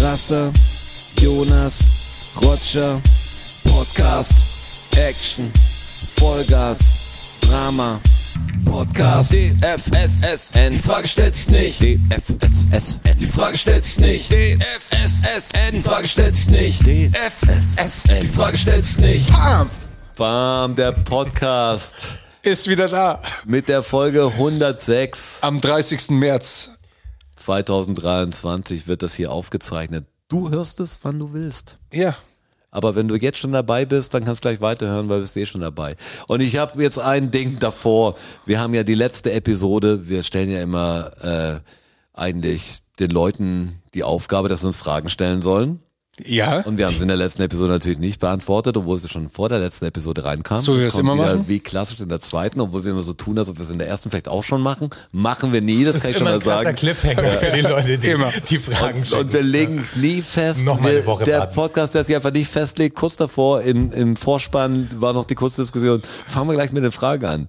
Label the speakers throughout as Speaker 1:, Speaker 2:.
Speaker 1: Rasse, Jonas, Roger, Podcast, Action, Vollgas, Drama, Podcast, DFSSN, die Frage stellt sich nicht, DFSSN, die Frage stellt sich nicht, DFSSN, die Frage stellt sich nicht, DFSSN, die Frage stellt sich nicht. Bam!
Speaker 2: Bam, der Podcast
Speaker 3: Ist wieder da.
Speaker 2: mit der Folge 106
Speaker 3: Am 30. März.
Speaker 2: 2023 wird das hier aufgezeichnet. Du hörst es, wann du willst.
Speaker 3: Ja.
Speaker 2: Aber wenn du jetzt schon dabei bist, dann kannst du gleich weiterhören, weil du bist eh schon dabei. Und ich habe jetzt ein Ding davor. Wir haben ja die letzte Episode, wir stellen ja immer äh, eigentlich den Leuten die Aufgabe, dass sie uns Fragen stellen sollen.
Speaker 3: Ja.
Speaker 2: Und wir haben es in der letzten Episode natürlich nicht beantwortet, obwohl es schon vor der letzten Episode reinkam.
Speaker 3: So wie wir
Speaker 2: Es
Speaker 3: es
Speaker 2: kommt
Speaker 3: immer
Speaker 2: wieder
Speaker 3: machen.
Speaker 2: Wie klassisch in der zweiten, obwohl wir immer so tun, als ob wir es in der ersten vielleicht auch schon machen. Machen wir nie, das, kann ich schon mal sagen.
Speaker 4: Cliffhanger für die Leute, die,
Speaker 3: Immer.
Speaker 4: die Fragen
Speaker 2: Und,
Speaker 4: schicken.
Speaker 2: und wir legen es nie fest.
Speaker 4: Noch mal
Speaker 2: wir,
Speaker 4: eine Woche
Speaker 2: der
Speaker 4: warten.
Speaker 2: Podcast, der sich einfach nicht festlegt, kurz davor, im, im Vorspann war noch die kurze Diskussion. Fangen wir gleich mit den Fragen an.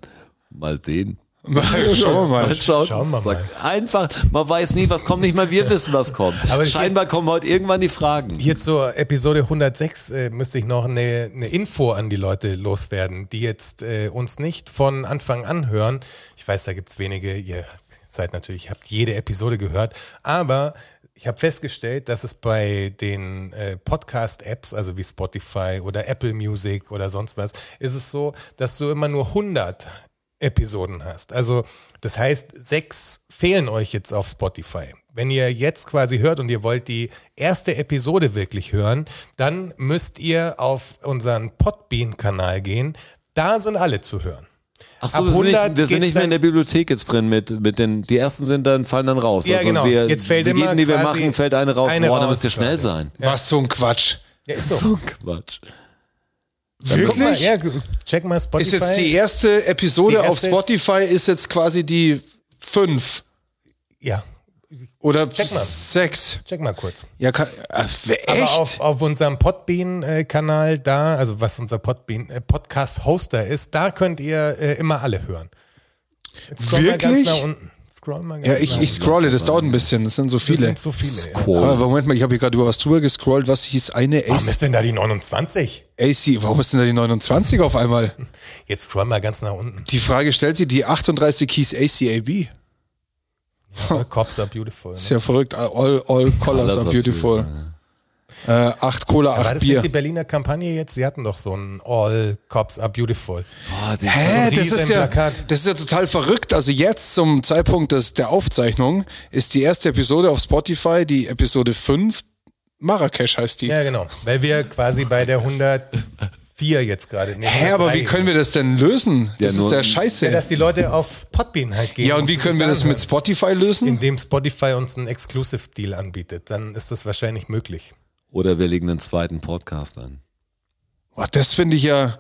Speaker 2: Mal sehen.
Speaker 3: Schauen wir mal.
Speaker 2: Mal schauen.
Speaker 4: Schauen wir mal.
Speaker 2: Sagt Einfach, man weiß nie, was kommt, nicht mal wir wissen, was kommt.
Speaker 4: Aber ich-
Speaker 2: Scheinbar kommen heute irgendwann die Fragen.
Speaker 4: Hier zur Episode 106 äh, müsste ich noch eine, eine Info an die Leute loswerden, die jetzt äh, uns nicht von Anfang an hören. Ich weiß, da gibt's wenige, ihr seid natürlich, habt jede Episode gehört, aber ich habe festgestellt, dass es bei den äh, Podcast-Apps, also wie Spotify oder Apple Music oder sonst was, ist es so, dass du immer nur 100 Episoden hast. Also das heißt, sechs fehlen euch jetzt auf Spotify. Wenn ihr jetzt quasi hört und ihr wollt die erste Episode wirklich hören, dann müsst ihr auf unseren Podbean-Kanal gehen. Da sind alle zu hören.
Speaker 2: Ach
Speaker 4: Ab
Speaker 2: so, wir sind nicht,
Speaker 4: 100
Speaker 2: wir sind
Speaker 4: geht's
Speaker 2: nicht mehr in
Speaker 4: dann-
Speaker 2: der Bibliothek jetzt drin mit, mit den, die ersten sind dann, fallen dann raus. Also
Speaker 4: Ja, genau.
Speaker 2: wir,
Speaker 4: Jetzt fällt
Speaker 2: die
Speaker 4: immer
Speaker 2: jeden, die wir
Speaker 4: quasi
Speaker 2: machen, fällt eine raus.
Speaker 4: eine
Speaker 2: Boah, da
Speaker 4: raus
Speaker 2: müsst ihr schnell
Speaker 4: quasi.
Speaker 2: sein.
Speaker 3: Was so ein Quatsch.
Speaker 4: Ja, ist so.
Speaker 2: So ein Quatsch.
Speaker 4: Dann guck mal,
Speaker 3: Wirklich?
Speaker 4: ja, gu- check mal Spotify.
Speaker 3: Ist jetzt die erste Episode
Speaker 4: Die erste
Speaker 3: auf Spotify, ist jetzt quasi die fünf
Speaker 4: ja,
Speaker 3: oder
Speaker 4: Check mal.
Speaker 3: sechs.
Speaker 4: check mal kurz.
Speaker 3: Ja, kann, ach, wer-
Speaker 4: Aber
Speaker 3: echt?
Speaker 4: auf, auf unserem Podbean-Kanal da, also was unser Podbean, äh, Podcast-Hoster ist, da könnt ihr äh, immer alle hören. Jetzt scroll
Speaker 3: Wirklich?
Speaker 4: mal ganz nach unten. Scroll mal ganz
Speaker 3: ja, ich,
Speaker 4: nach
Speaker 3: ich
Speaker 4: unten.
Speaker 3: scrolle, das dauert ein bisschen, das sind so
Speaker 4: Das
Speaker 3: viele.
Speaker 4: sind so viele. Ja.
Speaker 2: Cool.
Speaker 3: Aber Moment mal, ich habe hier gerade über was drüber gescrollt, was hieß eine
Speaker 4: Warum
Speaker 3: AC,
Speaker 4: ist denn da die 29?
Speaker 3: AC, warum ist denn da die 29 auf einmal?
Speaker 4: Jetzt scroll mal ganz nach unten.
Speaker 3: Die Frage stellt sie, die 38 hieß ACAB.
Speaker 4: Ja, Cops are beautiful. ne?
Speaker 3: Ist ja verrückt, all, all colors are beautiful. Äh, acht Cola,
Speaker 4: War
Speaker 3: acht
Speaker 4: das
Speaker 3: Bier.
Speaker 4: nicht die Berliner Kampagne jetzt? Sie hatten doch so ein All Cops are beautiful.
Speaker 2: Boah, die-
Speaker 3: Hä, das
Speaker 4: riesen
Speaker 3: ist, ja,
Speaker 4: Plakat.
Speaker 3: das ist ja total verrückt. Also jetzt zum Zeitpunkt des, der Aufzeichnung ist die erste Episode auf Spotify, die Episode 5, Marrakesch heißt die.
Speaker 4: Ja, genau. Weil wir quasi bei der 104 jetzt gerade. Nee,
Speaker 3: Hä, aber wie können wir das denn lösen? Das
Speaker 2: nur-
Speaker 3: ist der Scheiße.
Speaker 4: Ja,
Speaker 3: Ja,
Speaker 4: dass die Leute auf Podbean halt gehen.
Speaker 3: und wie
Speaker 4: sich
Speaker 3: können wir das mit
Speaker 4: anhören.
Speaker 3: Spotify lösen?
Speaker 4: Indem Spotify uns einen Exclusive-Deal anbietet, dann ist das wahrscheinlich möglich.
Speaker 2: Oder wir legen einen zweiten Podcast an.
Speaker 3: Boah, das finde ich ja,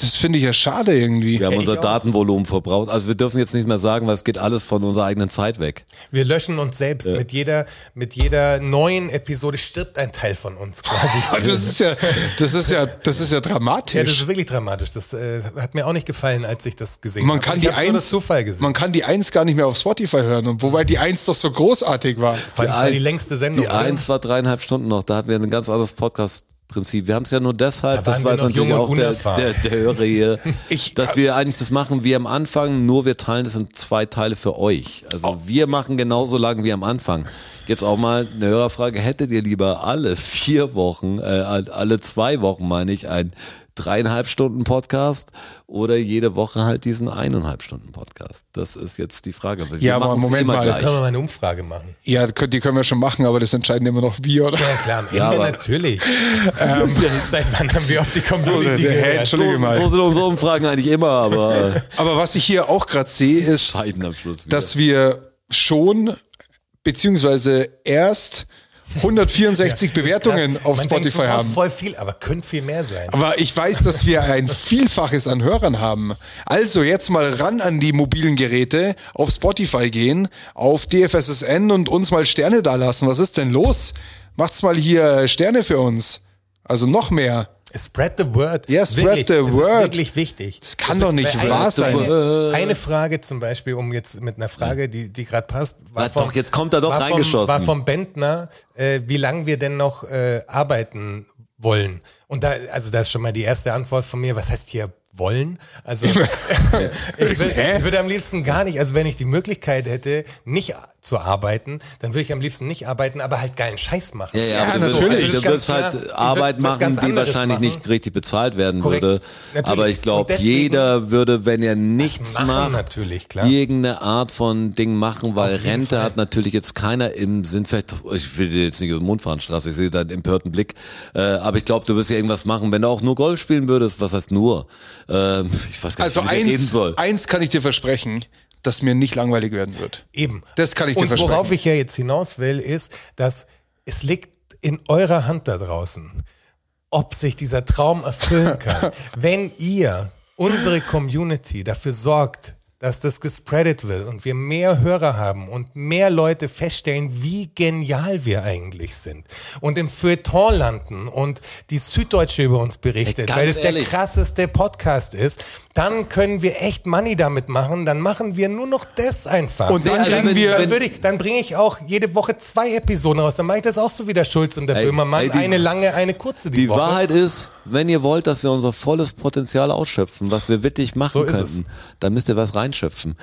Speaker 3: das finde ich ja schade irgendwie.
Speaker 2: Wir haben unser
Speaker 4: auch.
Speaker 2: Datenvolumen verbraucht. Also wir dürfen jetzt nicht mehr sagen, weil es geht alles von unserer eigenen Zeit weg.
Speaker 4: Wir löschen uns selbst. Mit, jeder, mit jeder neuen Episode stirbt ein Teil von uns quasi.
Speaker 3: Das ist ja, das ist ja, das ist ja
Speaker 4: Ja, das
Speaker 3: dramatisch.
Speaker 4: ist wirklich dramatisch. Das äh, hat mir auch nicht gefallen, als ich das gesehen
Speaker 3: Man
Speaker 4: habe.
Speaker 3: kann,
Speaker 4: ich
Speaker 3: die
Speaker 4: hab's nur
Speaker 3: eins,
Speaker 4: das Zufall gesehen.
Speaker 3: man kann die eins gar nicht mehr auf Spotify hören, und wobei die eins doch so großartig war.
Speaker 4: Vor allem, das war
Speaker 2: ein-
Speaker 4: die längste Sendung.
Speaker 2: Die
Speaker 4: oder?
Speaker 2: eins war dreieinhalb Stunden noch. Da hatten wir ein ganz anderes Podcast-Prinzip. Wir haben es ja nur deshalb,
Speaker 4: Da waren
Speaker 2: das war
Speaker 4: wir
Speaker 2: jetzt
Speaker 4: noch
Speaker 2: natürlich
Speaker 4: jung und
Speaker 2: auch der,
Speaker 4: unerfahren. äh,
Speaker 2: der, der Hörer hier,
Speaker 3: Ich-
Speaker 2: dass wir eigentlich das machen wie am Anfang, nur wir teilen das in zwei Teile für euch. Also
Speaker 4: Oh.
Speaker 2: wir machen genauso lang wie am Anfang. Jetzt auch mal eine Hörerfrage. Hättet ihr lieber alle vier Wochen, äh, alle zwei Wochen meine ich, ein dreieinhalb Stunden Podcast oder jede Woche halt diesen eineinhalb Stunden Podcast? Das ist jetzt die Frage. Wir
Speaker 3: Ja, aber
Speaker 2: machen's
Speaker 3: Moment mal.
Speaker 4: Können wir mal eine Umfrage machen?
Speaker 3: Ja, die können die können wir schon machen, aber das entscheiden immer noch wir, oder?
Speaker 4: Ja, klar, am Ende
Speaker 2: Ja, aber-
Speaker 4: natürlich. Seit wann haben wir auf die Community
Speaker 3: Ähm. der-
Speaker 4: gehört?
Speaker 3: Entschuldigung. Entschuldige mal.
Speaker 2: So, so sind unsere Umfragen eigentlich immer, aber äh,
Speaker 3: Aber was ich hier auch gerade sehe, ist,
Speaker 2: scheiden am Schluss wieder.
Speaker 3: dass wir schon beziehungsweise erst 164 Bewertungen
Speaker 4: Krass.
Speaker 3: auf
Speaker 4: Man denkt
Speaker 3: Spotify
Speaker 4: so, oh,
Speaker 3: haben.
Speaker 4: voll viel, aber können viel mehr sein.
Speaker 3: Aber ich weiß, dass wir ein Vielfaches an Hörern haben. Also jetzt mal ran an die mobilen Geräte, auf Spotify gehen, auf DFSSN und uns mal Sterne da lassen. Was ist denn los? Macht's mal hier Sterne für uns. Also noch mehr.
Speaker 4: Spread the word.
Speaker 3: Ja, spread
Speaker 4: wirklich,
Speaker 3: the
Speaker 4: es
Speaker 3: word.
Speaker 4: Ist wirklich wichtig.
Speaker 3: Das ist kann doch nicht
Speaker 4: Eine-
Speaker 3: wahr sein.
Speaker 4: Eine, eine Frage zum Beispiel, um jetzt mit einer Frage, die, die gerade passt,
Speaker 2: War doch, jetzt kommt er doch
Speaker 4: war
Speaker 2: reingeschossen.
Speaker 4: Vom, war vom Bentner, äh, wie lange wir denn noch äh, arbeiten wollen. Und da, also da ist schon mal die erste Antwort von mir, was heißt hier wollen? Also ich würde ich würd am liebsten gar nicht, also wenn ich die Möglichkeit hätte, nicht zu arbeiten, dann würde ich am liebsten nicht arbeiten, aber halt geilen Scheiß machen.
Speaker 2: Ja, ja, aber
Speaker 3: Ja,
Speaker 2: du wirst,
Speaker 3: natürlich.
Speaker 2: du wirst
Speaker 4: Ganz
Speaker 2: halt
Speaker 4: klar. Ich würd
Speaker 2: Arbeit
Speaker 4: was
Speaker 2: machen,
Speaker 4: ganz
Speaker 2: die
Speaker 4: anderes
Speaker 2: wahrscheinlich
Speaker 4: machen.
Speaker 2: nicht richtig bezahlt werden
Speaker 4: Korrekt.
Speaker 2: würde.
Speaker 4: Natürlich.
Speaker 2: Aber ich
Speaker 4: Und
Speaker 2: glaube,
Speaker 4: deswegen-
Speaker 2: jeder würde, wenn er nichts
Speaker 4: machen
Speaker 2: macht,
Speaker 4: natürlich, klar.
Speaker 2: irgendeine Art von Ding machen, weil
Speaker 4: Auf jeden
Speaker 2: Rente
Speaker 4: Fall.
Speaker 2: hat natürlich jetzt keiner im Sinn, vielleicht, ich will dir jetzt nicht über den Mund fahren, Straße, ich sehe deinen empörten Blick, äh, aber ich glaube, du wirst ja irgendwas machen, wenn du auch nur Golf spielen würdest, was heißt nur? Ähm, ich weiß gar nicht,
Speaker 3: Also
Speaker 2: wie ich reden
Speaker 3: eins,
Speaker 2: soll.
Speaker 3: eins kann ich dir versprechen, dass mir nicht langweilig werden wird.
Speaker 4: Eben.
Speaker 3: Das kann ich dir
Speaker 4: Und worauf
Speaker 3: versprechen.
Speaker 4: ich ja jetzt hinaus will, ist, dass es liegt in eurer Hand da draußen, ob sich dieser Traum erfüllen kann. Wenn ihr unsere Community dafür sorgt, dass das gespreadet wird und wir mehr Hörer haben und mehr Leute feststellen, wie genial wir eigentlich sind und im Feuilleton landen und die Süddeutsche über uns berichtet,
Speaker 2: Ey, ganz
Speaker 4: weil es der
Speaker 2: ehrlich.
Speaker 4: krasseste Podcast ist, dann können wir echt Money damit machen, dann machen wir nur noch das einfach.
Speaker 3: Und dann
Speaker 2: also
Speaker 3: kriegen
Speaker 2: wenn-
Speaker 3: wir,
Speaker 4: Dann, würde ich, dann bringe ich auch jede Woche zwei Episoden raus. Dann mache ich das auch so wieder Schulz und der
Speaker 2: Ey,
Speaker 4: Böhmermann.
Speaker 2: ey, die-
Speaker 4: eine lange, eine kurze die,
Speaker 2: Die
Speaker 4: Woche.
Speaker 2: Wahrheit ist, wenn ihr wollt, dass wir unser volles Potenzial ausschöpfen, was wir wirklich machen
Speaker 4: So ist
Speaker 2: könnten, dann müsst ihr was reinschöpfen.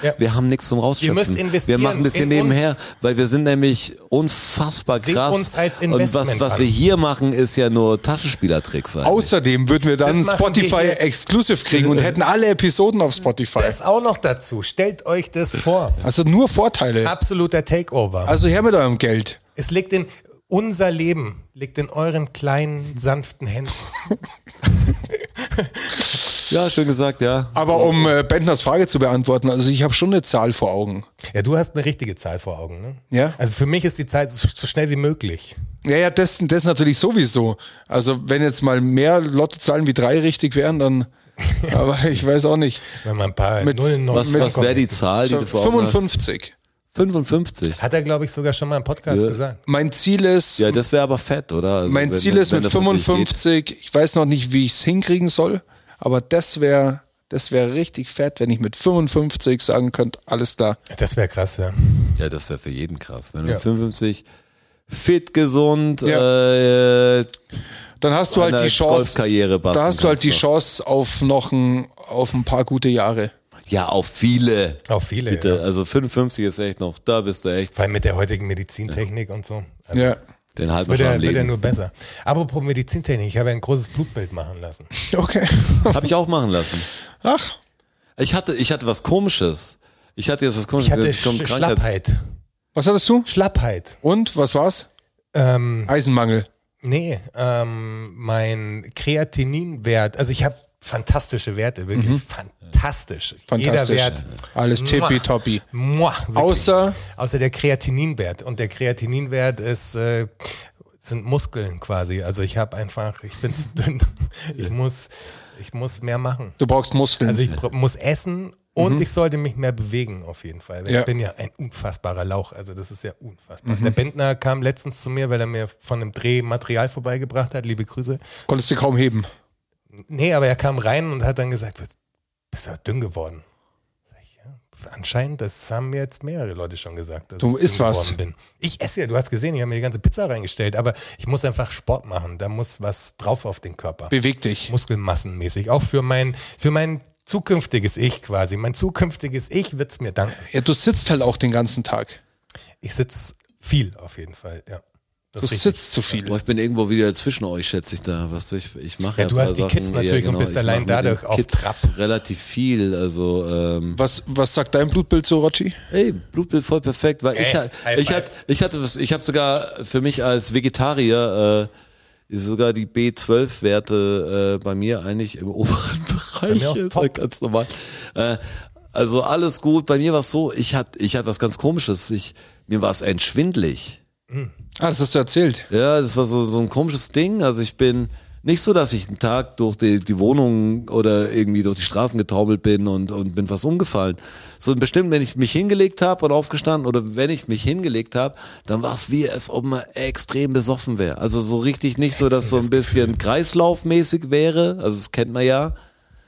Speaker 4: Ja.
Speaker 2: Wir haben nichts zum Rausschöpfen.
Speaker 4: Ihr müsst investieren
Speaker 2: wir machen ein bisschen
Speaker 4: in uns.
Speaker 2: nebenher, weil wir sind nämlich unfassbar
Speaker 4: Seht
Speaker 2: krass.
Speaker 4: uns als
Speaker 2: Und was,
Speaker 4: Investment
Speaker 2: was
Speaker 4: an.
Speaker 2: wir hier machen, ist ja nur Taschenspielertricks. eigentlich.
Speaker 3: außerdem würden wir dann
Speaker 4: Das machen wir
Speaker 3: Spotify
Speaker 4: hier.
Speaker 3: Exclusive kriegen und hätten alle Episoden auf Spotify.
Speaker 4: Das auch noch dazu. Stellt euch das vor.
Speaker 3: Also nur Vorteile.
Speaker 4: Absoluter Takeover.
Speaker 3: Also her mit eurem Geld.
Speaker 4: es liegt in unser Leben liegt in euren kleinen sanften Händen.
Speaker 2: Ja, schön gesagt, ja.
Speaker 3: Aber um äh, Bentners Frage zu beantworten, also ich habe schon eine Zahl vor Augen.
Speaker 4: Ja, du hast eine richtige Zahl vor Augen, ne?
Speaker 3: Ja.
Speaker 4: Also für mich ist die Zeit so so schnell wie möglich.
Speaker 3: Ja, ja, das, das natürlich sowieso. Also wenn jetzt mal mehr Lottozahlen wie drei richtig wären, dann. Aber ich weiß auch nicht.
Speaker 4: Wenn man ein paar
Speaker 3: Mit-
Speaker 4: Nullen noch
Speaker 2: Was, was wäre die Zahl, die du vor Augen hast?
Speaker 3: 55.
Speaker 2: 55.
Speaker 4: Hat er, glaube ich, sogar schon mal im Podcast
Speaker 2: Ja.
Speaker 4: gesagt.
Speaker 3: Mein Ziel ist,
Speaker 2: Ja, das wäre aber fett, oder? Also
Speaker 3: mein
Speaker 2: wenn-
Speaker 3: Ziel ist
Speaker 2: wenn
Speaker 3: mit
Speaker 2: das natürlich geht.
Speaker 3: 55. Ich weiß noch nicht, wie ich es hinkriegen soll, aber das wäre das wäre richtig fett, wenn ich mit 55 sagen könnte, alles klar.
Speaker 4: Das wäre krass, ja.
Speaker 2: Ja, das wäre für jeden krass. Wenn du
Speaker 4: Ja.
Speaker 2: mit 55 fit, gesund, äh,
Speaker 3: Dann hast du
Speaker 2: An
Speaker 3: halt die
Speaker 2: der
Speaker 3: Chance.
Speaker 2: Golfkarriere basteln
Speaker 3: Da hast du halt
Speaker 2: kannst
Speaker 3: die
Speaker 2: noch.
Speaker 3: Chance auf noch ein, auf ein paar gute Jahre.
Speaker 2: ja, auf viele.
Speaker 4: Auch viele.
Speaker 2: Bitte,
Speaker 4: Ja.
Speaker 2: also 55 ist echt noch, da bist du echt
Speaker 4: Vor allem mit der heutigen Medizintechnik und so. Also
Speaker 3: Ja.
Speaker 2: den halben
Speaker 4: wird,
Speaker 2: Jahr am
Speaker 4: er, wird er
Speaker 2: Leben.
Speaker 4: nur besser. Apropos Medizintechnik, ich habe ein großes Blutbild machen lassen.
Speaker 3: Okay.
Speaker 2: Habe ich auch machen lassen.
Speaker 3: Ach,
Speaker 2: Ich hatte, ich hatte was komisches. Ich hatte jetzt was komisches.
Speaker 4: Ich hatte
Speaker 2: Jetzt kommt
Speaker 4: Sch
Speaker 2: Krankheit.
Speaker 4: Schlappheit.
Speaker 3: was hattest du?
Speaker 4: Schlappheit.
Speaker 3: Und was war's?
Speaker 4: Ähm,
Speaker 3: Eisenmangel.
Speaker 4: nee, ähm, mein Kreatininwert, also ich habe fantastische Werte, wirklich
Speaker 2: Mhm.
Speaker 4: fantastisch. Jeder
Speaker 3: Fantastisch.
Speaker 4: Wert.
Speaker 3: Alles
Speaker 4: Mua.
Speaker 3: tippitoppi.
Speaker 4: Mua, wirklich.
Speaker 3: Außer-
Speaker 4: Außer der Kreatininwert. Und der Kreatininwert ist, äh, sind Muskeln quasi. Also ich habe einfach, ich bin zu dünn. Ich muss, ich muss mehr machen.
Speaker 3: Du brauchst Muskeln.
Speaker 4: Also ich bra- muss essen und ich sollte mich mehr bewegen auf jeden Fall. Weil
Speaker 3: Mhm. Ja. Mhm.
Speaker 4: Ich bin ja ein unfassbarer Lauch, also das ist ja unfassbar. Der Bentner kam letztens zu mir, weil er mir von einem Dreh Material vorbeigebracht hat, liebe Grüße.
Speaker 3: Konntest du kaum heben.
Speaker 4: Nee, aber er kam rein und hat dann gesagt, du bist aber dünn geworden. Sag ich, ja, anscheinend, das haben mir jetzt mehrere Leute schon gesagt. Dass
Speaker 3: Du
Speaker 4: ich dünn
Speaker 3: isst was.
Speaker 4: geworden Bin. Ich esse ja, du hast gesehen, ich habe mir die ganze Pizza reingestellt, aber ich muss einfach Sport machen, da muss was drauf auf den Körper.
Speaker 3: Beweg dich.
Speaker 4: Muskelmassenmäßig. Auch für mein, für mein zukünftiges Ich quasi. Mein zukünftiges Ich wird's mir danken.
Speaker 3: Ja, du sitzt halt auch den ganzen Tag.
Speaker 4: Ich sitze viel auf jeden Fall, ja. Das
Speaker 3: Du
Speaker 4: ist richtig.
Speaker 3: sitzt zu viel.
Speaker 2: Boah, ich bin irgendwo wieder zwischen euch, schätze ich da. Was ich, ich mache
Speaker 4: Ja, du
Speaker 2: ein
Speaker 4: hast
Speaker 2: paar
Speaker 4: die
Speaker 2: Sachen. genau,
Speaker 4: Kids natürlich und bist
Speaker 2: ich
Speaker 4: allein
Speaker 2: mach mit den
Speaker 4: dadurch auf
Speaker 2: Kids
Speaker 4: Trab.
Speaker 2: Relativ viel, also ähm,
Speaker 3: Was, was sagt dein Blutbild zu Rotschi?
Speaker 2: Ey, Blutbild voll perfekt, weil ich,
Speaker 4: Ey,
Speaker 2: hat-
Speaker 4: High
Speaker 2: ich,
Speaker 4: five.
Speaker 2: hat, ich hatte was, ich habe sogar für mich als Vegetarier äh, sogar die B12-Werte äh, bei mir eigentlich im oberen Bereich.
Speaker 4: mir auch
Speaker 2: Ist
Speaker 4: top.
Speaker 2: halt ganz normal. Äh, also alles gut. Bei mir war es so, ich hatte ich hatte was ganz komisches. Ich, mir war es entschwindlig.
Speaker 3: Ah, das hast du erzählt.
Speaker 2: Ja, das war so, so ein komisches Ding. Also ich bin nicht so, dass ich einen Tag durch die, die Wohnung oder irgendwie durch die Straßen getaumelt bin und, und bin fast umgefallen. So bestimmt, wenn ich mich hingelegt habe und aufgestanden oder wenn ich mich hingelegt habe, dann war es wie, als ob man extrem besoffen wäre. Also so richtig nicht so, dass so ein bisschen kreislaufmäßig wäre. Also das kennt man ja.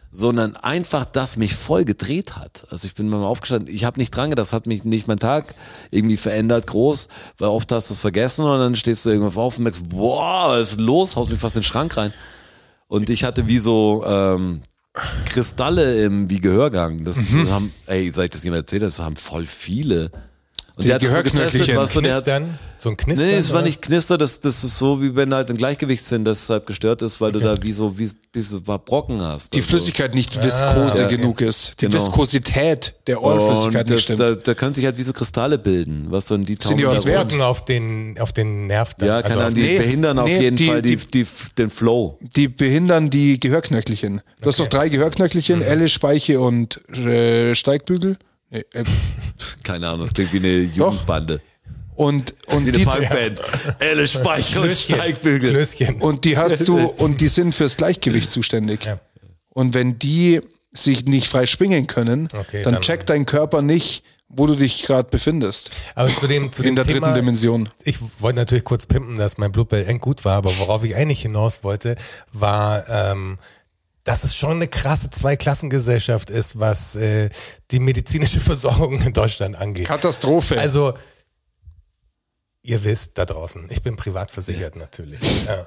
Speaker 2: sondern einfach, dass mich voll gedreht hat. Also ich bin mal aufgestanden, ich habe nicht dran gedacht, das hat mich nicht mein Tag irgendwie verändert, groß, weil oft hast du es vergessen und dann stehst du irgendwann auf und merkst, boah, was ist los, haust mich fast in den Schrank rein. Und ich hatte wie so ähm, Kristalle im wie Gehörgang. Das,
Speaker 3: Mhm.
Speaker 2: das haben, ey, seit ich das jemand erzählt habe, das haben voll viele. Und
Speaker 3: Die
Speaker 2: der hat das so
Speaker 3: Gehörknöchelchen.
Speaker 2: getestet, was so, der hat,
Speaker 4: Knistern? So ein Knistern?
Speaker 2: Nee, es war
Speaker 4: oder?
Speaker 2: nicht Knister, das, das ist so, wie wenn halt ein Gleichgewichtssinn deshalb gestört ist, weil du da wie so, wie, wie so ein paar Brocken hast.
Speaker 3: Die
Speaker 2: Also.
Speaker 3: Flüssigkeit nicht viskose genug ist. Die
Speaker 2: Genau.
Speaker 3: Viskosität der
Speaker 2: Und
Speaker 3: Ohrflüssigkeit nicht
Speaker 2: das,
Speaker 3: stimmt.
Speaker 2: da, da können sich halt wie so Kristalle bilden, was so in die
Speaker 3: Sind die
Speaker 2: tauchen
Speaker 3: was
Speaker 2: da
Speaker 3: wert?
Speaker 2: rum.
Speaker 4: Drücken auf den, auf den Nerv dann.
Speaker 2: Ja, kann
Speaker 4: also
Speaker 2: also
Speaker 4: auf
Speaker 2: die
Speaker 3: Nee,
Speaker 2: behindern
Speaker 3: nee,
Speaker 2: auf jeden
Speaker 3: die-
Speaker 2: Fall die,
Speaker 3: die-
Speaker 2: die, den Flow.
Speaker 3: die behindern die Gehörknöchelchen. Du hast doch drei
Speaker 2: Mhm.
Speaker 3: Gehörknöchelchen, Elle, Speiche und äh, Steigbügel. Nee, äh,
Speaker 2: Keine Ahnung, das klingt wie eine Jugendbande.
Speaker 3: Und, und,
Speaker 2: Wie eine
Speaker 3: die,
Speaker 2: Punkband. Elle Speicher und
Speaker 4: Klößchen.
Speaker 2: Steigbügel.
Speaker 4: Klößchen.
Speaker 3: und die hast du und die sind fürs Gleichgewicht zuständig.
Speaker 4: Ja.
Speaker 3: Und wenn die sich nicht frei schwingen können,
Speaker 4: Okay,
Speaker 3: dann,
Speaker 4: dann-
Speaker 3: checkt dein Körper nicht, wo du dich gerade befindest.
Speaker 4: Aber zu dem, zu
Speaker 3: In
Speaker 4: dem
Speaker 3: der
Speaker 4: Thema,
Speaker 3: dritten Dimension.
Speaker 4: Ich wollte natürlich kurz pimpen, dass mein Blutbild end gut war, aber worauf ich eigentlich hinaus wollte, war, ähm, dass es schon eine krasse Zweiklassengesellschaft ist, was äh, die medizinische Versorgung in Deutschland angeht.
Speaker 3: Katastrophe.
Speaker 4: Also, ihr wisst da draußen, ich bin privat versichert natürlich. Ja.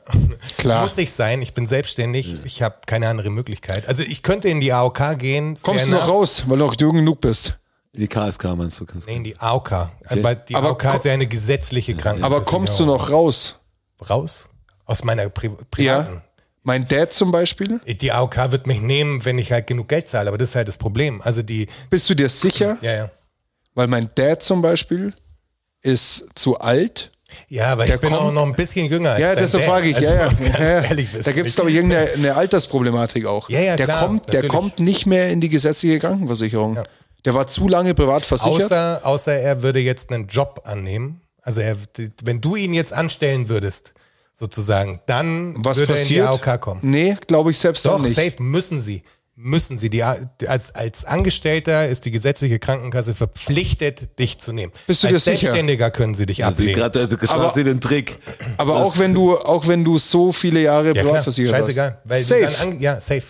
Speaker 3: Klar.
Speaker 4: Muss ich sein, ich bin selbstständig, ich habe keine andere Möglichkeit. Also ich könnte in die AOK gehen. fair
Speaker 3: Kommst du noch
Speaker 4: enough.
Speaker 3: raus, weil du noch jung genug bist.
Speaker 2: Die KSK meinst du?
Speaker 4: Nee, in die AOK. Aber die
Speaker 3: Aber
Speaker 4: AOK
Speaker 3: komm-
Speaker 4: ist ja eine gesetzliche Krankenversicherung.
Speaker 3: Aber kommst du noch raus?
Speaker 4: raus? Aus meiner Pri privaten.
Speaker 3: Ja. Mein Dad zum Beispiel?
Speaker 4: Die AOK wird mich nehmen, wenn ich halt genug Geld zahle, aber das ist halt das Problem. Also die,
Speaker 3: Bist du dir sicher?
Speaker 4: ja, ja.
Speaker 3: Weil mein Dad zum Beispiel ist zu alt.
Speaker 4: Ja, aber
Speaker 3: Der
Speaker 4: ich bin
Speaker 3: kommt-
Speaker 4: auch noch ein bisschen jünger als
Speaker 3: Ja,
Speaker 4: dein
Speaker 3: deshalb
Speaker 4: Dad.
Speaker 3: frage ich.
Speaker 4: Also,
Speaker 3: ja, ja.
Speaker 4: Ganz
Speaker 3: ja.
Speaker 4: ehrlich, bist
Speaker 3: da
Speaker 4: du
Speaker 3: gibt es
Speaker 4: nicht.
Speaker 3: doch irgendeine eine Altersproblematik auch.
Speaker 4: Ja, ja,
Speaker 3: der
Speaker 4: klar,
Speaker 3: kommt, der
Speaker 4: natürlich.
Speaker 3: kommt nicht mehr in die gesetzliche Krankenversicherung.
Speaker 4: Ja.
Speaker 3: Der war zu lange privat versichert.
Speaker 4: Außer, außer er würde jetzt einen Job annehmen. Also er, wenn du ihn jetzt anstellen würdest, sozusagen, dann
Speaker 3: Was
Speaker 4: würde
Speaker 3: passiert?
Speaker 4: er in die AOK kommen.
Speaker 3: Nee, glaube ich selbst auch
Speaker 4: Doch,
Speaker 3: nicht.
Speaker 4: safe müssen sie. Müssen sie. Die, A- als, als Angestellter ist die gesetzliche Krankenkasse verpflichtet, dich zu nehmen.
Speaker 3: Bist du
Speaker 4: als
Speaker 3: dir sicher?
Speaker 4: Selbstständiger können sie dich
Speaker 2: Also
Speaker 4: ablehnen.
Speaker 2: gerade
Speaker 3: Aber-
Speaker 2: gerade den Trick.
Speaker 3: Aber
Speaker 2: Das-
Speaker 3: auch wenn du, auch wenn du so viele Jahre
Speaker 4: Ja,
Speaker 3: privat
Speaker 4: klar.
Speaker 3: versichert warst.
Speaker 4: Scheißegal. Weil
Speaker 3: safe.
Speaker 4: Du dann an, ja, safe.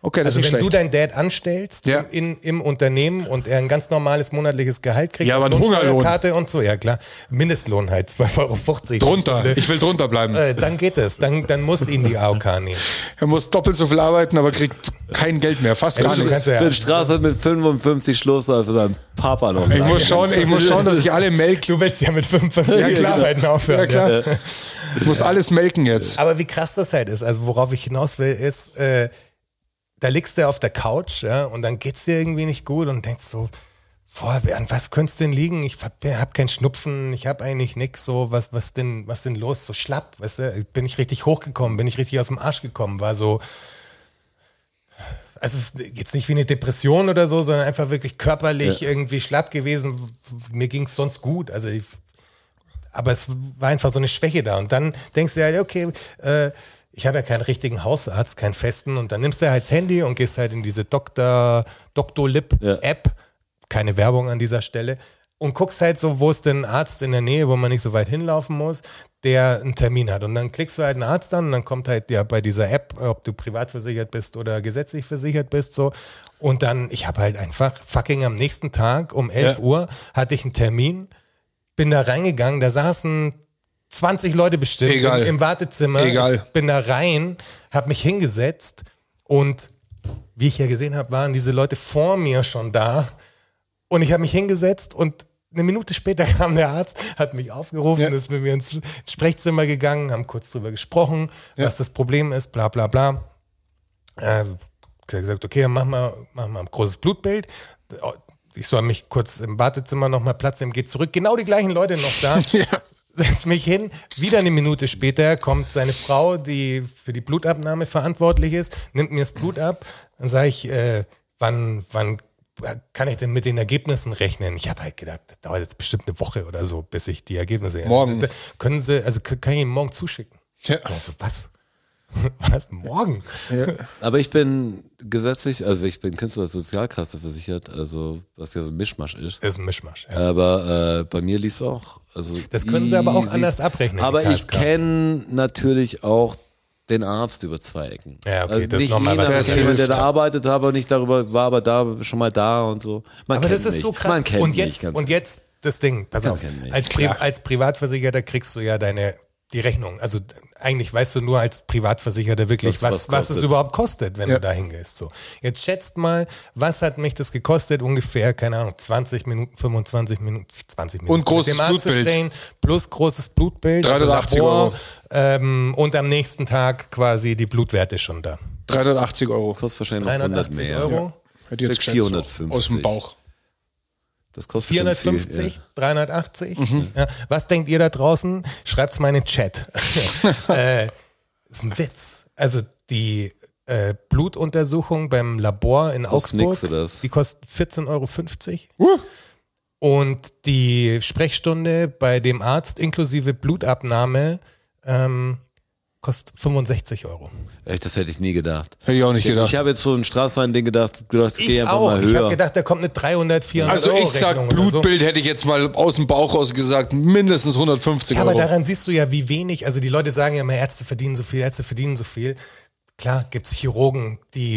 Speaker 3: okay, das
Speaker 4: also wenn
Speaker 3: ist
Speaker 4: du
Speaker 3: schlecht.
Speaker 4: deinen Dad anstellst
Speaker 3: Ja.
Speaker 4: in, im Unternehmen und er ein ganz normales monatliches Gehalt kriegt,
Speaker 3: Ja, aber
Speaker 4: und
Speaker 3: ein Hungerlohn.
Speaker 4: Lohnsteuerkarte und so, ja klar. Mindestlohn halt, 2,50 Euro.
Speaker 3: Drunter. Ich will drunter bleiben.
Speaker 4: Äh, dann geht es. Dann, dann muss ihn die AOK nehmen.
Speaker 3: Er muss doppelt so viel arbeiten, aber kriegt kein Geld mehr. Fast gar
Speaker 4: du
Speaker 3: nichts.
Speaker 4: kannst ja-
Speaker 2: Finn Straße hat mit 55 Schluss für seinen Papa noch.
Speaker 3: Ich muss schauen, ich muss schauen, dass ich alle melke.
Speaker 4: Du willst ja mit 55
Speaker 3: Ja, klar.
Speaker 4: Arbeiten aufhören.
Speaker 3: Ja, klar. Ich muss alles melken jetzt.
Speaker 4: Aber wie krass das halt ist, also worauf ich hinaus will, ist, äh, da liegst du auf der Couch ja, und dann geht's dir irgendwie nicht gut und denkst so, boah, an was könnt's denn liegen? Ich hab, hab keinen Schnupfen, ich hab eigentlich nix, so, was, was denn, was denn los? So schlapp, weißt du, bin ich richtig hochgekommen, bin ich richtig aus dem Arsch gekommen, war so, also jetzt nicht wie eine Depression oder so, sondern einfach wirklich körperlich irgendwie schlapp gewesen. Mir ging's sonst gut, also ich aber es war einfach so eine Schwäche da. Und dann denkst du ja, okay, äh, ich habe ja keinen richtigen Hausarzt, keinen festen. Und dann nimmst du halt das Handy und gehst halt in diese Doktor, Doctolib-App, keine Werbung an dieser Stelle, und guckst halt so, wo ist denn ein Arzt in der Nähe, wo man nicht so weit hinlaufen muss, der einen Termin hat. Und dann klickst du halt einen Arzt an und dann kommt halt ja bei dieser App, ob du privat versichert bist oder gesetzlich versichert bist, so. Und dann, ich habe halt einfach fucking am nächsten Tag um 11 Uhr hatte ich einen Termin bin da reingegangen, da saßen 20 Leute bestimmt
Speaker 3: Egal.
Speaker 4: Im, im Wartezimmer.
Speaker 3: Egal.
Speaker 4: Ich bin da rein, habe mich hingesetzt und wie ich ja gesehen habe, waren diese Leute vor mir schon da und ich habe mich hingesetzt und eine Minute später kam der Arzt, hat mich aufgerufen,
Speaker 3: Ja.
Speaker 4: ist mit mir ins Sprechzimmer gegangen, haben kurz drüber gesprochen, was das Problem ist, bla bla bla. Äh, gesagt, okay, mach mal, mach mal ein großes Blutbild. Ich soll mich kurz im Wartezimmer nochmal Platz nehmen, geht zurück. Genau die gleichen Leute noch da. Setz mich hin. Wieder eine Minute später kommt seine Frau, die für die Blutabnahme verantwortlich ist, nimmt mir das Blut ab. Dann sage ich, äh, wann, wann kann ich denn mit den Ergebnissen rechnen? Ich habe halt gedacht, das dauert jetzt bestimmt eine Woche oder so, bis ich die Ergebnisse
Speaker 3: Morgen.
Speaker 4: Können Sie, also kann ich Ihnen morgen zuschicken?
Speaker 3: Tja.
Speaker 4: Also was? Was? Morgen?
Speaker 2: Aber ich bin gesetzlich, also ich bin Künstler der Sozialkasse versichert, also was ja so ein Mischmasch ist.
Speaker 4: Das ist ein Mischmasch. Ja.
Speaker 2: Aber äh, bei mir lief es auch. Also
Speaker 4: Das können sie aber auch
Speaker 2: easy.
Speaker 4: anders abrechnen, die
Speaker 2: Aber ich
Speaker 4: KSK.
Speaker 2: kenne natürlich auch den Arzt über zwei Ecken.
Speaker 4: Ja, okay, das ist noch mal
Speaker 2: ihn,
Speaker 4: was
Speaker 2: aber
Speaker 3: anderes.
Speaker 2: jemand, der da
Speaker 3: Hilft.
Speaker 2: arbeitet, aber nicht darüber war, aber da schon mal da und so. Man
Speaker 4: Aber
Speaker 2: kennt
Speaker 4: das ist
Speaker 2: mich.
Speaker 4: so krass.
Speaker 2: Man kennt
Speaker 4: und
Speaker 2: mich,
Speaker 4: jetzt,
Speaker 2: ganz
Speaker 4: und jetzt das Ding, pass
Speaker 2: Man
Speaker 4: auf,
Speaker 2: kennt mich,
Speaker 4: als, Pri als Privatversicherter kriegst du ja deine die Rechnung. Also eigentlich weißt du nur als Privatversicherter wirklich,
Speaker 2: Was-
Speaker 4: was, was,
Speaker 2: was
Speaker 4: es
Speaker 2: kostet.
Speaker 4: überhaupt kostet, wenn
Speaker 3: Ja.
Speaker 4: du da hingehst. So. Jetzt schätzt mal, was hat mich das gekostet? Ungefähr, keine Ahnung, 20 Minuten, 25 Minuten, 20 Minuten.
Speaker 3: Und großes
Speaker 4: Mit dem Arzt zu
Speaker 3: Blutbild.
Speaker 4: stehen, Plus großes Blutbild. also
Speaker 3: 380
Speaker 4: Labor,
Speaker 3: Euro.
Speaker 4: Ähm, und am nächsten Tag quasi die Blutwerte schon da.
Speaker 3: 380 Euro.
Speaker 2: kostet wahrscheinlich noch 100
Speaker 4: 380
Speaker 2: mehr.
Speaker 4: Euro.
Speaker 3: Hätte ich jetzt geschätzt,
Speaker 2: 450.
Speaker 3: so Aus dem Bauch.
Speaker 2: Das kostet schon Viel,
Speaker 4: 450,
Speaker 2: ja. Mhm.
Speaker 4: 380. Ja. Was denkt ihr da draußen? Schreibt's mal in den Chat. äh, ist ein Witz. Also die äh, Blutuntersuchung beim Labor in
Speaker 2: Kostet
Speaker 4: Augsburg,
Speaker 2: nix, oder was? Uh.
Speaker 4: die kostet 14,50 Euro. Und die Sprechstunde bei dem Arzt inklusive Blutabnahme ähm, kostet 65 Euro.
Speaker 2: Echt, das hätte ich nie gedacht.
Speaker 3: Hätte ich auch nicht gedacht.
Speaker 2: Ich habe jetzt so ein Straßenrein-Ding gedacht, gedacht, ich
Speaker 4: Ich
Speaker 2: gehe einfach
Speaker 4: auch.
Speaker 2: mal
Speaker 4: Ich habe
Speaker 2: höher.
Speaker 4: gedacht, da kommt eine 300, 400
Speaker 3: Also
Speaker 4: Euro
Speaker 3: ich sag,
Speaker 4: Rechnung oder so.
Speaker 3: Blutbild hätte ich jetzt mal aus dem Bauch raus gesagt, mindestens 150
Speaker 4: Ja,
Speaker 3: Euro.
Speaker 4: aber daran siehst du ja, wie wenig, also die Leute sagen ja immer, Ärzte verdienen so viel, Ärzte verdienen so viel. Klar, gibt's Chirurgen, die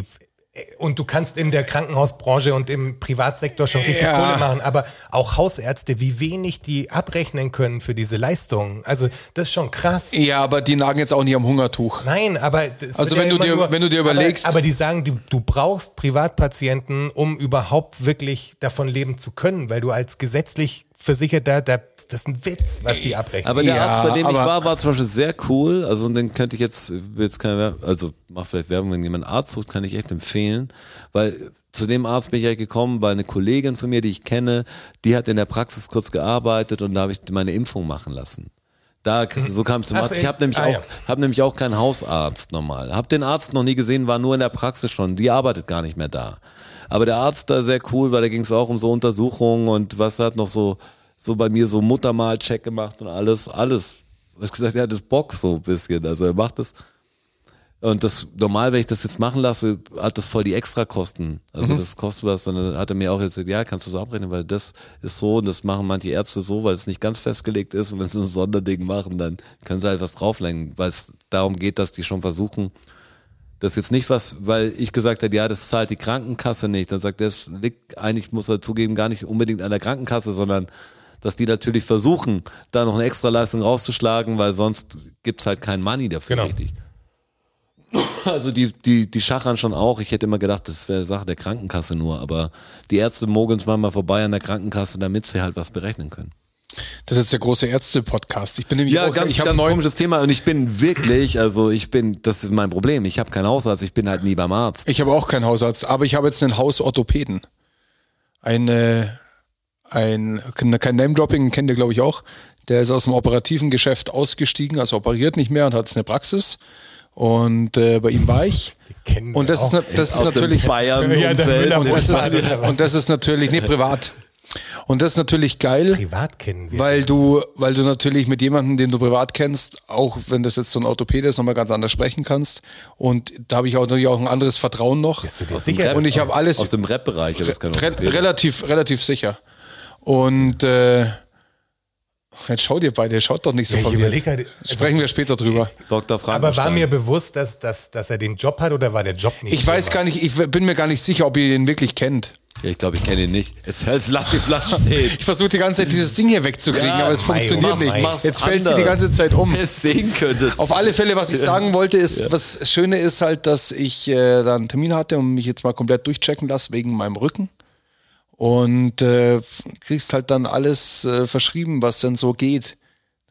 Speaker 4: äh, und du kannst in der Krankenhausbranche und im Privatsektor schon richtig
Speaker 3: Ja.
Speaker 4: Kohle machen, aber auch Hausärzte, wie wenig die abrechnen können für diese Leistungen. Also das ist schon krass.
Speaker 3: ja, aber die nagen jetzt auch nicht am Hungertuch.
Speaker 4: Nein, aber das
Speaker 3: Also
Speaker 4: wird
Speaker 3: wenn du
Speaker 4: immer
Speaker 3: dir- wenn du dir überlegst-
Speaker 4: aber, aber die sagen, du, du brauchst Privatpatienten, um überhaupt wirklich davon leben zu können, weil du als gesetzlich Versicherter, da, das ist ein Witz, was die abrechnen.
Speaker 2: Aber der
Speaker 3: Ja,
Speaker 2: Arzt, bei dem ich
Speaker 3: aber-
Speaker 2: war, war zum Beispiel sehr cool. Also und den könnte ich jetzt, will jetzt keine Werbung, also mach vielleicht Werbung, wenn jemand einen Arzt sucht, kann ich echt empfehlen. Weil zu dem Arzt bin ich ja gekommen, weil eine Kollegin von mir, die ich kenne, die hat in der Praxis kurz gearbeitet und da habe ich meine Impfung machen lassen. Da, so kam es zum
Speaker 4: Ach,
Speaker 2: Arzt.
Speaker 4: äh,
Speaker 2: Ich habe nämlich,
Speaker 4: ah,
Speaker 2: auch
Speaker 4: ja.
Speaker 2: hab nämlich auch keinen Hausarzt normal. Hab den Arzt noch nie gesehen, war nur in der Praxis schon. Die arbeitet gar nicht mehr da. Aber der Arzt da sehr cool, weil da ging es auch um so Untersuchungen und was hat noch so, so bei mir so Muttermal-Check gemacht und alles, alles. Ich hab gesagt, er hat das Bock so ein bisschen. Also er macht das. Und das normal, wenn ich das jetzt machen lasse, hat das voll die Extrakosten. Also das kostet was. Und dann hat er mir auch jetzt gesagt, ja, kannst du so abrechnen, weil das ist so und das machen manche Ärzte so, weil es nicht ganz festgelegt ist. Und wenn sie ein Sonderding machen, dann können sie halt was drauflenken, weil es darum geht, dass die schon versuchen, das ist jetzt nicht was, weil ich gesagt habe, ja, das zahlt die Krankenkasse nicht. Dann sagt er, es liegt eigentlich, muss er zugeben, gar nicht unbedingt an der Krankenkasse, sondern dass die natürlich versuchen, da noch eine Extraleistung rauszuschlagen, weil sonst gibt's halt kein Money dafür
Speaker 4: Genau.
Speaker 2: richtig. Also die, die, die schachern schon auch. Ich hätte immer gedacht, das wäre Sache der Krankenkasse nur, aber die Ärzte mogeln es manchmal vorbei an der Krankenkasse, damit sie halt was berechnen können.
Speaker 3: Das ist jetzt der große Ärzte-Podcast. Ich bin nämlich
Speaker 2: Ja,
Speaker 3: auch,
Speaker 2: ganz,
Speaker 3: ich habe
Speaker 2: ganz
Speaker 3: neun,
Speaker 2: komisches Thema und ich bin wirklich, also ich bin, das ist mein Problem. Ich habe keinen Hausarzt, ich bin halt nie beim Arzt.
Speaker 3: ich habe auch keinen Hausarzt, aber ich habe jetzt einen Hausorthopäden. Ein, äh, ein, ne, kein Name-Dropping, kennt ihr glaube ich auch. Der ist aus dem operativen Geschäft ausgestiegen, also operiert nicht mehr und hat jetzt eine Praxis. Und äh, bei ihm war ich.
Speaker 4: kennen
Speaker 3: Und
Speaker 4: wir
Speaker 3: das ist,
Speaker 4: auch.
Speaker 3: na- das ist
Speaker 2: Aus dem
Speaker 3: natürlich
Speaker 4: Ja, der
Speaker 2: Bayern-Umfeld.
Speaker 4: Müller-
Speaker 2: Und
Speaker 3: Und das,
Speaker 4: Privat
Speaker 3: ist,
Speaker 4: oder was?
Speaker 3: und das ist natürlich, nee, privat. Und das ist natürlich geil,
Speaker 4: privat kennen wir.
Speaker 3: weil du, weil du natürlich mit jemandem, den du privat kennst, auch wenn das jetzt so ein Orthopäde ist, nochmal ganz anders sprechen kannst. Und da habe ich auch natürlich auch ein anderes Vertrauen noch.
Speaker 4: Bist du dir sicher?
Speaker 3: Und ich habe alles
Speaker 2: Aus dem Rap-Bereich. aber das kann auch
Speaker 3: re
Speaker 2: passieren.
Speaker 3: relativ, relativ sicher. Und äh, jetzt schau dir beide, schaut doch nicht so
Speaker 4: Ja, ich
Speaker 3: verwirrt.
Speaker 4: überleg halt- also-
Speaker 3: Sprechen wir später drüber.
Speaker 2: Dr. Frankenstein.
Speaker 4: aber war mir bewusst, dass, dass, dass er den Job hat oder war der Job nicht?
Speaker 3: Ich weiß gar nicht, ich bin mir gar nicht sicher, ob ihr den wirklich kennt.
Speaker 2: Ja, ich glaube, ich kenne ihn nicht. Es hält flach die Flasche stehen.
Speaker 3: Ich versuche die ganze Zeit dieses Ding hier wegzukriegen,
Speaker 2: Ja,
Speaker 3: aber es
Speaker 4: mei,
Speaker 3: funktioniert
Speaker 4: mach's,
Speaker 3: nicht.
Speaker 2: mach's
Speaker 3: Jetzt fällt sie
Speaker 2: anders.
Speaker 3: die ganze Zeit um.
Speaker 2: Wer es sehen könnte.
Speaker 3: Auf alle Fälle, was ich sagen wollte, ist, was Schöne ist halt, dass ich äh, da einen Termin hatte und mich jetzt mal komplett durchchecken lasse wegen meinem Rücken. Und äh, kriegst halt dann alles äh, verschrieben, was denn so geht.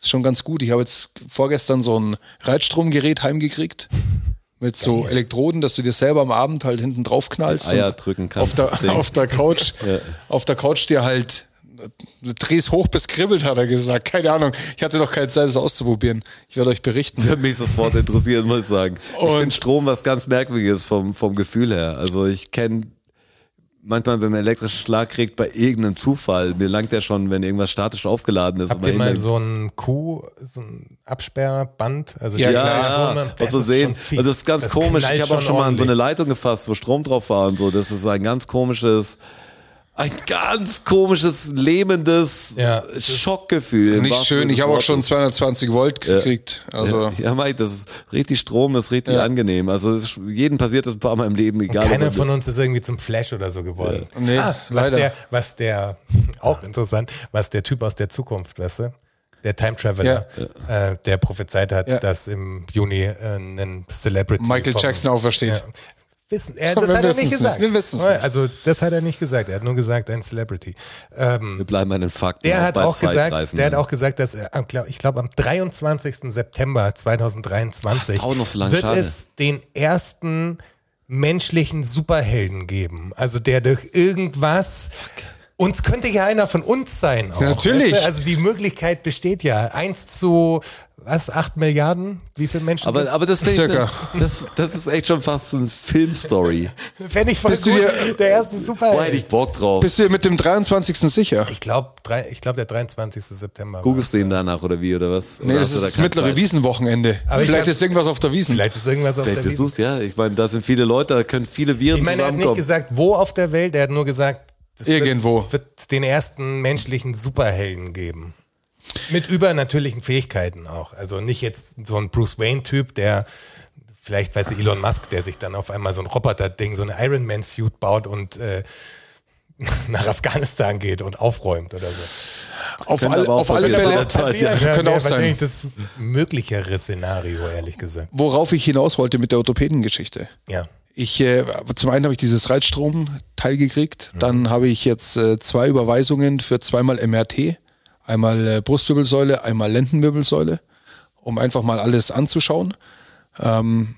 Speaker 3: Ist schon ganz gut. Ich habe jetzt vorgestern so ein Reitstromgerät heimgekriegt. Mit so Elektroden, dass du dir selber am Abend halt hinten drauf knallst.
Speaker 2: Eier
Speaker 3: und
Speaker 2: drücken
Speaker 3: Auf
Speaker 2: kannst,
Speaker 3: der,
Speaker 2: das Ding.
Speaker 3: auf der Couch. Auf der Couch dir halt äh, dreh's hoch bis kribbelt, hat er gesagt. Keine Ahnung. Ich hatte doch keine Zeit, das auszuprobieren. Ich werde euch berichten.
Speaker 2: Würde mich sofort interessieren, muss ich sagen. ich
Speaker 3: Und-
Speaker 2: finde Strom was ganz Merkwürdiges vom, vom Gefühl her. Also ich kenne manchmal, wenn man einen elektrischen Schlag kriegt, bei irgendeinem Zufall, mir langt der schon, wenn irgendwas statisch aufgeladen ist.
Speaker 4: Habt
Speaker 2: und man
Speaker 4: ihr mal
Speaker 2: hinterher-
Speaker 4: so ein Kuh, so ein Absperrband? Also
Speaker 3: Ja,
Speaker 4: die
Speaker 3: klar.
Speaker 4: kleine
Speaker 2: Ja,
Speaker 4: Wumme,
Speaker 2: ja,
Speaker 4: das
Speaker 2: aus so
Speaker 4: ist
Speaker 2: sehen.
Speaker 4: schon fies.
Speaker 2: Also das ist ganz komisch.
Speaker 4: knallt
Speaker 2: Ich habe auch schon mal an so
Speaker 4: ordentlich.
Speaker 2: eine Leitung gefasst, wo Strom drauf war und so. Das ist ein ganz komisches. Ein ganz komisches, lähmendes
Speaker 4: Ja.
Speaker 2: Schockgefühl. im
Speaker 3: Nicht
Speaker 2: wahrsten
Speaker 3: schön,
Speaker 2: Sinne
Speaker 3: ich
Speaker 2: des
Speaker 3: habe auch schon
Speaker 2: Wortes.
Speaker 3: 220 Volt gekriegt. Also
Speaker 2: Ja, Mike, das ist richtig Strom, das ist richtig angenehm. Also es ist, jedem passiert das ein paar Mal im Leben, egal. ob
Speaker 4: Keiner
Speaker 2: man-
Speaker 4: von uns ist irgendwie zum Flash oder so geworden.
Speaker 3: Nee,
Speaker 4: ah, was
Speaker 3: leider.
Speaker 4: der, was der, auch interessant, was der Typ aus der Zukunft, weißt du? Der Time Traveler, äh, der prophezeit hat,
Speaker 3: Ja.
Speaker 4: dass im Juni äh, ein Celebrity.
Speaker 3: Michael
Speaker 4: vom-
Speaker 3: Jackson aufersteht.
Speaker 4: Ja. Wissen, er, das
Speaker 3: Wir
Speaker 4: hat er nicht
Speaker 3: wissen's
Speaker 4: gesagt.
Speaker 3: nicht, wir wissen's nicht.
Speaker 4: Also, das hat er nicht gesagt. Er hat nur gesagt, ein Celebrity. Ähm,
Speaker 2: Wir bleiben bei den Fakten.
Speaker 4: der hat
Speaker 2: Genau, bei
Speaker 4: auch gesagt,
Speaker 2: Zeitreisen.
Speaker 4: der hat auch gesagt, dass er, am- glaub- ich glaube am 23. September 2023
Speaker 2: Ach, dauert noch so lange,
Speaker 4: wird
Speaker 2: schade.
Speaker 4: es den ersten menschlichen Superhelden geben. Also der durch irgendwas uns könnte ja einer von uns sein. Auch.
Speaker 3: Natürlich.
Speaker 4: Weißt du, Also die Möglichkeit besteht ja. Eins zu was? Acht Milliarden? Wie viele Menschen?
Speaker 2: aber, aber das, finde
Speaker 3: Circa.
Speaker 2: ich, das, das ist echt schon fast eine Filmstory.
Speaker 4: Fände ich voll
Speaker 3: Bist
Speaker 4: gut.
Speaker 3: du dir-
Speaker 4: der erste
Speaker 2: Wo hätte
Speaker 4: Superheld.
Speaker 2: ich Bock drauf?
Speaker 3: bist du mit dem 23. sicher?
Speaker 4: Ich glaube, ich glaube der 23. September. war's.
Speaker 2: Googlest du den danach oder wie oder was?
Speaker 3: Nee,
Speaker 2: oder
Speaker 3: das
Speaker 2: hast du
Speaker 3: ist
Speaker 2: da
Speaker 3: das
Speaker 2: keine
Speaker 3: mittlere
Speaker 2: Zeit?
Speaker 3: Wiesenwochenende.
Speaker 4: Aber ich
Speaker 3: Vielleicht
Speaker 4: hab-
Speaker 3: ist irgendwas auf der Wiesen.
Speaker 4: Vielleicht ist irgendwas auf
Speaker 2: Vielleicht
Speaker 4: der Wiese.
Speaker 2: versuchst du, ja. Ich meine, da sind viele Leute, da können viele Viren
Speaker 4: Ich meine, er hat nicht
Speaker 2: zusammenkommen.
Speaker 4: gesagt, wo auf der Welt, er hat nur gesagt, es
Speaker 3: Irgendwo.
Speaker 4: Wird, wird den ersten menschlichen Superhelden geben. Mit übernatürlichen Fähigkeiten auch. Also nicht jetzt so ein Bruce Wayne-Typ, der vielleicht, weißt du, Elon Musk, der sich dann auf einmal so ein Roboter-Ding, so ein Iron Man-Suit baut und äh, nach Afghanistan geht und aufräumt oder so.
Speaker 3: Auf,
Speaker 2: Könnte
Speaker 3: all,
Speaker 2: aber auch
Speaker 3: auf alle
Speaker 2: passieren.
Speaker 3: Fälle.
Speaker 2: Das Könnte passieren.
Speaker 3: Ja,
Speaker 4: wäre
Speaker 3: könnte auch sein.
Speaker 4: wahrscheinlich das möglichere Szenario, ehrlich gesagt.
Speaker 3: Worauf ich hinaus wollte mit der Orthopädengeschichte.
Speaker 4: Ja.
Speaker 3: Ich, äh, zum einen habe ich dieses Reizstrom-Teil gekriegt,
Speaker 2: Mhm.
Speaker 3: dann habe ich jetzt äh, zwei Überweisungen für zweimal MRT, einmal äh, Brustwirbelsäule, einmal Lendenwirbelsäule, um einfach mal alles anzuschauen. Ähm,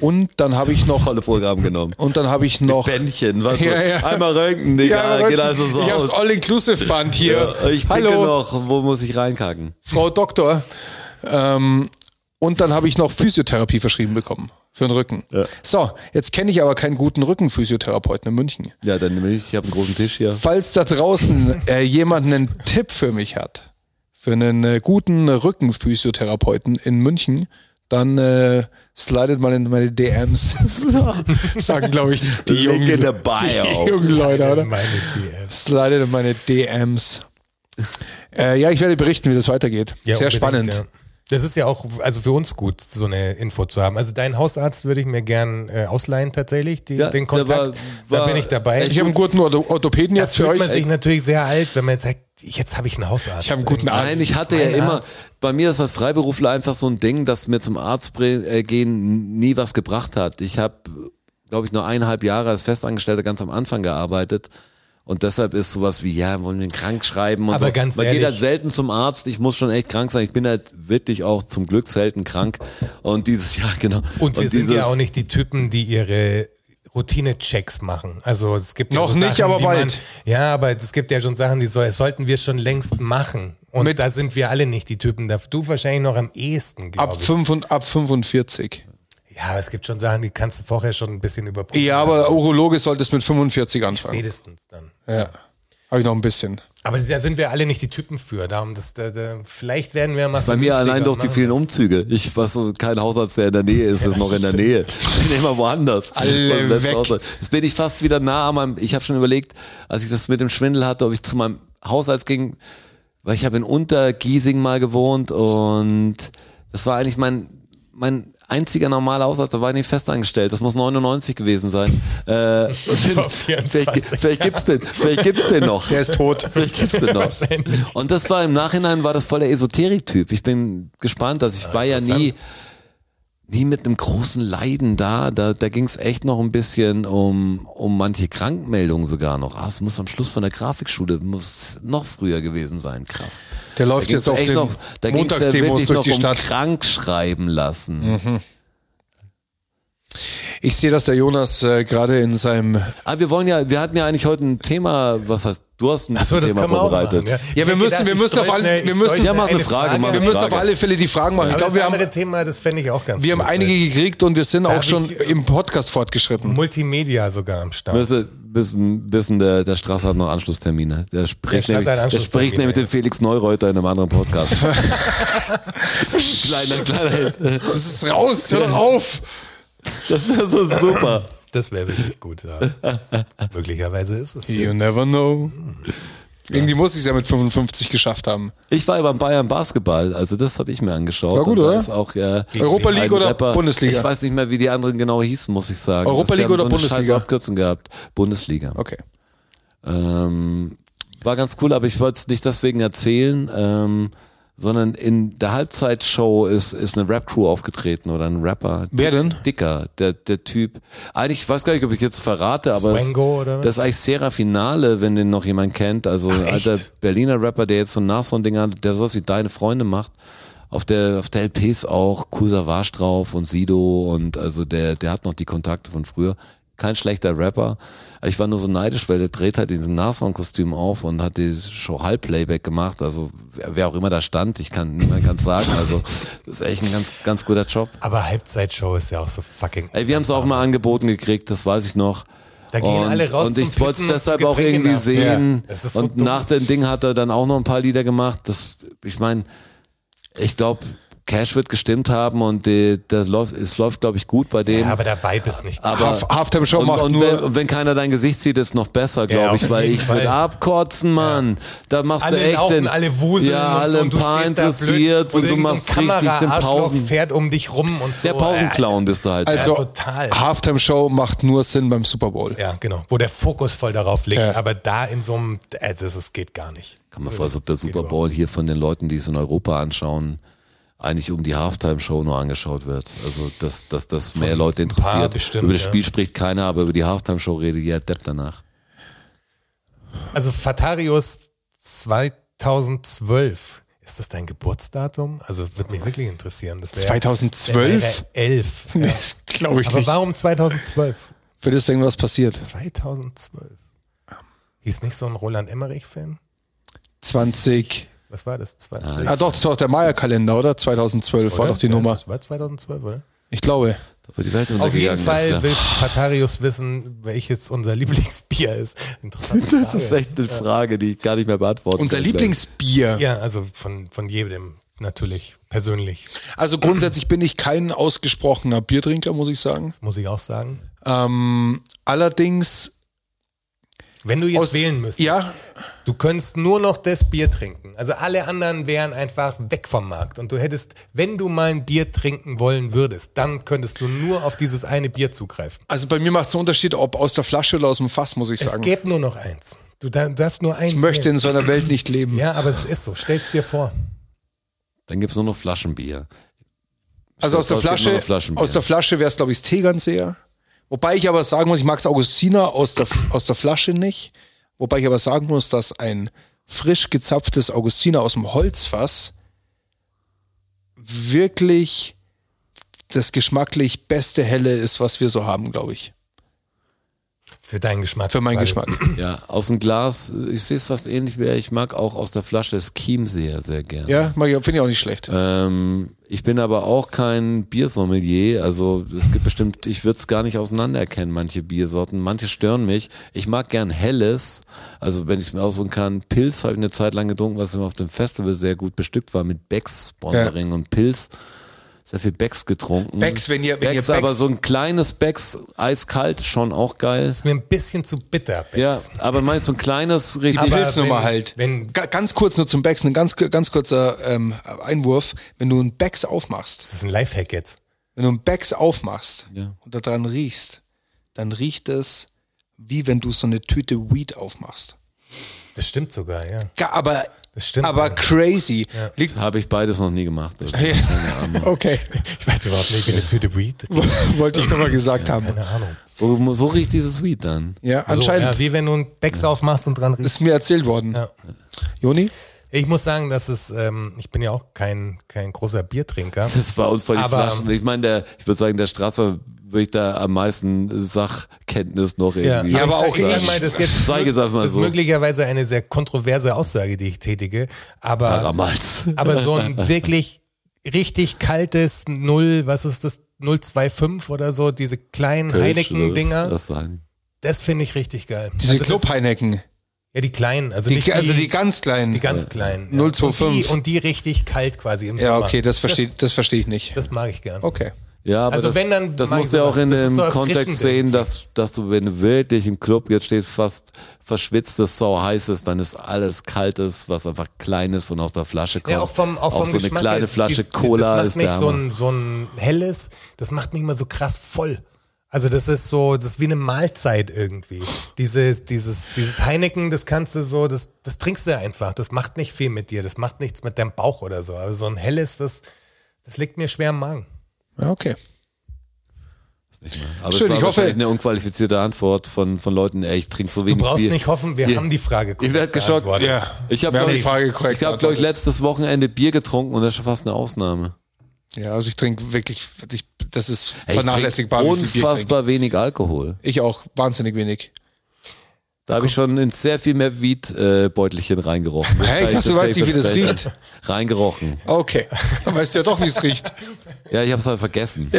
Speaker 3: und dann habe ich noch,
Speaker 2: Volle Programm genommen.
Speaker 3: und dann habe ich noch,
Speaker 2: Bändchen, was?
Speaker 3: Ja, ja.
Speaker 2: Einmal Röntgen, Digga,
Speaker 3: aber
Speaker 2: geht also so
Speaker 3: ich habe
Speaker 2: aus.
Speaker 3: das All-Inclusive-Band hier.
Speaker 2: Ja, ich genau. picke
Speaker 3: Hallo.
Speaker 2: noch, wo muss ich reinkacken?
Speaker 3: Frau Doktor. Ähm, und dann habe ich noch Physiotherapie verschrieben bekommen für den Rücken. So, jetzt kenne ich aber keinen guten Rückenphysiotherapeuten in München.
Speaker 2: Ja, dann nehme ich, ich habe einen großen Tisch hier.
Speaker 3: Falls da draußen äh, jemand einen Tipp für mich hat, für einen äh, guten Rückenphysiotherapeuten in München, dann äh, slidet mal in meine DMs. Sagen, glaube ich, die
Speaker 2: Link in der
Speaker 3: jungen, die
Speaker 2: Bio.
Speaker 3: jungen Leute, oder?
Speaker 4: Meine DFs.
Speaker 3: Slidet in meine DMs. Äh, ja, ich werde berichten, wie das weitergeht.
Speaker 4: Ja,
Speaker 3: Sehr
Speaker 4: unbedingt,
Speaker 3: spannend.
Speaker 4: ja. Das ist ja auch also für uns gut, so eine Info zu haben. Also deinen Hausarzt würde ich mir gern äh, ausleihen tatsächlich, die,
Speaker 2: Ja,
Speaker 4: den
Speaker 2: der
Speaker 4: Kontakt.
Speaker 2: war- war
Speaker 4: da bin ich dabei.
Speaker 3: Ich habe einen guten Ortho Orthopäden
Speaker 4: da
Speaker 3: jetzt für
Speaker 4: fühlt
Speaker 3: euch.
Speaker 4: man sich natürlich sehr alt, wenn man jetzt sagt, jetzt habe ich einen Hausarzt. äh,
Speaker 3: Ich habe einen guten Arzt.
Speaker 2: Nein, ich hatte ja
Speaker 4: Mein
Speaker 2: immer,
Speaker 4: Arzt.
Speaker 2: bei mir ist das Freiberufler einfach so ein Ding, dass mir zum Arzt bre- äh, gehen nie was gebracht hat. Ich habe, glaube ich, nur eineinhalb Jahre als Festangestellter ganz am Anfang gearbeitet. Und deshalb ist sowas wie, ja, wollen wir ihn krank schreiben und
Speaker 4: Aber
Speaker 2: so.
Speaker 4: ganz
Speaker 2: Man
Speaker 4: ehrlich-
Speaker 2: geht halt selten zum Arzt, ich muss schon echt krank sein. Ich bin halt wirklich auch zum Glück selten krank. Und dieses Jahr, genau.
Speaker 4: Und wir sind
Speaker 2: dieses-
Speaker 4: ja auch nicht die Typen, die ihre Routine-Checks machen. Also es gibt ja
Speaker 3: Noch
Speaker 4: so
Speaker 3: nicht,
Speaker 4: Sachen,
Speaker 3: aber
Speaker 4: die man-
Speaker 3: bald.
Speaker 4: ja, aber es gibt ja schon Sachen, die so, das sollten wir schon längst machen. Und
Speaker 3: Mit-
Speaker 4: da sind wir alle nicht die Typen. Da- Du wahrscheinlich noch am ehesten, glaube
Speaker 3: Ab,
Speaker 4: ich.
Speaker 3: fünf und, ab 45.
Speaker 4: Ja, aber es gibt schon Sachen, die kannst du vorher schon ein bisschen überprüfen. Also
Speaker 3: Ja, aber oh. Urologe solltest mit 45 anfangen.
Speaker 4: Spätestens dann.
Speaker 3: Ja. Habe ich noch ein bisschen.
Speaker 4: Aber da sind wir alle nicht die Typen für. Darum, das, da, da, vielleicht werden wir mal.
Speaker 2: Bei mir
Speaker 4: vernünftiger
Speaker 2: allein durch die
Speaker 3: ne?
Speaker 4: machen
Speaker 2: vielen Um-
Speaker 4: das.
Speaker 2: Umzüge. Ich war so kein Hausarzt, der in der Nähe ist, ist noch in der Nähe. Ich bin immer woanders.
Speaker 3: Alle
Speaker 2: Beim letzten
Speaker 3: weg.
Speaker 2: Hausarzt. Jetzt bin ich fast wieder nah an meinem, ich habe schon überlegt, als ich das mit dem Schwindel hatte, ob ich zu meinem Hausarzt ging, weil ich habe in Untergiesing mal gewohnt und das war eigentlich mein, mein einziger normaler Hausarzt, da war ich nicht fest angestellt. Das muss 99 gewesen sein. Äh,
Speaker 4: war
Speaker 2: vielleicht
Speaker 4: 24
Speaker 2: vielleicht gibt's den, vielleicht gibt's den noch.
Speaker 3: Der ist tot.
Speaker 2: Vielleicht gibt's den noch.
Speaker 4: Wahrscheinlich.
Speaker 2: Und das war im Nachhinein war das voller Esoterik-Typ. Ich bin gespannt, dass ich war ja nie, nie mit einem großen Leiden da. Da, da ging es echt noch ein bisschen um, um manche Krankmeldungen sogar noch. Ah, es muss am Schluss von der Grafikschule, muss noch früher gewesen sein. Krass.
Speaker 3: Der
Speaker 2: Da
Speaker 3: läuft
Speaker 2: ging's
Speaker 3: jetzt auf
Speaker 2: echt
Speaker 3: den
Speaker 2: noch, da ging's ja
Speaker 3: Montagsdemos
Speaker 2: wirklich
Speaker 3: durch
Speaker 2: noch
Speaker 3: die
Speaker 2: um
Speaker 3: Stadt. Mhm.
Speaker 2: krank schreiben lassen.
Speaker 3: Ich sehe, dass der Jonas äh, gerade in seinem.
Speaker 2: Aber Ah, wir wollen ja, wir hatten ja eigentlich heute ein Thema, was heißt, du hast ein
Speaker 4: Ach so, das
Speaker 2: Thema
Speaker 4: kann man auch
Speaker 2: vorbereitet.
Speaker 4: machen, ja.
Speaker 3: wir
Speaker 4: Ich hab
Speaker 3: müssen- wir
Speaker 4: ich
Speaker 3: müssen auf
Speaker 4: streue
Speaker 3: alle-
Speaker 4: schnell-
Speaker 3: wir
Speaker 4: ich
Speaker 3: müssen-
Speaker 4: streue
Speaker 2: Ja, mach
Speaker 4: schnell
Speaker 2: eine Frage, mach
Speaker 3: Wir
Speaker 2: eine
Speaker 3: müssen auf
Speaker 2: Frage.
Speaker 3: alle Fälle die Fragen machen. Ich
Speaker 4: Aber
Speaker 3: glaube,
Speaker 4: das
Speaker 3: wir
Speaker 4: andere
Speaker 3: haben,
Speaker 4: Thema, das fände ich auch ganz
Speaker 3: wir haben
Speaker 4: gut.
Speaker 3: einige gekriegt und wir sind auch
Speaker 4: Darf
Speaker 3: schon
Speaker 4: ich-
Speaker 3: im Podcast fortgeschritten.
Speaker 4: Multimedia sogar am Start.
Speaker 2: Müssen, wissen, wissen der, der Straße hat noch Anschlusstermine. Der spricht,
Speaker 4: Der Straße
Speaker 2: nämlich,
Speaker 4: hat
Speaker 2: der
Speaker 4: Anschlusstermine,
Speaker 2: spricht nämlich
Speaker 4: ja.
Speaker 2: den Felix Neureuter in einem anderen Podcast. kleiner, kleiner.
Speaker 3: Das ist raus, hör doch auf!
Speaker 2: Das ist ja so super.
Speaker 4: Das wäre wirklich gut, ja. Möglicherweise ist es.
Speaker 3: You never know. Irgendwie muss ich es ja mit 55 geschafft haben.
Speaker 2: Ich war ja beim Bayern Basketball, also das habe ich mir angeschaut.
Speaker 3: War gut,
Speaker 2: Und da
Speaker 3: oder?
Speaker 2: Ist auch, äh,
Speaker 3: Europa League
Speaker 2: ein
Speaker 3: oder
Speaker 2: Rapper-
Speaker 3: Bundesliga?
Speaker 2: Ich weiß nicht mehr, wie die anderen genau hießen, muss ich sagen.
Speaker 3: Europa
Speaker 2: Das- wir
Speaker 3: League
Speaker 2: haben
Speaker 3: oder
Speaker 2: so eine
Speaker 3: Bundesliga?
Speaker 2: scheiß Abkürzung gehabt. Bundesliga.
Speaker 3: Okay.
Speaker 2: Ähm, war ganz cool, aber ich wollte es nicht deswegen erzählen, ähm, sondern in der Halbzeitshow ist, ist eine Rap-Crew aufgetreten oder ein Rapper.
Speaker 3: Wer denn?
Speaker 2: Dicker, der, der Typ. Eigentlich, ich weiß gar nicht, ob ich jetzt verrate, aber es,
Speaker 4: Swango oder was?
Speaker 2: das ist eigentlich Sera Finale, wenn den noch jemand kennt. Also ein
Speaker 4: echt?
Speaker 2: alter Berliner Rapper, der jetzt so ein Nashorn-Ding hat, der sowas wie Deine Freunde macht. Auf der, auf der LP ist auch Kusa Warsch drauf und Sido und also der, der hat noch die Kontakte von früher. Kein schlechter Rapper. Ich war nur so neidisch, weil der dreht halt diesen Nashorn-Kostüm auf und hat die Show halb Playback gemacht. Also wer- wer auch immer da stand, ich kann niemand ganz sagen. Also das ist echt ein ganz, ganz guter Job.
Speaker 4: Aber Halbzeitshow ist ja auch so fucking.
Speaker 2: Ey, wir haben es auch mal angeboten gekriegt, das weiß ich noch.
Speaker 4: Da gehen
Speaker 2: und,
Speaker 4: alle raus
Speaker 2: Und
Speaker 4: zum
Speaker 2: ich wollte
Speaker 4: Pissen
Speaker 2: es
Speaker 4: und
Speaker 2: deshalb
Speaker 4: zum
Speaker 2: auch
Speaker 4: Getränke
Speaker 2: irgendwie
Speaker 4: nach.
Speaker 2: sehen.
Speaker 4: Ja, das ist so
Speaker 2: und
Speaker 4: dumm.
Speaker 2: nach dem Ding hat er dann auch noch ein paar Lieder gemacht. Das, ich meine, ich glaube, Cash wird gestimmt haben und die, das läuft, es läuft, glaube ich, gut bei dem.
Speaker 4: ja, aber der Vibe ist nicht.
Speaker 2: Aber-
Speaker 3: Half Halftime Show
Speaker 2: und,
Speaker 3: macht
Speaker 2: und wenn,
Speaker 3: nur.
Speaker 2: und wenn keiner dein Gesicht sieht, ist noch besser, glaube
Speaker 4: auf
Speaker 2: ich, weil
Speaker 4: jeden
Speaker 2: ich
Speaker 4: Fall.
Speaker 2: würde abkotzen, Mann. Da machst
Speaker 4: alle
Speaker 2: du echt
Speaker 4: laufen,
Speaker 2: den,
Speaker 4: alle wuseln
Speaker 2: ja, alle
Speaker 4: und so,
Speaker 2: ein
Speaker 4: und du
Speaker 2: paar
Speaker 4: stehst da blöd
Speaker 2: interessiert und, du
Speaker 4: irgend so ein
Speaker 2: machst richtig den
Speaker 4: Kameraarschloch
Speaker 2: Pausen.
Speaker 4: fährt um dich rum und so. Äh,
Speaker 2: Der Pausenclown bist du halt.
Speaker 3: Also,
Speaker 4: Ja, total.
Speaker 3: Halftime Show macht nur Sinn beim Super Bowl.
Speaker 4: Ja, genau. Wo der Fokus voll darauf liegt.
Speaker 3: Ja.
Speaker 4: Aber da in so einem, also das, das geht gar nicht.
Speaker 2: Kann man vor, als ob der Super Bowl hier von den Leuten, die es in Europa anschauen, eigentlich um die Halftime-Show nur angeschaut wird. Also, dass, dass, dass mehr Leute interessiert.
Speaker 4: bestimmt,
Speaker 2: über das
Speaker 4: ja.
Speaker 2: Spiel spricht keiner, aber über die Halftime-Show redet jeder Depp danach.
Speaker 4: Also Fatarius 2012. Ist das dein Geburtsdatum? Also würde mich wirklich interessieren. Das wär,
Speaker 3: 2012?
Speaker 4: Der wäre elf. Ja.
Speaker 3: Nee, das glaube ich
Speaker 4: Aber
Speaker 3: nicht.
Speaker 4: warum 2012?
Speaker 3: Für das Ding, was passiert.
Speaker 4: 2012. Hieß nicht so ein Roland Emmerich-Film?
Speaker 3: 20.
Speaker 4: Was war das? 20?
Speaker 3: Ah, doch, das war doch der Maya-Kalender, oder? 2012 war
Speaker 4: Oder?
Speaker 3: doch die
Speaker 4: Ja,
Speaker 3: Nummer.
Speaker 4: Das war 2012, oder?
Speaker 3: Ich glaube.
Speaker 2: Da wird die Welt
Speaker 4: Auf
Speaker 2: untergegangen.
Speaker 4: jeden Fall
Speaker 2: ist,
Speaker 4: will
Speaker 2: ja.
Speaker 4: Fatarius wissen, welches unser Lieblingsbier ist. Interessant.
Speaker 2: Das ist echt eine Frage, die ich gar nicht mehr beantworten
Speaker 3: Unser
Speaker 2: kann.
Speaker 3: Lieblingsbier.
Speaker 4: Ja, also von, von jedem, natürlich, persönlich,
Speaker 3: Also grundsätzlich bin ich kein ausgesprochener Biertrinker, muss ich sagen.
Speaker 4: muss ich auch sagen.
Speaker 3: Ähm, allerdings,
Speaker 4: Wenn du jetzt
Speaker 3: Aus-
Speaker 4: wählen müsstest,
Speaker 3: ja,
Speaker 4: du könntest nur noch das Bier trinken. Also alle anderen wären einfach weg vom Markt. Und du hättest, wenn du mal ein Bier trinken wollen würdest, dann könntest du nur auf dieses eine Bier zugreifen.
Speaker 3: also bei mir macht es einen Unterschied, ob aus der Flasche oder aus dem Fass, muss ich
Speaker 4: Es
Speaker 3: sagen.
Speaker 4: gäbe nur noch eins. Du da- darfst nur eins.
Speaker 3: ich möchte in so einer Welt nicht leben.
Speaker 4: wählen. Ja, aber es ist so. Stell's dir vor.
Speaker 2: Dann gibt's nur noch Flaschenbier.
Speaker 3: also aus der
Speaker 2: Es gibt nur
Speaker 3: Flasche,
Speaker 2: noch Flaschenbier.
Speaker 3: aus der Flasche wäre es, glaube ich, das Tegernseher. Wobei ich aber sagen muss, ich mag es Augustiner aus der, aus der Flasche nicht. Wobei ich aber sagen muss, dass ein frisch gezapftes Augustiner aus dem Holzfass wirklich das geschmacklich beste Helle ist, was wir so haben, glaube ich.
Speaker 4: Für deinen Geschmack.
Speaker 3: Für meinen
Speaker 4: Weil-
Speaker 3: Geschmack.
Speaker 2: Ja, aus dem Glas, ich sehe es fast ähnlich wie er. Ich mag auch aus der Flasche das Chiemseer sehr gerne.
Speaker 3: Ja, mag ich- finde ich auch nicht schlecht.
Speaker 2: Ähm, ich bin aber auch kein Biersommelier. Also es gibt bestimmt, ich würde es gar nicht auseinandererkennen, manche Biersorten. Manche stören mich. Ich mag gern Helles. Also wenn ich es mir aussuchen kann, Pilz habe ich eine Zeit lang getrunken, was immer auf dem Festival sehr gut bestückt war mit Becks Sponsoring und Pilz. Sehr viel Becks getrunken.
Speaker 3: Becks, wenn ihr- wenn ihr
Speaker 2: Becks,
Speaker 3: Becks-
Speaker 2: aber so ein kleines Becks, eiskalt, schon auch geil.
Speaker 4: Ist mir ein bisschen zu bitter,
Speaker 2: Ja,
Speaker 4: Bex.
Speaker 2: aber meinst du ein kleines, richtig
Speaker 4: Aber
Speaker 3: Pilznummer
Speaker 4: wenn-
Speaker 3: halt.
Speaker 4: wenn-
Speaker 3: Ga- ganz kurz nur zum Becks, ein ganz, ganz kurzer ähm, Einwurf. Wenn du ein Becks aufmachst,
Speaker 4: Das ist ein Lifehack jetzt.
Speaker 3: wenn du ein Becks aufmachst
Speaker 2: Ja.
Speaker 3: und da dran riechst, dann riecht es wie wenn du so eine Tüte Weed aufmachst.
Speaker 4: Das stimmt sogar, ja.
Speaker 3: Ga- Aber,
Speaker 4: Das stimmt, halt.
Speaker 3: aber
Speaker 4: ja.
Speaker 3: crazy. Liegt,
Speaker 2: habe ich beides noch nie gemacht. Das
Speaker 3: okay,
Speaker 4: Ich weiß überhaupt nicht, wie eine Tüte Weed.
Speaker 3: wollte ich nochmal gesagt haben.
Speaker 4: Keine Ahnung.
Speaker 2: So, so riecht dieses Weed dann.
Speaker 3: Ja,
Speaker 4: So,
Speaker 3: anscheinend
Speaker 4: Also, ja, wie wenn du einen Becks aufmachst und dran riechst.
Speaker 3: ist mir erzählt worden.
Speaker 4: Ja.
Speaker 3: Joni?
Speaker 4: Ich muss sagen, dass es, ähm, ich bin ja auch kein, kein großer Biertrinker.
Speaker 2: Das ist bei uns voll die
Speaker 4: Aber, ähm,
Speaker 2: Flaschen. Ich meine, der, ich würde sagen, der Strasser würde ich da am meisten Sachkenntnis noch
Speaker 4: Ja,
Speaker 2: irgendwie.
Speaker 3: Ja, aber auch
Speaker 4: ich sag-
Speaker 3: ich.
Speaker 4: ich. Sag mal, das ist jetzt
Speaker 2: Sag ich das mal
Speaker 4: das ist
Speaker 2: so.
Speaker 4: möglicherweise eine sehr kontroverse Aussage, die ich tätige. Aber,
Speaker 2: Damals.
Speaker 4: aber so ein wirklich richtig kaltes Null, was ist das? 025 oder so, diese kleinen
Speaker 2: Kölsch, oder was
Speaker 4: Heineken-Dinger.
Speaker 2: Das sagen.
Speaker 4: Das finde ich richtig geil.
Speaker 3: Diese
Speaker 4: Also das-
Speaker 3: Club Heineken.
Speaker 4: Ja, die kleinen, also
Speaker 3: Die,
Speaker 4: nicht
Speaker 3: also die ganz kleinen.
Speaker 4: die ganz kleinen.
Speaker 3: 025.
Speaker 4: Und die, und die richtig kalt quasi im
Speaker 3: ja,
Speaker 4: Sommer.
Speaker 3: okay, das verstehe das,
Speaker 4: Das,
Speaker 3: verstehe ich nicht.
Speaker 4: das mag ich gern.
Speaker 2: Oh
Speaker 3: Okay.
Speaker 2: Ja, aber
Speaker 4: Also
Speaker 2: das,
Speaker 4: wenn, dann
Speaker 2: das
Speaker 4: mach ich
Speaker 2: musst du ja auch
Speaker 4: sowas.
Speaker 2: in
Speaker 4: Das ist
Speaker 2: dem
Speaker 4: so erfrischend
Speaker 2: Kontext sehen,
Speaker 4: irgendwie.
Speaker 2: dass, dass du, wenn du wirklich im Club jetzt stehst, fast verschwitzt ist, sau heiß ist, dann ist alles kaltes, was einfach klein ist und aus der Flasche kommt.
Speaker 4: Ja, auch vom, auch
Speaker 2: Auf
Speaker 4: vom
Speaker 2: so
Speaker 4: Geschmack
Speaker 2: eine
Speaker 4: her,
Speaker 2: kleine Flasche
Speaker 4: die-
Speaker 2: Cola
Speaker 4: Das macht
Speaker 2: ist
Speaker 4: nicht
Speaker 2: der
Speaker 4: so
Speaker 2: Hammer.
Speaker 4: ein, so ein helles, das macht mich immer so krass voll. Also das ist so, das ist wie eine Mahlzeit irgendwie. Dieses, dieses, dieses Heineken, das kannst du so, das, das trinkst du einfach. Das macht nicht viel mit dir, das macht nichts mit deinem Bauch oder so. Aber so ein helles, das, das liegt mir schwer am Magen.
Speaker 3: Ja, okay.
Speaker 2: Aber
Speaker 3: Schön,
Speaker 2: es war
Speaker 3: ich hoffe-
Speaker 2: wahrscheinlich eine unqualifizierte Antwort von, von Leuten, ey, ich trinke so
Speaker 4: Du
Speaker 2: wenig
Speaker 4: brauchst
Speaker 2: Bier.
Speaker 4: nicht hoffen, wir
Speaker 2: Ihr-
Speaker 4: haben die Frage
Speaker 2: Ihr werdet geschockt.
Speaker 4: beantwortet.
Speaker 3: Ja.
Speaker 2: Ich habe,
Speaker 3: Wir haben
Speaker 2: glaube
Speaker 3: die
Speaker 2: ich,
Speaker 3: Frage korrekt
Speaker 2: ich hab, glaub ich,
Speaker 3: beantwortet.
Speaker 2: letztes Wochenende Bier getrunken und das ist schon fast eine Ausnahme.
Speaker 3: Ja, also ich trinke wirklich, ich, das ist
Speaker 2: Ey, ich
Speaker 3: vernachlässigbar.
Speaker 2: trinke
Speaker 3: wie viel Bier ich trinke.
Speaker 2: Unfassbar wenig Alkohol.
Speaker 3: Ich auch, wahnsinnig wenig.
Speaker 2: Da habe ich schon in sehr viel mehr Weed-Beutelchen reingerochen. Das
Speaker 3: Hä, ich
Speaker 2: kann
Speaker 3: dachte, du weißt
Speaker 2: kann
Speaker 3: nicht, wie das
Speaker 2: verstellen.
Speaker 3: riecht.
Speaker 2: Reingerochen.
Speaker 3: Okay, dann weißt du ja doch, wie es riecht.
Speaker 2: Ja, ich habe es halt vergessen.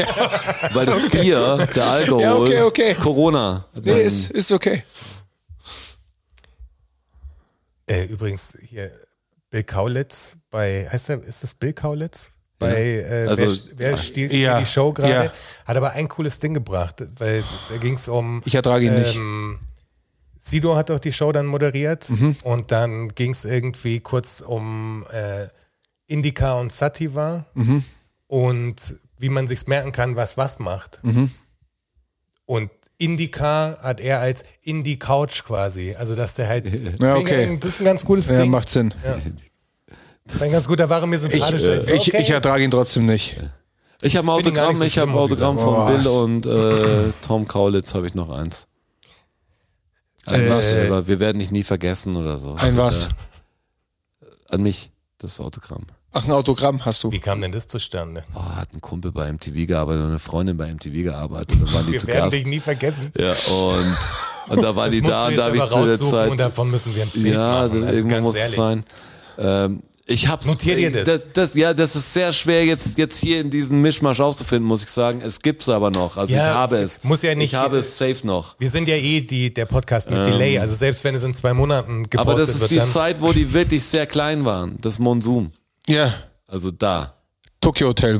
Speaker 2: Weil das Bier, der Alkohol,
Speaker 3: Ja, okay, okay.
Speaker 2: Corona.
Speaker 3: Nee, ist, ist okay.
Speaker 4: Äh, übrigens hier Bill Kaulitz bei, heißt der, ist das Bill Kaulitz? Bei äh,
Speaker 2: Also-
Speaker 4: wer, wer stiehlt
Speaker 3: ah, Ja,
Speaker 4: mir die Show gerade?
Speaker 3: ja.
Speaker 4: Hat aber ein cooles Ding gebracht, weil da ging es um.
Speaker 3: Ich ertrage ihn nicht.
Speaker 4: ähm, Sido hat doch die Show dann moderiert
Speaker 2: Mhm.
Speaker 4: und dann ging es irgendwie kurz um äh, Indica und Sativa
Speaker 2: Mhm.
Speaker 4: und wie man sich's merken kann, was was macht.
Speaker 2: Mhm.
Speaker 4: Und Indica hat er als Indie Couch quasi. Also, dass der halt.
Speaker 3: Ja, okay.
Speaker 4: Das ist ein ganz gutes
Speaker 3: Ja,
Speaker 4: Ding.
Speaker 3: macht Sinn.
Speaker 4: Ein ganz guter Ware mir
Speaker 3: Ich,
Speaker 4: sympathisch.
Speaker 3: äh, ich, ich ertrage ihn trotzdem nicht.
Speaker 2: Ich habe ein
Speaker 4: Ich bin gar
Speaker 2: Autogramm,
Speaker 4: nicht so
Speaker 2: ich habe ein
Speaker 4: schlimm, muss ich
Speaker 2: Autogramm von
Speaker 3: sagen. Oh,
Speaker 2: Bill und äh, Tom Kaulitz habe ich noch eins. Ein
Speaker 3: Äh,
Speaker 2: was, aber wir werden dich nie vergessen oder so.
Speaker 3: Ein was?
Speaker 2: Äh, an mich, das Autogramm.
Speaker 3: Ach, ein Autogramm hast du.
Speaker 4: Wie kam denn das zustande?
Speaker 2: Oh, hat ein Kumpel bei MTV gearbeitet und eine Freundin bei MTV gearbeitet und dann waren die
Speaker 4: Wir
Speaker 2: zu
Speaker 4: werden
Speaker 2: Gast.
Speaker 4: dich nie vergessen.
Speaker 2: Ja, und, und da war
Speaker 4: Das
Speaker 2: die
Speaker 4: musst
Speaker 2: da
Speaker 4: du
Speaker 2: und
Speaker 4: jetzt
Speaker 2: da habe ich
Speaker 4: aber
Speaker 2: zu der
Speaker 4: raussuchen
Speaker 2: Zeit.
Speaker 4: und davon müssen wir ein Bild
Speaker 2: Ja,
Speaker 4: machen.
Speaker 2: das,
Speaker 4: Also
Speaker 2: irgendwann
Speaker 4: ganz
Speaker 2: muss es
Speaker 4: ehrlich.
Speaker 2: sein. Ähm, ich hab's.
Speaker 4: Notier dir das.
Speaker 2: Das, Ja, das ist sehr schwer jetzt, jetzt hier in diesem Mischmasch aufzufinden, muss ich sagen. Es gibt's aber noch. Also
Speaker 4: Ja,
Speaker 2: ich habe
Speaker 4: es
Speaker 2: es.
Speaker 4: muss ja nicht-
Speaker 2: Ich habe es safe noch.
Speaker 4: Wir sind ja eh die, der Podcast mit Delay. Also selbst wenn es in zwei Monaten gepostet
Speaker 2: Ähm. Aber das ist
Speaker 4: wird,
Speaker 2: die
Speaker 4: dann
Speaker 2: Zeit, wo die wirklich sehr klein waren. Das Monsum.
Speaker 3: Ja,
Speaker 2: Also da.
Speaker 3: Tokyo Hotel.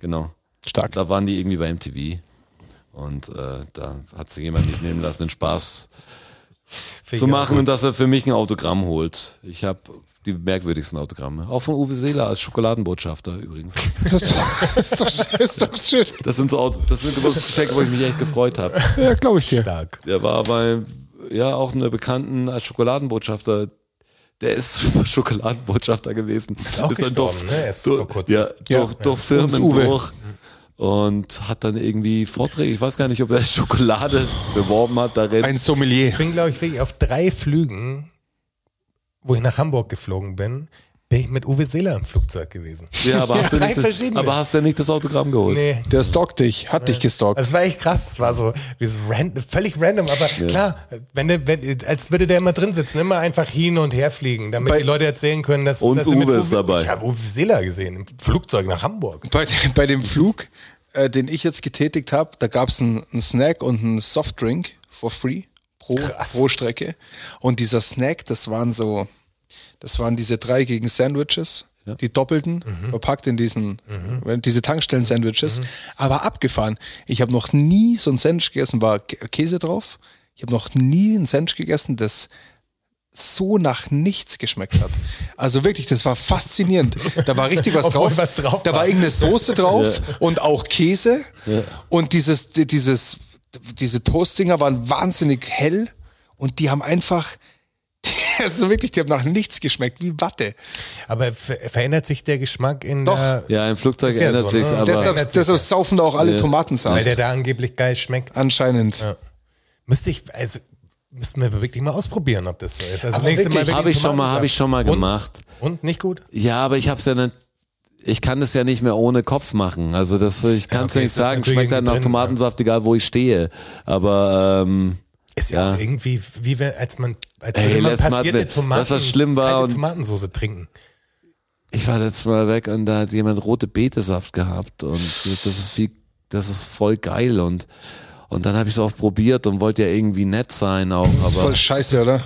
Speaker 2: Genau.
Speaker 3: Stark.
Speaker 2: Da waren die irgendwie bei MTV. Und äh, da hat sich jemand nicht nehmen lassen, den Spaß
Speaker 4: finde ich
Speaker 2: zu
Speaker 4: auch
Speaker 2: machen
Speaker 4: gut.
Speaker 2: und dass er für mich ein Autogramm holt. Ich habe die merkwürdigsten Autogramme. Auch von Uwe Seeler als Schokoladenbotschafter übrigens.
Speaker 3: Das ist doch, ist doch, ist doch schön.
Speaker 2: Das sind so Auto, das sind Geburtstagsgeschenke, wo ich mich echt gefreut habe.
Speaker 3: Ja, glaube ich dir.
Speaker 4: stark.
Speaker 2: Der war bei ja auch einer bekannten als Schokoladenbotschafter. Der ist super Schokoladenbotschafter gewesen. Ist
Speaker 4: auch
Speaker 2: dann durch,
Speaker 4: gestorben, ne? Er ist
Speaker 2: durch,
Speaker 4: vor kurzem.
Speaker 2: ja,
Speaker 3: Ja.
Speaker 2: durch, durch Firmen
Speaker 3: Uwe.
Speaker 2: durch und hat dann irgendwie Vorträge. Ich weiß gar nicht, ob er Schokolade beworben hat darin.
Speaker 3: Ein Sommelier.
Speaker 4: Ich bin, glaube ich, wirklich auf drei Flügen, wo ich nach Hamburg geflogen bin, bin ich mit Uwe Seeler im Flugzeug gewesen.
Speaker 2: ja, aber, hast du
Speaker 4: drei
Speaker 2: nicht das,
Speaker 4: verschiedene.
Speaker 2: aber hast du nicht das Autogramm geholt?
Speaker 4: Nee,
Speaker 3: Der stalkt dich, hat dich gestalkt.
Speaker 4: Das Also war echt krass. Das war so dieses random, völlig random, aber klar, wenn, der- wenn, als würde der immer drin sitzen, immer einfach hin und her fliegen, damit
Speaker 3: Bei-
Speaker 4: die Leute erzählen können, dass,
Speaker 2: Und
Speaker 4: dass sie
Speaker 2: Uwe ist dabei.
Speaker 4: Ich habe Uwe Seeler gesehen im Flugzeug nach Hamburg.
Speaker 3: Bei, de- bei dem Flug, äh, den ich jetzt getätigt habe, da gab es einen einen Snack und einen Softdrink for free pro,
Speaker 4: Krass.
Speaker 3: pro Strecke. Und dieser Snack, das waren so, das waren diese drei gegen Sandwiches, die doppelten,
Speaker 4: Mhm.
Speaker 3: verpackt in diesen, äh, diese Tankstellen-Sandwiches, aber abgefahren. Ich habe noch nie so ein Sandwich gegessen, war Kä- Käse drauf. Ich habe noch nie ein Sandwich gegessen, das so nach nichts geschmeckt hat. Also wirklich, das war faszinierend. Da war richtig was
Speaker 4: Obwohl
Speaker 3: drauf.
Speaker 4: was drauf
Speaker 3: da
Speaker 4: war.
Speaker 3: war irgendeine Soße drauf und auch Käse. Und dieses, di- dieses, diese Toastinger waren wahnsinnig hell und die haben einfach, also wirklich, die haben nach nichts geschmeckt, wie Watte.
Speaker 4: Aber ver verändert sich der Geschmack in
Speaker 3: Doch.
Speaker 4: der,
Speaker 2: Ja, im Flugzeug
Speaker 4: Ist ja
Speaker 2: ändert
Speaker 4: so, ne?
Speaker 2: sich's, aber
Speaker 3: Deshalb, deshalb saufen da auch alle
Speaker 4: weil der
Speaker 3: Tomatensaft.
Speaker 4: da angeblich geil schmeckt?
Speaker 3: Anscheinend.
Speaker 4: Müsste ich, also müssten wir wirklich mal ausprobieren, ob das so ist. Also
Speaker 3: Aber
Speaker 4: nächstes
Speaker 3: wirklich,
Speaker 4: Mal
Speaker 2: habe ich schon mal, habe ich schon mal
Speaker 4: Und?
Speaker 2: gemacht.
Speaker 4: Und nicht gut?
Speaker 2: Ja, aber ich hab's ja nicht. Ich kann das ja nicht mehr ohne Kopf machen. Also das, ich kann es
Speaker 4: okay,
Speaker 2: ja nicht
Speaker 4: es ist
Speaker 2: sagen.
Speaker 4: natürlich
Speaker 2: Schmeckt halt nach
Speaker 4: drin,
Speaker 2: Tomatensaft, egal wo ich stehe. Aber ähm,
Speaker 4: Ist ja,
Speaker 2: Ja.
Speaker 4: auch irgendwie, wie wenn, als man, als
Speaker 2: Ey,
Speaker 4: würde man
Speaker 2: letztes Mal hatten
Speaker 4: passierte
Speaker 2: wir-
Speaker 4: Tomaten,
Speaker 2: das, was schlimm war
Speaker 4: kalte
Speaker 2: und-
Speaker 4: Tomatensoße trinken.
Speaker 2: ich war letztes Mal weg und da hat jemand rote Betesaft gehabt und das ist viel, das ist voll geil und und dann habe ich es auch probiert und wollte ja irgendwie nett sein auch.
Speaker 3: Das ist
Speaker 2: Aber
Speaker 3: voll scheiße, oder?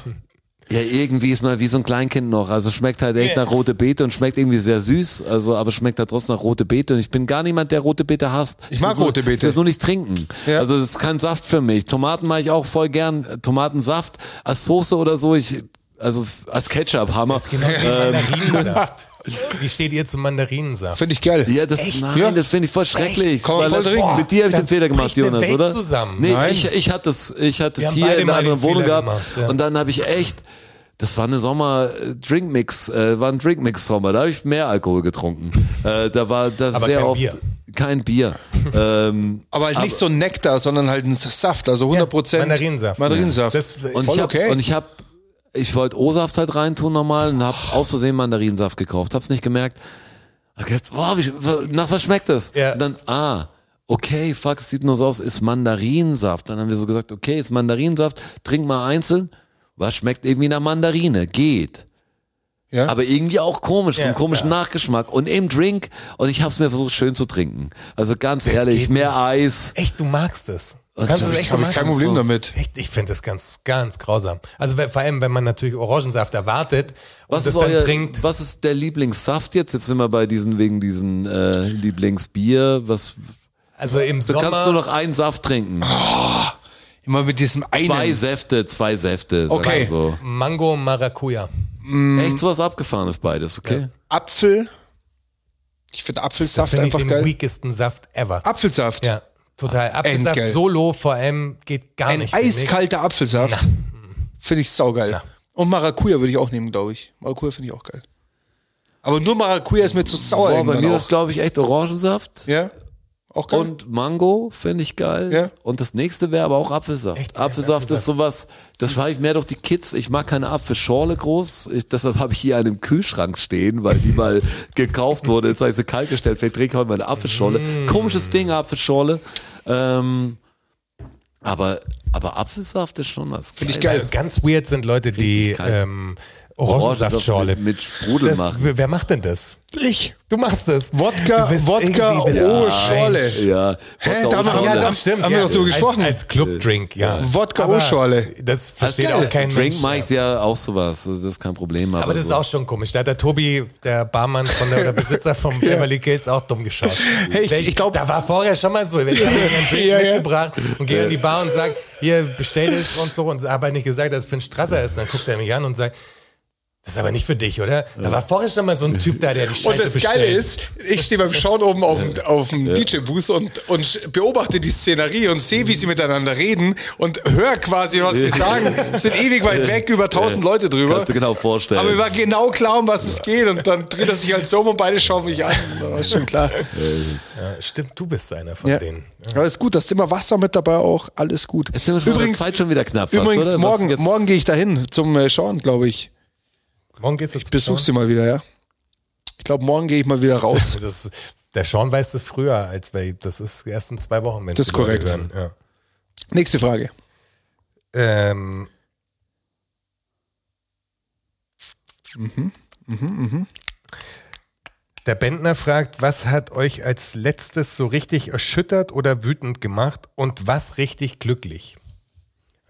Speaker 2: Ja, irgendwie ist man wie so ein Kleinkind noch. Also schmeckt halt echt nach rote Beete und schmeckt irgendwie sehr süß. Also, aber schmeckt halt trotzdem nach rote Beete. Und ich bin gar niemand, der rote Beete hasst. Ich
Speaker 3: mag
Speaker 2: will's nur-
Speaker 3: rote
Speaker 2: Ich
Speaker 3: Beete.
Speaker 2: will es nur nicht trinken.
Speaker 3: Ja.
Speaker 2: Also, das ist kein Saft für mich. Tomaten mache ich auch voll gern. Tomatensaft als Soße oder so. Ich, also, als Ketchup, Hammer. Äh,
Speaker 4: Das ist genau wie
Speaker 2: Ähm.
Speaker 4: Mandarinensaft. Wie steht ihr zum Mandarinensaft?
Speaker 3: Finde ich geil.
Speaker 2: Ja, das, nein,
Speaker 3: Ja.
Speaker 2: das finde ich voll schrecklich.
Speaker 3: Kann man
Speaker 2: Weil
Speaker 3: voll
Speaker 2: das-
Speaker 3: trinken.
Speaker 2: Mit dir habe ich
Speaker 4: Da
Speaker 2: den Fehler gemacht,
Speaker 4: bricht eine
Speaker 2: Jonas,
Speaker 4: Welt
Speaker 2: oder?
Speaker 4: zusammen.
Speaker 2: Nee,
Speaker 3: Nein.
Speaker 2: ich, ich hatte das, ich hatte
Speaker 4: Wir
Speaker 2: es
Speaker 4: haben
Speaker 2: hier
Speaker 4: beide
Speaker 2: in einer
Speaker 4: mal den
Speaker 2: anderen Wohnung
Speaker 4: Fehler
Speaker 2: gehabt.
Speaker 4: gemacht, ja.
Speaker 2: Und dann habe ich echt, das war eine Sommer äh, Drinkmix, äh, war ein Drinkmix Sommer, da habe ich mehr Alkohol getrunken. äh, da war das
Speaker 4: Aber
Speaker 2: sehr
Speaker 4: kein
Speaker 2: oft
Speaker 4: Bier.
Speaker 2: kein Bier. ähm,
Speaker 3: Aber halt nicht so ein Nektar, sondern halt ein Saft, also 100%
Speaker 4: Mandarinensaft.
Speaker 3: Mandarinsaft.
Speaker 4: Das,
Speaker 2: Und
Speaker 3: Voll
Speaker 2: ich hab,
Speaker 3: okay.
Speaker 2: Und ich habe, ich wollte O-Saft halt reintun normal und habe aus Versehen Mandarinsaft gekauft. Hab's nicht gemerkt. Hab gedacht, boah, wie, nach was schmeckt das?
Speaker 4: Ja.
Speaker 2: Und dann, ah, okay, fuck, es sieht nur so aus, ist Mandarinsaft. Dann haben wir so gesagt, okay, ist Mandarinsaft, trink mal einzeln. Was schmeckt irgendwie nach Mandarine? Geht.
Speaker 3: Ja.
Speaker 2: Aber irgendwie auch komisch, so einen
Speaker 4: Ja,
Speaker 2: komischen
Speaker 4: ja.
Speaker 2: Nachgeschmack. Und im Drink, und ich hab's mir versucht, schön zu trinken. Also ganz ehrlich,
Speaker 4: geht
Speaker 2: mehr Eis.
Speaker 4: echt, du magst es. Du
Speaker 2: Und
Speaker 4: kannst
Speaker 2: Oh, das-
Speaker 4: es
Speaker 3: ich
Speaker 4: echt
Speaker 3: habe kein
Speaker 4: machen.
Speaker 3: Problem
Speaker 2: so.
Speaker 3: damit.
Speaker 4: Echt, ich finde das ganz, ganz grausam. Also we- vor allem, wenn man natürlich Orangensaft erwartet und
Speaker 2: Was
Speaker 4: das
Speaker 2: ist,
Speaker 4: dann
Speaker 2: euer,
Speaker 4: trinkt.
Speaker 2: was ist der Lieblingssaft jetzt? Jetzt sind wir bei diesen wegen diesen äh, Lieblingsbier. Was,
Speaker 4: Also im
Speaker 2: du kannst
Speaker 4: Sommer. Ah,
Speaker 2: nur noch einen Saft trinken.
Speaker 3: Immer mit diesem einen.
Speaker 2: Zwei Säfte, zwei Säfte. sag
Speaker 3: Okay.
Speaker 2: mal So.
Speaker 4: Mango Maracuja. Mhm.
Speaker 2: Echt sowas abgefahrenes beides, okay?
Speaker 3: Apfel. Ich finde
Speaker 4: Das
Speaker 3: Apfelsaft
Speaker 4: finde ich
Speaker 3: einfach
Speaker 4: den
Speaker 3: geil.
Speaker 4: weakesten Saft ever.
Speaker 3: Apfelsaft.
Speaker 4: ja, total. Apfelsaft
Speaker 3: Ah, Endgeil.
Speaker 4: Solo vor allem geht gar
Speaker 3: Ein
Speaker 4: nicht. finde ich.
Speaker 3: eiskalter Apfelsaft. Finde ich saugeil. Und Maracuja würde ich auch nehmen, glaube ich. Maracuja finde ich auch geil. Aber nur Maracuja ist mir zu sauer.
Speaker 2: Boah, bei
Speaker 3: irgendwann
Speaker 2: mir
Speaker 3: auch.
Speaker 2: ist glaube ich echt Orangensaft
Speaker 3: ja, auch geil.
Speaker 2: und Mango finde ich geil.
Speaker 3: Ja.
Speaker 2: Und das nächste wäre aber auch Apfelsaft.
Speaker 4: Echt?
Speaker 2: Apfelsaft ist sowas, das war ich mehr durch die Kids. Ich mag keine Apfelschorle groß, ich, deshalb habe ich hier einen im Kühlschrank stehen, weil die mal gekauft wurde. Jetzt habe ich sie kalt gestellt, vielleicht trinke ich heute mal eine Apfelschorle.
Speaker 3: Mm.
Speaker 2: Komisches Ding, Apfelschorle. Ähm, aber, aber Apfelsaft ist schon was. Finde
Speaker 3: ich geil.
Speaker 4: Also ganz weird sind Leute, die
Speaker 2: kalt.
Speaker 4: ähm, Orangensaftschorle.
Speaker 2: Mit, mit Sprudel
Speaker 4: Das,
Speaker 2: machen.
Speaker 4: wer macht denn das?
Speaker 3: ich.
Speaker 4: Du machst das.
Speaker 3: Wodka,
Speaker 4: Du bist
Speaker 3: Wodka,
Speaker 4: irgendwie- bist
Speaker 3: oh,
Speaker 4: du
Speaker 3: Schorle.
Speaker 4: strange.
Speaker 2: Ja.
Speaker 3: Hä,
Speaker 2: Wodka
Speaker 3: da
Speaker 2: und
Speaker 3: haben wir-
Speaker 2: Cola.
Speaker 3: Ja, da- haben wir doch drüber gesprochen. Äh,
Speaker 4: Als, als Clubdrink, ja.
Speaker 3: Wodka
Speaker 4: Aber
Speaker 3: und Schorle.
Speaker 4: Das versteht
Speaker 3: geil.
Speaker 4: auch kein
Speaker 2: Drink
Speaker 4: Mensch.
Speaker 2: mache ich ja auch sowas, also das ist kein Problem. Aber,
Speaker 4: aber das ist
Speaker 3: Also
Speaker 2: so.
Speaker 4: auch schon komisch. Da hat der Tobi, der Barmann von der, oder Besitzer vom Beverly Hills, auch dumm geschaut.
Speaker 3: Hey, ich-
Speaker 4: Der-
Speaker 3: ich glaub-
Speaker 4: da war vorher schon mal so. Wenn ich habe mir einen Drink
Speaker 3: Ja, ja.
Speaker 4: mitgebracht und gehe an die Bar und sage, hier bestell es und so und habe halt nicht gesagt, dass es für einen Strasser ist. Dann guckt er mich an und sagt, das ist aber nicht für dich, oder? Da war vorher schon mal so ein Typ da, der die Scheiße
Speaker 3: Und das
Speaker 4: bestellt.
Speaker 3: Geile ist, ich stehe beim Schauen oben auf dem, auf dem DJ-Booth und, und sch- beobachte die Szenerie und sehe, wie sie miteinander reden und höre quasi, was sie sagen. Es sind ewig weit weg, über 1000 Leute drüber.
Speaker 2: Kannst du genau vorstellen.
Speaker 3: Aber mir war genau klar, um was es geht. Und dann dreht er sich halt so um und beide schauen mich an. Und Dann war schon klar.
Speaker 4: Ja, stimmt, du bist einer von
Speaker 3: Ja.
Speaker 4: denen.
Speaker 3: Aber ist gut, das Thema Wasser mit dabei auch, alles gut.
Speaker 2: Jetzt sind wir schon übrigens, Zeit schon wieder knapp. Fast,
Speaker 3: übrigens
Speaker 2: oder? Was
Speaker 3: morgen,
Speaker 2: jetzt-
Speaker 3: morgen gehe ich dahin zum äh, Schauen, glaube ich.
Speaker 4: Morgen geht's jetzt
Speaker 3: Besuch sie mal wieder, ja. Ich glaube, morgen gehe ich mal wieder raus.
Speaker 4: Das, der Sean weiß das früher als bei, das ist erst in zwei Wochen, wenn
Speaker 3: Das ist korrekt.
Speaker 4: Ja.
Speaker 3: Nächste Frage.
Speaker 4: Ähm,
Speaker 3: Mhm,
Speaker 4: Der Bendner fragt, was hat euch als letztes so richtig erschüttert oder wütend gemacht und was richtig glücklich?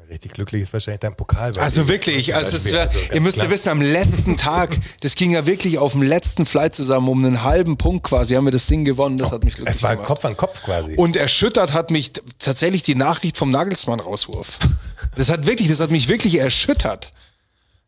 Speaker 4: Richtig glücklich ist wahrscheinlich dein Pokal.
Speaker 3: Also wirklich, also es wär, ihr müsst ja
Speaker 4: wissen.
Speaker 3: wissen, am letzten Tag, das ging ja wirklich auf dem letzten Flight zusammen, um einen halben Punkt quasi, haben wir das Ding gewonnen, das hat mich glücklich
Speaker 4: Es war
Speaker 3: gemacht.
Speaker 4: Kopf an Kopf quasi.
Speaker 3: Und erschüttert hat mich t- tatsächlich die Nachricht vom Nagelsmann-Rauswurf. Das hat wirklich, das hat mich wirklich erschüttert.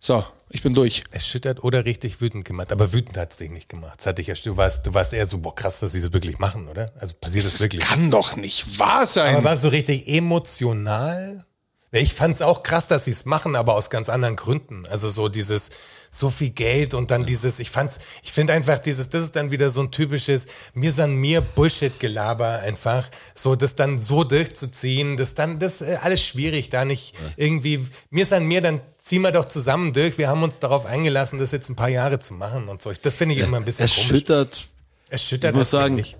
Speaker 3: So, ich bin durch.
Speaker 4: erschüttert oder richtig wütend gemacht. Aber wütend hat es dich nicht gemacht. Das hatte ich ja, du, warst, du warst eher so, boah, krass, dass sie das wirklich machen, oder? Also passiert das,
Speaker 3: Das
Speaker 4: wirklich.
Speaker 3: kann doch nicht wahr sein.
Speaker 4: Aber war es so richtig emotional? Weil Ich fand es auch krass, dass sie es machen, aber aus ganz anderen Gründen. Also so dieses so viel Geld und dann dieses, ich fand's, ich finde einfach dieses, das ist dann wieder so ein typisches mir san mir Bullshit-Gelaber einfach, so das dann so durchzuziehen, das dann, das äh, alles schwierig, da nicht irgendwie mir san mir, dann ziehen wir doch zusammen durch. Wir haben uns darauf eingelassen, das jetzt ein paar Jahre zu machen und so. Ich- Das finde ich immer ein bisschen komisch.
Speaker 2: Erschüttert.
Speaker 4: Erschüttert
Speaker 2: Ich muss
Speaker 4: hat's mich
Speaker 2: sagen,
Speaker 4: nicht.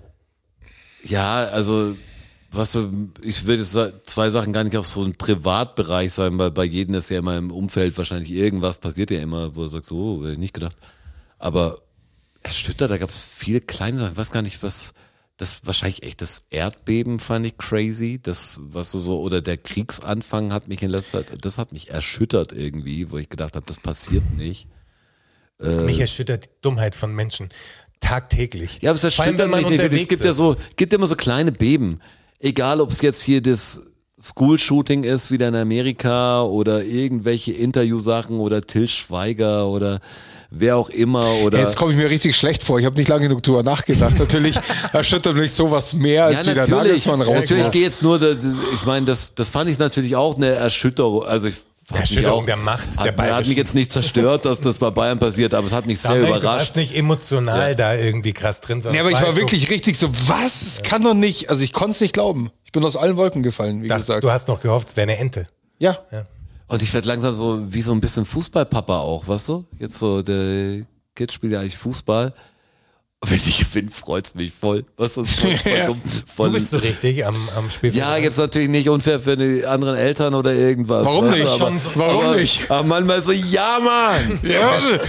Speaker 2: Ja, also was so- ich will jetzt sa- zwei Sachen gar nicht auf so einen Privatbereich sein, weil bei jedem ist ja immer im Umfeld wahrscheinlich irgendwas passiert ja immer, wo du sagst, oh, hätte ich nicht gedacht. Aber erschüttert, da gab es viele kleine Sachen, ich weiß gar nicht, was das wahrscheinlich echt das Erdbeben fand ich crazy, das was so- so oder der Kriegsanfang hat mich in letzter Zeit, das hat mich erschüttert irgendwie, wo ich gedacht habe, das passiert nicht.
Speaker 4: Mich erschüttert die Dummheit von Menschen tagtäglich.
Speaker 2: Ja, aber es
Speaker 4: Vor allem,
Speaker 2: erschüttert mich nicht. Es gibt ja
Speaker 4: ist.
Speaker 2: so, gibt immer so kleine Beben. Egal, ob es jetzt hier das School-Shooting ist, wieder in Amerika oder irgendwelche Interviewsachen oder Till Schweiger oder wer auch immer oder.
Speaker 3: Jetzt komme ich mir richtig schlecht vor. Ich habe nicht lange genug drüber nachgedacht. Natürlich erschüttert mich sowas mehr, als
Speaker 2: ja,
Speaker 3: wie der
Speaker 2: natürlich.
Speaker 3: Nagelsmann rauskommt.
Speaker 2: Natürlich gehe jetzt nur, da- ich meine, das, das fand ich natürlich auch eine Erschütterung. Also ich hab mich
Speaker 4: Erschütterung
Speaker 2: auch,
Speaker 4: der Macht, der
Speaker 2: Hat, hat mich
Speaker 4: Bayerischen.
Speaker 2: jetzt nicht zerstört, dass das bei Bayern passiert, aber es hat mich sehr
Speaker 4: Damals, du
Speaker 2: überrascht.
Speaker 4: warst nicht emotional da irgendwie krass drin. sondern
Speaker 3: Ja, aber
Speaker 4: es
Speaker 3: ich war
Speaker 4: halt so,
Speaker 3: wirklich richtig so, was? Es kann doch nicht. Also ich konnte es nicht glauben. Ich bin aus allen Wolken gefallen, wie
Speaker 4: dacht-
Speaker 3: gesagt.
Speaker 4: Du hast noch gehofft, es wäre eine Ente.
Speaker 3: Ja.
Speaker 2: Und ich werde langsam so wie so ein bisschen Fußballpapa auch, weißt du? Jetzt so, der Kid spielt ja eigentlich Fußball. Und wenn ich gewinne, freut's mich voll. Was ist voll, voll, dumm, voll
Speaker 4: Du bist so richtig am, am Spielfeld.
Speaker 2: Ja, jetzt natürlich nicht unfair für die anderen Eltern oder irgendwas.
Speaker 3: Warum
Speaker 2: weißt du,
Speaker 3: nicht?
Speaker 2: Aber,
Speaker 4: Schon so-
Speaker 3: Warum
Speaker 2: aber,
Speaker 3: nicht?
Speaker 2: aber manchmal so, ja, Mann!
Speaker 3: Jawohl.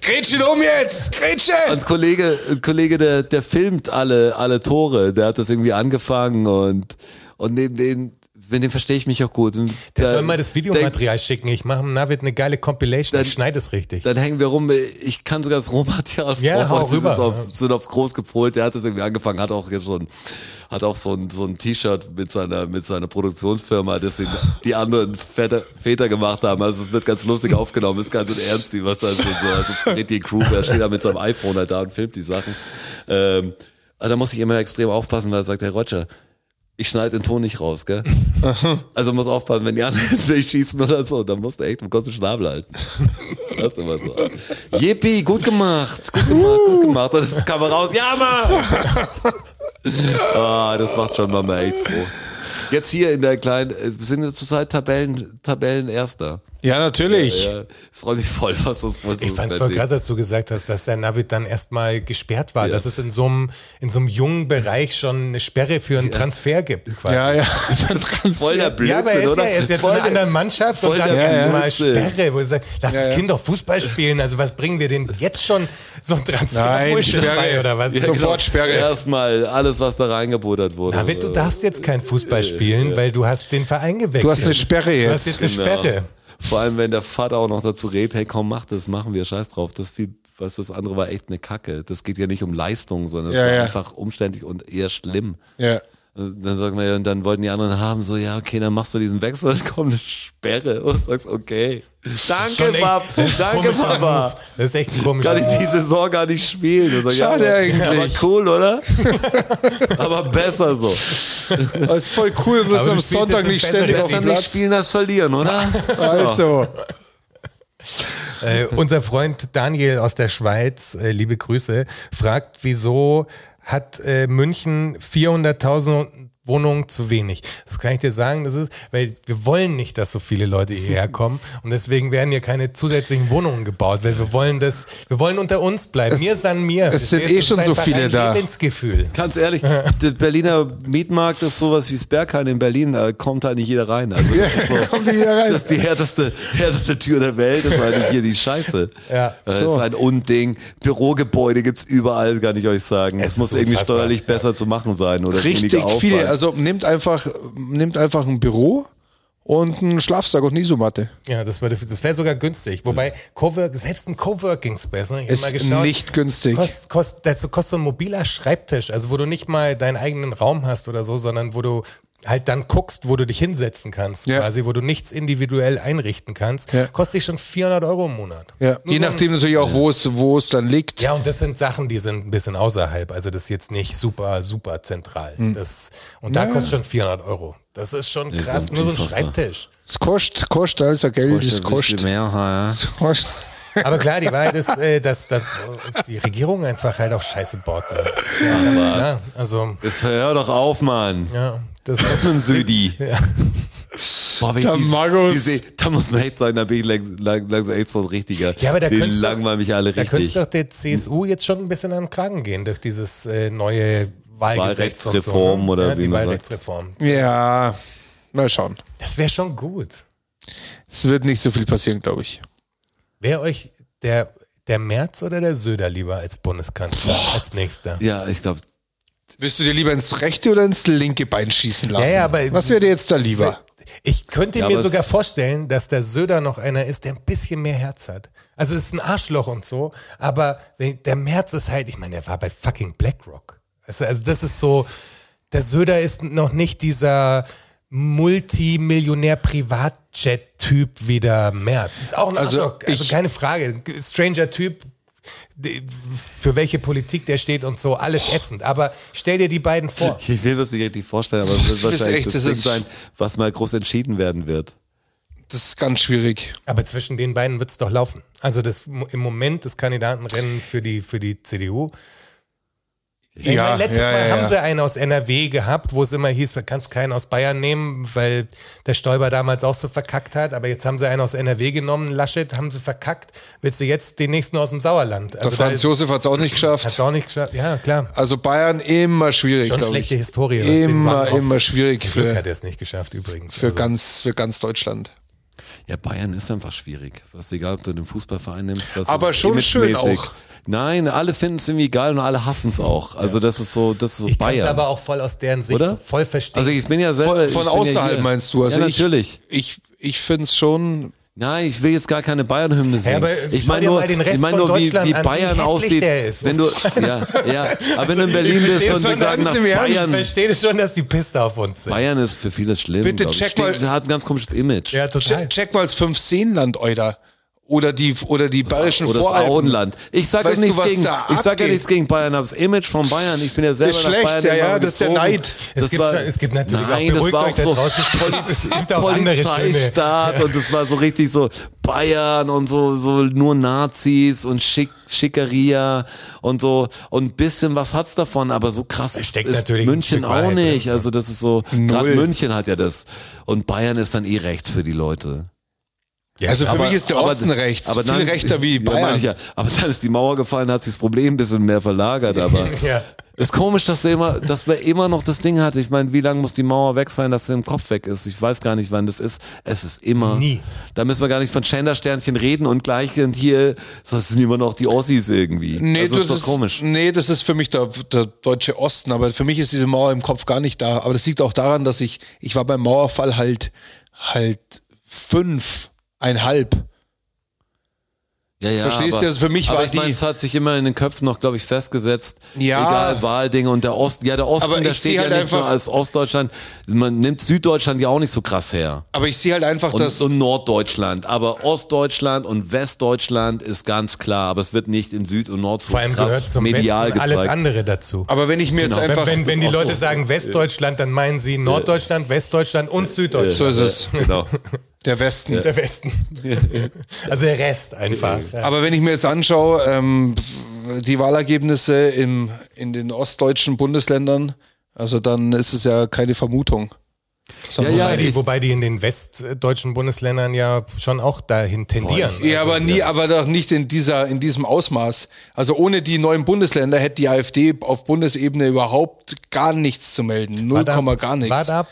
Speaker 3: Gretchen um jetzt! Gretchen!
Speaker 2: Und Kollege, ein Kollege, der, der filmt alle, alle Tore. Der hat das irgendwie angefangen und, und neben den, mit dem verstehe ich mich auch gut. Und
Speaker 4: Der
Speaker 2: dann-
Speaker 4: soll mal das Videomaterial schicken. Ich mache dem Navid eine geile Compilation.
Speaker 2: Dann-
Speaker 4: ich schneide es richtig.
Speaker 2: Dann hängen wir rum. Ich kann sogar das Rohmaterial
Speaker 4: Ja, hau
Speaker 2: Rohmaterial sind,
Speaker 4: rüber.
Speaker 2: auf, sind auf groß gepolt. Der hat das irgendwie angefangen, hat auch jetzt schon, hat auch so ein, so ein T-Shirt mit seiner, mit seiner Produktionsfirma, das ihn die anderen Väter, Väter gemacht haben. Also es wird ganz lustig aufgenommen. Ist ganz in Ernst, was da ist. und So. Also es dreht die Crew, er steht da mit seinem iPhone halt da und filmt die Sachen. Ähm, also da muss ich immer extrem aufpassen, weil er sagt, Herr Roger, ich schneide den Ton nicht raus, gell? Also muss aufpassen, wenn die anderen jetzt will schießen oder so, dann musst du echt im kurzen Schnabel halten. Das ist immer so. Yippie, gut gemacht, gut gemacht, gut gemacht. Und das kam raus. Ja, Mann! Ah, das macht schon Mama echt froh. Jetzt hier in der kleinen, äh, wir sind jetzt zurzeit Tabellen, Tabellenerster.
Speaker 3: Ja, natürlich.
Speaker 2: Ja, freue mich voll, was das was
Speaker 4: Ich fand es voll krass, als du gesagt hast, dass der Navid dann erstmal gesperrt war. Dass es in so, einem, in so einem jungen Bereich schon eine Sperre für einen Transfer gibt. Quasi.
Speaker 3: Ja, ja.
Speaker 2: Voll der Blödsinn,
Speaker 4: Ja, aber er ist,
Speaker 2: oder?
Speaker 4: ja, er ist jetzt
Speaker 2: voll
Speaker 4: in einer anderen Mannschaft
Speaker 2: voll
Speaker 4: und dann
Speaker 2: der
Speaker 4: erstmal
Speaker 2: Blödsinn.
Speaker 4: Sperre, wo er sagt, lass das Kind doch Fußball spielen, also was bringen wir denn jetzt schon so ein
Speaker 3: Nein,
Speaker 4: Transfer
Speaker 3: Sperre.
Speaker 4: dabei oder was?
Speaker 2: genau.
Speaker 3: Ja, Sofort Sperre.
Speaker 2: Erstmal alles, was da reingebuttert wurde.
Speaker 4: David, du darfst jetzt kein Fußball spielen, weil du hast den Verein gewechselt.
Speaker 3: Du hast eine Sperre
Speaker 4: Du hast
Speaker 3: jetzt.
Speaker 4: jetzt eine
Speaker 2: Genau.
Speaker 4: Sperre.
Speaker 2: Vor allem, wenn der Vater auch noch dazu redet, hey komm, mach das, machen wir, scheiß drauf. Das viel, was das andere war echt eine Kacke. Das geht ja nicht um Leistung, sondern es
Speaker 3: Ja,
Speaker 2: war
Speaker 3: ja.
Speaker 2: einfach umständlich und eher schlimm.
Speaker 3: Ja.
Speaker 2: Und dann sagt man ja, und dann wollten die anderen haben, so, ja, okay, dann machst du diesen Wechsel, dann kommt eine Sperre. Und du sagst, okay. Danke, Papa.
Speaker 4: das ist ein
Speaker 2: Danke,
Speaker 4: komischer
Speaker 2: Papa.
Speaker 4: Move. Das ist echt ein komischer
Speaker 2: Kann ich die
Speaker 4: Move.
Speaker 2: Saison gar nicht spielen. Und sag ich,
Speaker 3: Schade
Speaker 2: ja, aber,
Speaker 3: eigentlich.
Speaker 2: Aber cool, oder? aber besser so.
Speaker 3: Das ist voll cool, wir
Speaker 4: Aber
Speaker 3: müssen
Speaker 4: du
Speaker 3: am
Speaker 4: spielst
Speaker 3: Sonntag
Speaker 4: jetzt im
Speaker 3: nicht ständig auf
Speaker 4: besseren
Speaker 2: Besser
Speaker 3: den
Speaker 2: nicht
Speaker 3: Platz.
Speaker 2: spielen als verlieren, oder?
Speaker 3: Also,
Speaker 4: Äh, unser Freund Daniel aus der Schweiz, äh, liebe Grüße, fragt, wieso hat äh, München 400.000 Wohnungen zu wenig? Das kann ich dir sagen, das ist, weil wir wollen nicht, dass so viele Leute hierher kommen und deswegen werden hier keine zusätzlichen Wohnungen gebaut, weil wir wollen das, wir wollen unter uns bleiben.
Speaker 3: Es-
Speaker 4: mir san mir.
Speaker 3: es sind
Speaker 4: Verstehst
Speaker 3: eh
Speaker 4: du?
Speaker 3: schon
Speaker 4: Das ist
Speaker 3: so
Speaker 4: einfach
Speaker 3: viele
Speaker 4: ein
Speaker 3: da.
Speaker 4: Lebensgefühl.
Speaker 2: Ganz ehrlich, der Berliner Mietmarkt ist sowas wie das Berghain in Berlin, da kommt halt nicht jeder rein. Also das ist, so,
Speaker 3: kommt nicht jeder rein.
Speaker 2: Das ist die härteste, härteste Tür der Welt, das ist halt hier die Scheiße. Äh,
Speaker 4: Ja,
Speaker 2: das
Speaker 4: so.
Speaker 2: ist ein Unding. Bürogebäude gibt's überall, kann ich euch sagen.
Speaker 4: Es
Speaker 2: Es,
Speaker 4: ist
Speaker 2: muss irgendwie
Speaker 4: unfassbar.
Speaker 2: steuerlich besser zu machen sein oder
Speaker 3: richtig
Speaker 2: weniger Aufwand.
Speaker 3: viel. Also, nehmt einfach, nehmt einfach ein Büro und einen Schlafsack und eine Isomatte.
Speaker 4: Ja, das wäre das wär sogar günstig. Wobei, Cowork, selbst ein Coworking Space, ne? ich hab
Speaker 3: Ist
Speaker 4: mal geschaut,
Speaker 3: nicht günstig.
Speaker 4: Kost, kost, dazu kostet so ein mobiler Schreibtisch, also wo du nicht mal deinen eigenen Raum hast oder so, sondern wo du halt dann guckst, wo du dich hinsetzen kannst,
Speaker 3: Ja.
Speaker 4: quasi, wo du nichts individuell einrichten kannst,
Speaker 3: Ja.
Speaker 4: kostet dich schon 400 Euro im Monat.
Speaker 3: Ja.
Speaker 4: Nur
Speaker 3: Je
Speaker 4: so ein-
Speaker 3: nachdem natürlich auch, wo es, wo es dann liegt.
Speaker 4: Ja, und das sind Sachen, die sind ein bisschen außerhalb, also das ist jetzt nicht super, super zentral.
Speaker 3: Hm.
Speaker 4: Das, und da kostet schon 400 Euro. Das ist schon
Speaker 2: Ist
Speaker 4: krass, nur so ein
Speaker 2: unfassbar.
Speaker 4: Schreibtisch.
Speaker 3: Es kostet, kostet alles ein Geld, es
Speaker 2: Kostet ein bisschen
Speaker 3: kostet.
Speaker 2: mehr, ja.
Speaker 3: Es kostet.
Speaker 4: Aber klar, die Wahrheit ist, äh, dass, dass die Regierung einfach halt auch Scheiße baut. Da. Ist ja ganz klar. Also,
Speaker 2: Jetzt hör doch auf, Mann.
Speaker 4: ja, das
Speaker 2: Was mit dem Südi? Boah, wenn
Speaker 3: Der
Speaker 2: ich die-
Speaker 3: Magus.
Speaker 2: die seh- da muss man echt sagen, da bin ich lang, lang, langsam echt so ein richtiger.
Speaker 4: Ja, aber da
Speaker 2: Den
Speaker 4: könnt's doch-
Speaker 2: langweilen mich alle
Speaker 4: Da könnte
Speaker 2: richtig.
Speaker 4: es doch der CSU jetzt schon ein bisschen an den Kragen gehen durch dieses äh, neue Wahlgesetz und so. ne?
Speaker 2: Wahlrechtsreform oder
Speaker 4: ja,
Speaker 2: wie
Speaker 4: die
Speaker 2: man sagt.
Speaker 4: Wahlrechtsreform.
Speaker 3: Ja, mal schauen.
Speaker 4: Das wäre schon gut.
Speaker 3: Es wird nicht so viel passieren, glaube ich.
Speaker 4: Wäre euch der, der Merz oder der Söder lieber als Bundeskanzler, als nächster?
Speaker 2: Ja, ich glaube,
Speaker 3: Willst du dir lieber ins rechte oder ins linke Bein schießen lassen?
Speaker 4: Ja, ja, aber-
Speaker 3: Was wäre dir jetzt da lieber?
Speaker 4: Ich könnte
Speaker 2: Ja,
Speaker 4: mir
Speaker 2: aber
Speaker 4: sogar
Speaker 2: es-
Speaker 4: vorstellen, dass der Söder noch einer ist, der ein bisschen mehr Herz hat. Also es ist ein Arschloch und so, aber wenn- der Merz ist halt, ich meine, der war bei fucking BlackRock. Also, also das ist so, der Söder ist noch nicht dieser Multimillionär Privatjet-Typ wie der Merz. Ist auch ein
Speaker 3: Also
Speaker 4: Arschloch, also
Speaker 3: ich-
Speaker 4: keine Frage. Stranger Typ, die- für welche Politik der steht und so, alles ätzend. Aber stell dir die beiden vor.
Speaker 2: Ich will mir das nicht richtig vorstellen, aber es
Speaker 3: Das ist
Speaker 2: wird wahrscheinlich
Speaker 3: echt,
Speaker 2: das,
Speaker 3: das
Speaker 2: Ding
Speaker 3: ist-
Speaker 2: sein, was mal groß entschieden werden wird.
Speaker 3: Das ist ganz schwierig.
Speaker 4: Aber zwischen den beiden wird's doch laufen. Also das im Moment das Kandidatenrennen für die, für die CDU. ich
Speaker 3: Ja,
Speaker 4: mein, letztes
Speaker 3: ja,
Speaker 4: Mal
Speaker 3: ja,
Speaker 4: haben
Speaker 3: ja.
Speaker 4: sie einen aus NRW gehabt, wo es immer hieß, man kannst keinen aus Bayern nehmen, weil der Stoiber damals auch so verkackt hat. Aber jetzt haben sie einen aus NRW genommen, Laschet haben sie verkackt. Willst du jetzt den nächsten aus dem Sauerland?
Speaker 3: Der
Speaker 4: Also da
Speaker 3: Franz Josef hat es auch nicht
Speaker 4: hat's
Speaker 3: geschafft.
Speaker 4: auch nicht geschafft. Ja, klar.
Speaker 3: Also Bayern immer schwierig,
Speaker 4: Schon
Speaker 3: glaube
Speaker 4: schlechte
Speaker 3: ich.
Speaker 4: Historie. was den
Speaker 3: Immer,
Speaker 4: Run-off-
Speaker 3: immer schwierig
Speaker 4: Zum Glück
Speaker 3: für,
Speaker 4: hat er es nicht geschafft übrigens.
Speaker 3: für,
Speaker 4: Also-
Speaker 3: ganz, für ganz Deutschland.
Speaker 2: Ja, Bayern ist einfach schwierig. Was egal, ob du den Fußballverein nimmst, was
Speaker 3: Aber
Speaker 2: ist
Speaker 3: schon schön
Speaker 2: imagemäßig.
Speaker 3: auch.
Speaker 2: Nein, alle finden es irgendwie egal und alle hassen es auch. Also das ist so, das ist so
Speaker 4: ich kann
Speaker 2: Bayern.
Speaker 4: aber auch voll aus deren Sicht
Speaker 2: Oder?
Speaker 4: voll verstehen.
Speaker 2: also ich bin ja selber
Speaker 3: Von,
Speaker 2: ich
Speaker 3: von
Speaker 2: bin ja
Speaker 3: außerhalb
Speaker 2: hier.
Speaker 3: meinst du? Also
Speaker 2: ja,
Speaker 3: ich-
Speaker 2: natürlich.
Speaker 3: Ich, ich finde es schon.
Speaker 2: Nein, ich will jetzt gar keine Bayern-Hymne singen.
Speaker 4: aber
Speaker 2: ich
Speaker 4: schau
Speaker 2: meine
Speaker 4: dir
Speaker 2: nur,
Speaker 4: mal den Rest
Speaker 2: ich meine
Speaker 4: von
Speaker 2: nur, wie,
Speaker 4: Deutschland
Speaker 2: wie
Speaker 4: an, wie
Speaker 2: Bayern
Speaker 4: hässlich
Speaker 2: aussieht.
Speaker 4: der ist.
Speaker 2: Wenn du, ja, ja. Aber wenn du in Berlin
Speaker 3: verstehe
Speaker 2: bist
Speaker 3: es
Speaker 2: und wir
Speaker 3: schon
Speaker 2: sagen
Speaker 3: ganz
Speaker 2: nach
Speaker 3: im Ernst.
Speaker 2: Bayern,
Speaker 4: Ich verstehe schon, dass die Piste auf uns sind.
Speaker 2: Bayern ist für viele schlimm.
Speaker 3: Bitte
Speaker 2: glaub ich.
Speaker 3: check
Speaker 2: Steht-
Speaker 3: mal-
Speaker 2: Hat ein ganz komisches Image.
Speaker 4: Ja, total.
Speaker 3: Check, check mal das 5-10-Land, Euder. Oder die, oder die bayerischen
Speaker 2: Oder das
Speaker 3: Voralpen.
Speaker 2: Auenland. Ich sage
Speaker 3: Weißt du,
Speaker 2: nichts
Speaker 3: was
Speaker 2: gegen,
Speaker 3: da
Speaker 2: ich sage ja
Speaker 3: abgeht?
Speaker 2: nichts gegen Bayern, aber das Image von Bayern, ich bin ja selber
Speaker 3: Ist
Speaker 2: nach
Speaker 3: schlecht,
Speaker 2: Bayern
Speaker 3: ja,
Speaker 2: immer
Speaker 3: ja, das ist der
Speaker 2: gezogen.
Speaker 3: Neid.
Speaker 4: Es
Speaker 2: Das
Speaker 4: gibt
Speaker 2: war-
Speaker 4: schon- es gibt natürlich auch-
Speaker 2: Nein, das
Speaker 4: beruhigt
Speaker 2: war
Speaker 4: euch da
Speaker 2: auch
Speaker 4: draußen. Es
Speaker 2: so
Speaker 4: gibt auch andere schöne-
Speaker 2: Polizeistaat und es war so richtig so Bayern und so, so nur Nazis und Schick, Schickeria und so und ein bisschen was hat's davon, aber so krass ist,
Speaker 4: steckt
Speaker 2: ist
Speaker 4: natürlich ein
Speaker 2: München
Speaker 4: Stück
Speaker 2: auch
Speaker 4: Wahrheit
Speaker 2: nicht. Also das ist so, gerade
Speaker 3: Null.
Speaker 2: München hat ja das und Bayern ist dann eh rechts für die Leute.
Speaker 4: Ja,
Speaker 3: Also für
Speaker 4: aber-
Speaker 3: mich ist der Osten rechts.
Speaker 2: Aber
Speaker 3: viel
Speaker 2: dann,
Speaker 3: rechter wie
Speaker 2: Ja, meine
Speaker 3: Bayern.
Speaker 2: ich ja. Aber dann ist die Mauer gefallen, hat sich das Problem ein bisschen mehr verlagert. Aber
Speaker 4: Ja.
Speaker 2: ist komisch, dass, wir immer, dass wir immer noch das Ding hatten. Ich meine, wie lange muss die Mauer weg sein, dass sie im Kopf weg ist? Ich weiß gar nicht, wann das ist. Es ist immer.
Speaker 4: Nie.
Speaker 2: Da müssen wir gar nicht von Gender-Sternchen reden und gleich sind hier, das sind immer noch die Ossis irgendwie.
Speaker 3: Nee,
Speaker 2: also
Speaker 3: du,
Speaker 2: ist doch
Speaker 3: das-
Speaker 2: komisch.
Speaker 3: Nee, das ist für mich der, der deutsche Osten, aber für mich ist diese Mauer im Kopf gar nicht da. Aber das liegt auch daran, dass ich, ich war beim Mauerfall halt, halt fünf, einhalb.
Speaker 2: Ja, ja,
Speaker 3: Verstehst du, also für mich
Speaker 2: aber
Speaker 3: war
Speaker 2: ich meine,
Speaker 3: die-
Speaker 2: es hat sich immer in den Köpfen noch, glaube ich, festgesetzt.
Speaker 3: Ja.
Speaker 2: Egal, Wahldinge und der Osten. Ja, der Osten,
Speaker 3: Aber
Speaker 2: der
Speaker 3: ich
Speaker 2: steht
Speaker 3: sehe
Speaker 2: ja
Speaker 3: halt
Speaker 2: nicht
Speaker 3: einfach-
Speaker 2: nur als Ostdeutschland. Man nimmt Süddeutschland ja auch nicht so krass her.
Speaker 3: Aber ich sehe halt einfach,
Speaker 2: und,
Speaker 3: dass.
Speaker 2: und Norddeutschland. Aber Ostdeutschland und Westdeutschland ist ganz klar, aber es wird nicht in Süd und Nord so
Speaker 4: vor allem gehört
Speaker 2: krass
Speaker 4: zum
Speaker 2: medial
Speaker 4: Westen alles
Speaker 2: gezeigt.
Speaker 4: andere dazu.
Speaker 3: aber wenn ich mir jetzt
Speaker 4: Wenn,
Speaker 3: einfach.
Speaker 4: wenn, wenn die
Speaker 2: Genau. Ach so.
Speaker 4: Leute sagen Westdeutschland, dann meinen sie Norddeutschland, Westdeutschland und Süddeutschland.
Speaker 3: so ist es.
Speaker 2: Genau.
Speaker 3: Der Westen.
Speaker 4: Der Westen. Also der Rest einfach.
Speaker 3: Aber wenn ich mir jetzt anschaue, ähm, die Wahlergebnisse im, in den ostdeutschen Bundesländern, also dann ist es ja keine Vermutung. sondern-
Speaker 2: Ja,
Speaker 4: wobei, die,
Speaker 2: ich-
Speaker 4: wobei die in den westdeutschen Bundesländern ja schon auch dahin tendieren. Also,
Speaker 3: Also, Ja, aber nie, aber doch nicht in dieser, in diesem Ausmaß. Also ohne die neuen Bundesländer hätte die AfD auf Bundesebene überhaupt gar nichts zu melden. Null
Speaker 4: Wart ab,
Speaker 3: Komma gar
Speaker 4: Wart
Speaker 3: nichts.
Speaker 4: ab.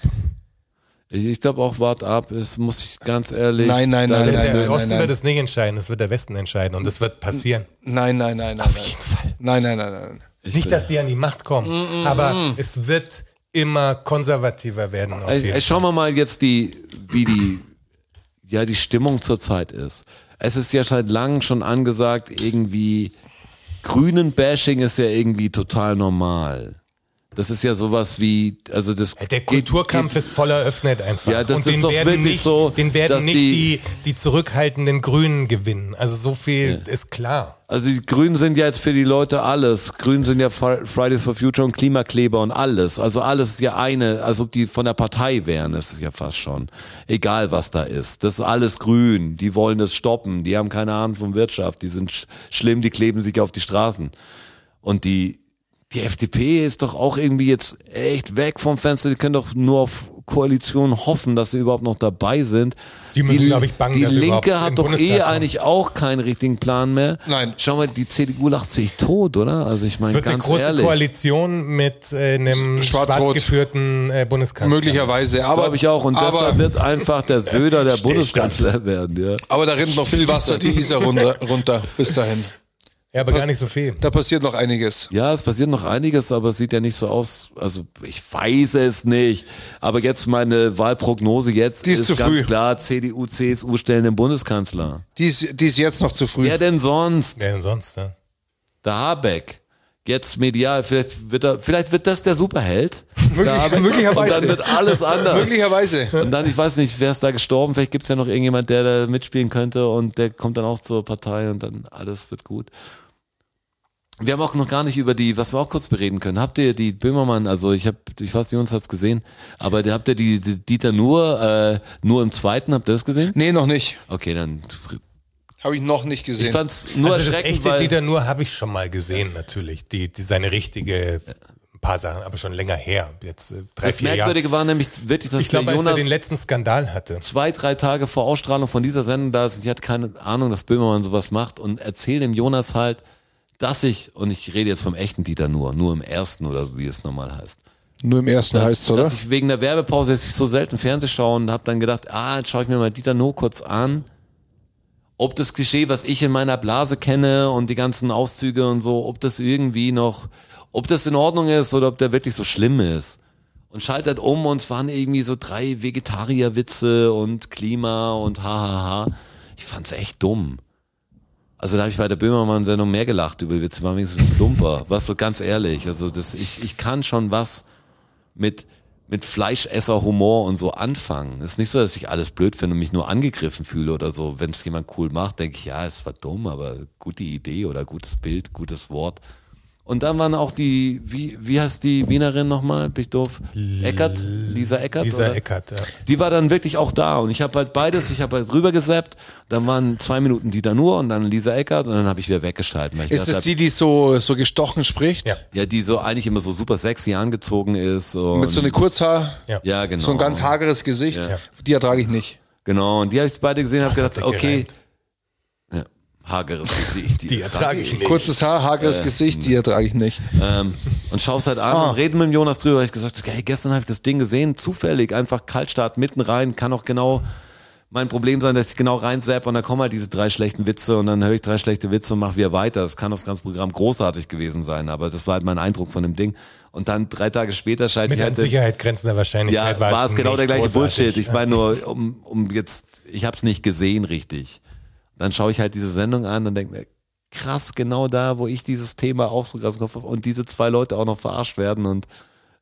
Speaker 2: Ich, ich glaube auch, wart ab, es muss ich ganz ehrlich.
Speaker 3: Nein, nein,
Speaker 2: Da-
Speaker 3: nein,
Speaker 4: Der,
Speaker 3: nein.
Speaker 4: der Osten
Speaker 3: nein.
Speaker 4: wird es nicht entscheiden, es wird der Westen entscheiden und das wird passieren.
Speaker 3: Nein, nein, nein, nein.
Speaker 4: Auf jeden Fall.
Speaker 3: Nein, nein, nein, nein.
Speaker 4: Nicht, dass die an die Macht kommen, aber es wird immer konservativer werden. Auf
Speaker 2: Ey,
Speaker 4: jeden
Speaker 2: ey, schauen wir mal jetzt die, wie die, ja, die Stimmung zurzeit ist. Es ist ja seit langem schon angesagt, irgendwie Grünen-Bashing ist ja irgendwie total normal. Das ist ja sowas wie, also das
Speaker 4: Der
Speaker 2: geht-
Speaker 4: Kulturkampf
Speaker 2: geht-
Speaker 4: ist voll eröffnet einfach.
Speaker 2: Ja, das
Speaker 4: und
Speaker 2: ist
Speaker 4: den
Speaker 2: doch
Speaker 4: werden
Speaker 2: wirklich
Speaker 4: nicht,
Speaker 2: so,
Speaker 4: Den werden
Speaker 2: dass
Speaker 4: nicht
Speaker 2: die-
Speaker 4: die, die zurückhaltenden Grünen gewinnen. Also so viel ist klar.
Speaker 2: Also die Grünen sind ja jetzt für die Leute alles. Grünen sind ja Fri- Fridays for Future und Klimakleber und alles. Also alles ist ja eine, als ob die von der Partei wären, ist es ja fast schon. Egal was da ist. Das ist alles grün. Die wollen das stoppen. Die haben keine Ahnung von Wirtschaft. Die sind sch schlimm, die kleben sich auf die Straßen. Und die, die FDP ist doch auch irgendwie jetzt echt weg vom Fenster. Die können doch nur auf Koalition hoffen, dass sie überhaupt noch dabei sind.
Speaker 4: Die müssen, glaub ich, bangen,
Speaker 2: Die
Speaker 4: dass sie überhaupt
Speaker 2: Linke
Speaker 4: in den
Speaker 2: hat doch
Speaker 4: Bundestag
Speaker 2: eh
Speaker 4: kommen.
Speaker 2: eigentlich auch keinen richtigen Plan mehr.
Speaker 3: Nein.
Speaker 2: Schau mal, die CDU lacht sich tot, oder? Also ich
Speaker 4: Es
Speaker 2: meine,
Speaker 4: wird eine
Speaker 2: ganz
Speaker 4: große
Speaker 2: ehrlich.
Speaker 4: Koalition mit äh, einem schwarz,
Speaker 3: Schwarz-Rot.
Speaker 4: geführten äh, Bundeskanzler.
Speaker 3: Möglicherweise, aber.
Speaker 2: Glaube ich auch. Und deshalb
Speaker 3: aber,
Speaker 2: wird einfach der Söder der
Speaker 4: Stillstand.
Speaker 2: Bundeskanzler werden, ja.
Speaker 3: aber da rinnt noch viel Wasser die Isar runter, runter bis dahin.
Speaker 4: Ja, aber gar nicht so viel.
Speaker 3: Da passiert noch einiges.
Speaker 2: Ja, es passiert noch einiges, aber es sieht ja nicht so aus. Also ich weiß es nicht. Aber jetzt meine Wahlprognose jetzt
Speaker 3: Die ist zu
Speaker 2: ganz
Speaker 3: früh.
Speaker 2: klar, CDU, CSU stellen den Bundeskanzler.
Speaker 3: Die ist, die ist jetzt noch zu früh.
Speaker 2: Wer denn sonst?
Speaker 4: Wer denn sonst? Ne?
Speaker 2: Der Habeck. Jetzt medial, vielleicht wird, er, vielleicht wird das der Superheld.
Speaker 3: Möglich-
Speaker 2: Der Habeck. Und
Speaker 3: möglicherweise.
Speaker 2: dann wird alles anders.
Speaker 3: Möglicherweise.
Speaker 2: Und dann, ich weiß nicht, wer ist da gestorben? Vielleicht gibt's ja noch irgendjemand, der da mitspielen könnte und der kommt dann auch zur Partei und dann alles wird gut. Wir haben auch noch gar nicht über die, was wir auch kurz bereden können. Habt ihr die Böhmermann, also ich habe, ich weiß, Jonas hat's gesehen, aber habt ihr die, die Dieter nur, äh, nur im zweiten, habt ihr das gesehen?
Speaker 3: Nee, noch nicht.
Speaker 2: Okay, dann.
Speaker 3: Habe ich noch nicht gesehen.
Speaker 2: Ich fand's nur
Speaker 4: also das
Speaker 2: erschreckend,
Speaker 4: echte
Speaker 2: weil,
Speaker 4: Dieter Nur habe ich schon mal gesehen, natürlich. Die, die, seine richtige, ein paar Sachen, aber schon länger her. Jetzt äh, drei,
Speaker 2: das
Speaker 4: vier Jahre.
Speaker 2: Merkwürdige war nämlich wirklich, dass
Speaker 4: Ich glaube,
Speaker 2: der
Speaker 4: als er
Speaker 2: Jonas
Speaker 4: den letzten Skandal hatte.
Speaker 2: zwei, drei Tage vor Ausstrahlung von dieser Sendung da ist und die hat keine Ahnung, dass Böhmermann sowas macht und erzähl dem Jonas halt, dass ich, und ich rede jetzt vom echten Dieter nur, nur im ersten oder wie es normal heißt,
Speaker 3: Nur im ersten
Speaker 2: dass,
Speaker 3: heißt oder?
Speaker 2: dass ich wegen der Werbepause, dass ich so selten Fernseh schaue und habe dann gedacht, ah, jetzt schaue ich mir mal Dieter nur kurz an, ob das Klischee, was ich in meiner Blase kenne und die ganzen Auszüge und so, ob das irgendwie noch, ob das in Ordnung ist oder ob der wirklich so schlimm ist und schaltet um und es waren irgendwie so drei Vegetarierwitze und Klima und hahaha. Ich fand's echt dumm. Also da habe ich bei der Böhmermann-Sendung mehr gelacht über die Witze, war wenigstens ein plumper. Was so ganz ehrlich. Also das, ich, ich kann schon was mit, mit Fleischesser-Humor und so anfangen. Es ist nicht so, dass ich alles blöd finde und mich nur angegriffen fühle oder so. Wenn es jemand cool macht, denke ich, ja, es war dumm, aber gute Idee oder gutes Bild, gutes Wort. Und dann waren auch die, wie, wie heißt die Wienerin nochmal? Bin ich doof? Eckert? Lisa Eckert?
Speaker 4: Lisa
Speaker 2: oder?
Speaker 4: Eckert. Ja.
Speaker 2: Die war dann wirklich auch da und ich habe halt beides, ich habe halt rübergesappt, dann waren zwei Minuten Dieter Nur und dann Lisa Eckert und dann habe ich wieder weggeschalten. Weil ich
Speaker 3: Ist
Speaker 2: dachte,
Speaker 3: es die, die so, so gestochen spricht?
Speaker 4: Ja.
Speaker 2: ja, die so eigentlich immer so super sexy angezogen ist und
Speaker 3: Mit so eine Kurzhaar,
Speaker 4: Ja.
Speaker 2: ja, genau.
Speaker 3: so ein ganz hageres Gesicht. Die ertrage ich nicht.
Speaker 2: Genau, und die habe ich beide gesehen, habe
Speaker 4: Das hat
Speaker 2: gedacht,
Speaker 4: sich
Speaker 2: okay,
Speaker 4: gereimt.
Speaker 2: ja, hageres Gesicht,
Speaker 4: Die ertrage ich nicht.
Speaker 3: Kurzes Haar, hageres
Speaker 2: Äh,
Speaker 3: Gesicht, die ertrage ich nicht.
Speaker 2: Ähm, und schaust halt an
Speaker 4: Ah.
Speaker 2: und reden mit dem Jonas drüber. Ich gesagt, hey, gestern habe ich das Ding gesehen, zufällig, einfach Kaltstart mitten rein, kann auch genau mein Problem sein, dass ich genau reinzapp und dann kommen halt diese drei schlechten Witze und dann höre ich drei schlechte Witze und mache wieder weiter. Das kann aufs ganze Programm großartig gewesen sein, aber das war halt mein Eindruck von dem Ding. Und dann drei Tage später schalte
Speaker 4: Mit
Speaker 2: ich
Speaker 4: an
Speaker 2: halt
Speaker 4: Sicherheit grenzender
Speaker 2: ja,
Speaker 4: Wahrscheinlichkeit
Speaker 2: war es genau
Speaker 4: nicht
Speaker 2: der gleiche
Speaker 4: großartig.
Speaker 2: Bullshit. Ich meine nur, um, um jetzt, ich habe es nicht gesehen richtig. Dann schaue ich halt diese Sendung an und denke mir, krass, genau da, wo ich dieses Thema auch so krass im Kopf habe und diese zwei Leute auch noch verarscht werden und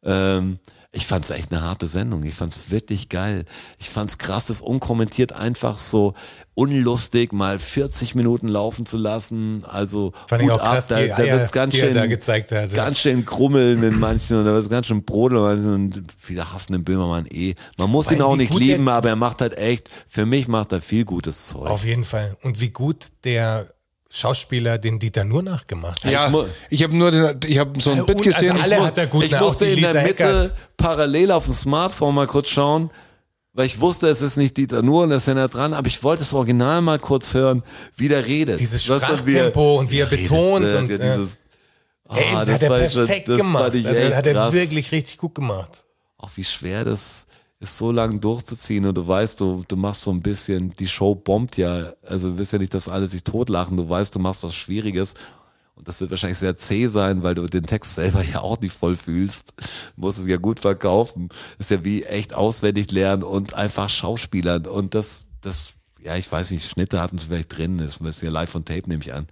Speaker 2: ähm, ich fand es echt eine harte Sendung. Ich fand es wirklich geil. Ich fand es krass, das unkommentiert einfach so unlustig mal 40 Minuten laufen zu lassen. Also
Speaker 4: Fand ich
Speaker 2: Hut
Speaker 4: auch krass,
Speaker 2: ab, da,
Speaker 4: die
Speaker 2: da
Speaker 4: Eier,
Speaker 2: wird's ganz
Speaker 4: die er
Speaker 2: schön
Speaker 4: da gezeigt hat, ja.
Speaker 2: Ganz ganz schön krummeln in manchen und da ist ganz schön brodeln und viele hassen den Böhmermann eh. Man muss
Speaker 4: Weil
Speaker 2: ihn auch
Speaker 4: wie
Speaker 2: nicht
Speaker 4: gut
Speaker 2: lieben,
Speaker 4: der-
Speaker 2: aber er macht halt echt, für mich macht er viel gutes Zeug.
Speaker 4: Auf jeden Fall. Und wie gut der Schauspieler den Dieter Nur nachgemacht hat.
Speaker 3: Ja,
Speaker 2: mu-
Speaker 3: ich habe nur den, ich habe so ein
Speaker 4: Also
Speaker 3: Bit
Speaker 4: un-
Speaker 3: gesehen.
Speaker 4: also alle
Speaker 3: ich mu-
Speaker 4: hat er gut
Speaker 2: ich
Speaker 4: nach,
Speaker 2: musste
Speaker 4: auch die
Speaker 2: in der
Speaker 4: Lisa
Speaker 2: Mitte
Speaker 4: Eckert.
Speaker 2: parallel auf dem Smartphone mal kurz schauen, weil ich wusste, es ist nicht Dieter Nuhr und das ist ja nah dran, aber ich wollte das Original mal kurz hören, wie der redet.
Speaker 4: Dieses
Speaker 2: Weißt du, wie er-
Speaker 4: Sprachtempo und wie er betont
Speaker 2: redet,
Speaker 4: und,
Speaker 2: ja,
Speaker 4: äh,
Speaker 2: dieses, ah,
Speaker 4: Ey, das hat er
Speaker 2: war schon-
Speaker 4: perfekt
Speaker 2: das
Speaker 4: gemacht.
Speaker 2: fand ich
Speaker 4: Also,
Speaker 2: echt
Speaker 4: hat er
Speaker 2: krass.
Speaker 4: wirklich richtig gut gemacht.
Speaker 2: auch wie schwer das ist, so lange durchzuziehen und du weißt, du, du machst so ein bisschen, die Show bombt ja, also du wirst ja nicht, dass alle sich totlachen, du weißt, du machst was Schwieriges und das wird wahrscheinlich sehr zäh sein, weil du den Text selber ja auch nicht voll fühlst, du musst es ja gut verkaufen, ist ja wie echt auswendig lernen und einfach Schauspielern und das, das, ja, ich weiß nicht, Schnitte hatten sie vielleicht drin, das ist ja live von Tape, nehme ich an.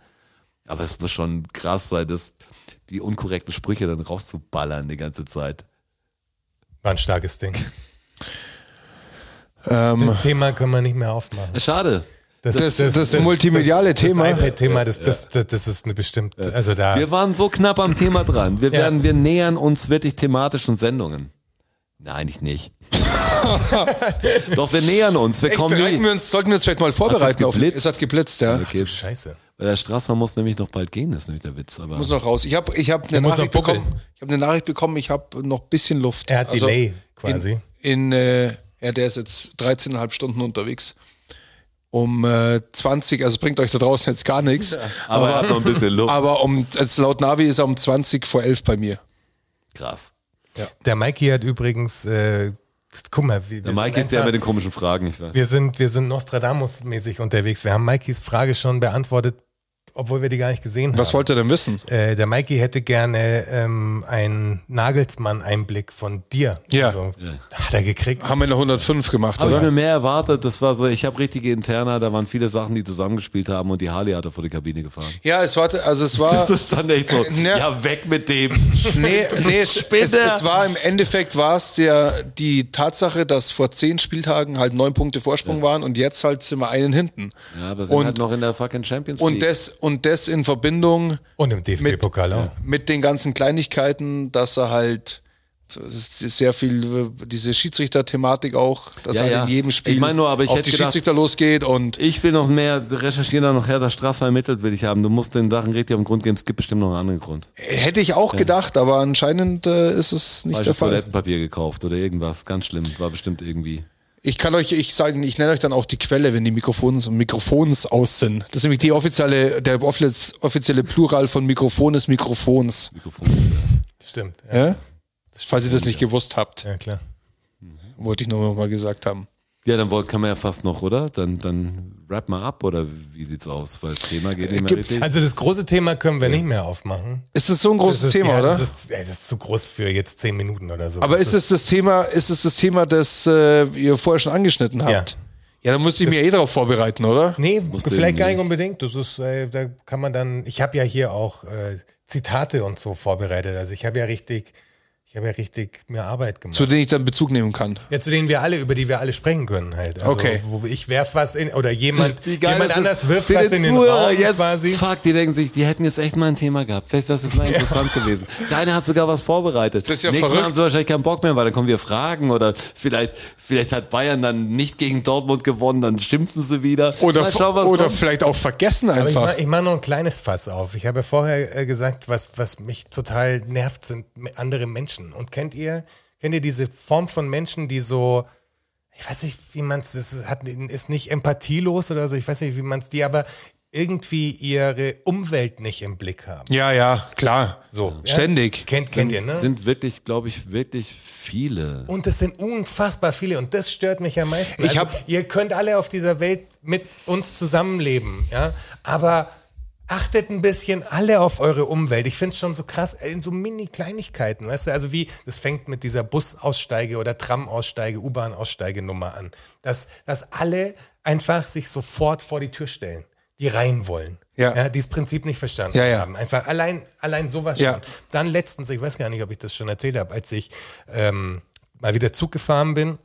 Speaker 2: Aber es muss schon krass sein, dass die unkorrekten Sprüche dann rauszuballern die ganze Zeit.
Speaker 4: War ein starkes Ding.
Speaker 3: ähm,
Speaker 4: Das Thema können wir nicht mehr aufmachen.
Speaker 2: Schade.
Speaker 3: Das- das multimediale
Speaker 4: das,
Speaker 3: Thema.
Speaker 4: Das iPad-Thema, das, das, das, das ist eine bestimmte, also
Speaker 3: Ah.
Speaker 4: da,
Speaker 2: Wir waren so knapp am Thema dran. Wir
Speaker 4: Ja.
Speaker 2: werden, wir nähern uns wirklich thematischen Sendungen. Nein, ich nicht. Doch, wir nähern uns. Wir
Speaker 3: echt,
Speaker 2: kommen
Speaker 3: bereiten
Speaker 2: nie.
Speaker 3: wir uns, sollten wir uns vielleicht mal vorbereiten. auf-
Speaker 2: geblitzt?
Speaker 3: Es hat geblitzt, ja.
Speaker 2: Okay.
Speaker 4: scheiße.
Speaker 2: Der Straßmann muss nämlich noch bald gehen, das ist nämlich der Witz. Aber
Speaker 3: Muss noch raus. Ich habe ich hab eine,
Speaker 4: muss noch
Speaker 3: Nachricht
Speaker 4: buckeln.
Speaker 3: bekommen. Ich hab eine Nachricht bekommen, ich habe noch ein bisschen Luft. Also
Speaker 4: Er hat Delay quasi.
Speaker 3: In, in äh, ja, der ist jetzt 13,5 Stunden unterwegs. Um äh, 20, also bringt euch da draußen jetzt gar nichts.
Speaker 2: aber er hat noch ein bisschen Luft.
Speaker 3: Aber um, als laut Navi ist er um 20 vor 11 bei mir.
Speaker 2: Krass.
Speaker 4: Der Mikey hat übrigens, äh, guck mal, wir,
Speaker 2: Der Mike ist der mit den komischen Fragen, ich weiß.
Speaker 4: wir sind, wir sind Nostradamus-mäßig unterwegs. Wir haben Mikeys Frage schon beantwortet obwohl wir die gar nicht gesehen
Speaker 3: Was
Speaker 4: haben.
Speaker 3: wollt ihr denn wissen?
Speaker 4: Äh, der Mikey hätte gerne ähm, einen Nagelsmann-Einblick von dir.
Speaker 3: Ja.
Speaker 4: Also, Hat er gekriegt.
Speaker 3: Haben wir in der 105 gemacht,
Speaker 2: Habe ich mir
Speaker 3: oder?
Speaker 2: mehr erwartet. Das war so, ich habe richtige Interna, da waren viele Sachen, die zusammengespielt haben und die Harley hat er vor die Kabine gefahren.
Speaker 3: Ja, es war, also es war.
Speaker 2: Das ist dann echt so,
Speaker 3: Ja.
Speaker 2: ja, weg mit dem.
Speaker 3: äh, ne- Nee, nee es, es, es war im Endeffekt war es der, die Tatsache, dass vor zehn Spieltagen halt neun Punkte Vorsprung waren und jetzt halt sind wir einen hinten.
Speaker 2: Ja, aber sind
Speaker 3: und,
Speaker 2: halt noch in der fucking Champions League.
Speaker 3: und, das, und das in Verbindung
Speaker 4: Und im DFB-Pokal auch.
Speaker 3: mit den ganzen Kleinigkeiten, dass er halt es ist sehr viel äh, diese Schiedsrichter-Thematik auch, dass er
Speaker 2: Ja,
Speaker 3: halt
Speaker 2: ja.
Speaker 3: in jedem
Speaker 2: Ich
Speaker 3: Spiel
Speaker 2: meine nur, aber ich
Speaker 3: auf die
Speaker 2: hätte gedacht-
Speaker 3: Schiedsrichter losgeht und
Speaker 2: ich will noch mehr recherchieren, da noch Hertha Straße ermittelt will ich haben. Du musst den Sachen richtig auf den Grund geben, es gibt bestimmt noch einen anderen Grund.
Speaker 3: hätte ich auch gedacht, aber anscheinend äh, ist es nicht der
Speaker 2: Falsches
Speaker 3: Fall.
Speaker 2: Toilettenpapier gekauft oder irgendwas, ganz schlimm, war bestimmt irgendwie.
Speaker 3: Ich kann euch, ich sage, ich nenne euch dann auch die Quelle, wenn die Mikrofons Mikrofons aus sind. Das ist nämlich die offizielle, der offiz- offizielle Plural von Mikrofon ist Mikrofons.
Speaker 2: Mikrofon.
Speaker 4: Stimmt. Ja,
Speaker 3: Ja? Falls ihr das nicht gewusst habt,
Speaker 4: ja klar.
Speaker 3: wollte ich nur noch mal gesagt haben.
Speaker 2: Ja, dann wollt- kann man ja fast noch, oder? Dann, dann rap mal ab, oder wie sieht's aus? Weil das Thema geht nicht mehr
Speaker 3: Gibt-
Speaker 2: richtig.
Speaker 4: Also das große Thema können wir nicht mehr aufmachen.
Speaker 3: Ist das so ein großes
Speaker 4: das ist,
Speaker 3: Thema,
Speaker 4: ja,
Speaker 3: oder?
Speaker 4: Das ist, ey, das ist zu groß für jetzt zehn Minuten oder so.
Speaker 3: Aber
Speaker 4: Das
Speaker 3: ist es das Thema, ist es das Thema, das äh, ihr vorher schon angeschnitten habt?
Speaker 4: Ja.
Speaker 3: Ja. Ja, da musste ich mir eh drauf vorbereiten, oder?
Speaker 4: Nee,
Speaker 2: Musst du
Speaker 4: vielleicht
Speaker 2: eben
Speaker 4: gar nicht
Speaker 2: nicht.
Speaker 4: unbedingt. Das ist, äh, da kann man dann. Ich habe ja hier auch äh, Zitate und so vorbereitet. Also ich habe ja richtig, ich habe ja richtig mir Arbeit gemacht.
Speaker 3: Zu denen ich dann Bezug nehmen kann.
Speaker 4: ja, zu denen wir alle, über die wir alle sprechen können halt. Also,
Speaker 3: Okay.
Speaker 4: Wo ich werf was in oder jemand,
Speaker 2: das
Speaker 4: jemand anders
Speaker 2: ist.
Speaker 4: wirft
Speaker 2: Für
Speaker 4: was in den
Speaker 2: Zuhörer
Speaker 4: Raum
Speaker 2: jetzt,
Speaker 4: quasi.
Speaker 2: Fuck, die denken sich, die hätten jetzt echt mal ein Thema gehabt. Vielleicht wäre es mal interessant gewesen. Der eine hat sogar was vorbereitet.
Speaker 3: Das ist ja
Speaker 2: Nächstes
Speaker 3: verrückt.
Speaker 2: Mal haben sie wahrscheinlich keinen Bock mehr, weil dann kommen wir Fragen oder vielleicht, vielleicht hat Bayern dann nicht gegen Dortmund gewonnen, dann schimpfen sie wieder.
Speaker 3: Oder,
Speaker 2: mal schauen, was
Speaker 3: oder
Speaker 2: kommt.
Speaker 3: vielleicht auch vergessen
Speaker 4: Aber ich
Speaker 3: einfach.
Speaker 4: mache ich mach noch ein kleines Fass auf. Ich habe ja vorher äh, gesagt, was, was mich total nervt, sind m- andere Menschen. Und kennt ihr, kennt ihr diese Form von Menschen, die so, ich weiß nicht, wie man es, hat, ist nicht empathielos oder so, ich weiß nicht, wie man es, die aber irgendwie ihre Umwelt nicht im Blick haben.
Speaker 3: ja, ja, klar.
Speaker 4: So, ja?
Speaker 3: Ständig.
Speaker 4: Kennt, kennt ihr, ne?
Speaker 2: Sind wirklich, glaube ich, wirklich viele.
Speaker 4: Und das sind unfassbar viele und das stört mich am meisten.
Speaker 3: Ich
Speaker 4: also,
Speaker 3: hab-
Speaker 4: ihr könnt alle auf dieser Welt mit uns zusammenleben, ja, aber achtet ein bisschen alle auf eure Umwelt. Ich finde es schon so krass ey, in so mini Kleinigkeiten, weißt du, also wie das fängt mit dieser Busaussteige oder Tramaussteige, U-Bahn-Aussteige Nummer an, dass dass alle einfach sich sofort vor die Tür stellen, die rein wollen.
Speaker 3: Ja.
Speaker 4: die das Prinzip nicht verstanden
Speaker 3: Ja, ja.
Speaker 4: haben. Einfach allein, allein sowas
Speaker 3: Ja.
Speaker 4: schon. Dann letztens, ich weiß gar nicht, ob ich das schon erzählt habe, als ich ähm, mal wieder Zug gefahren bin,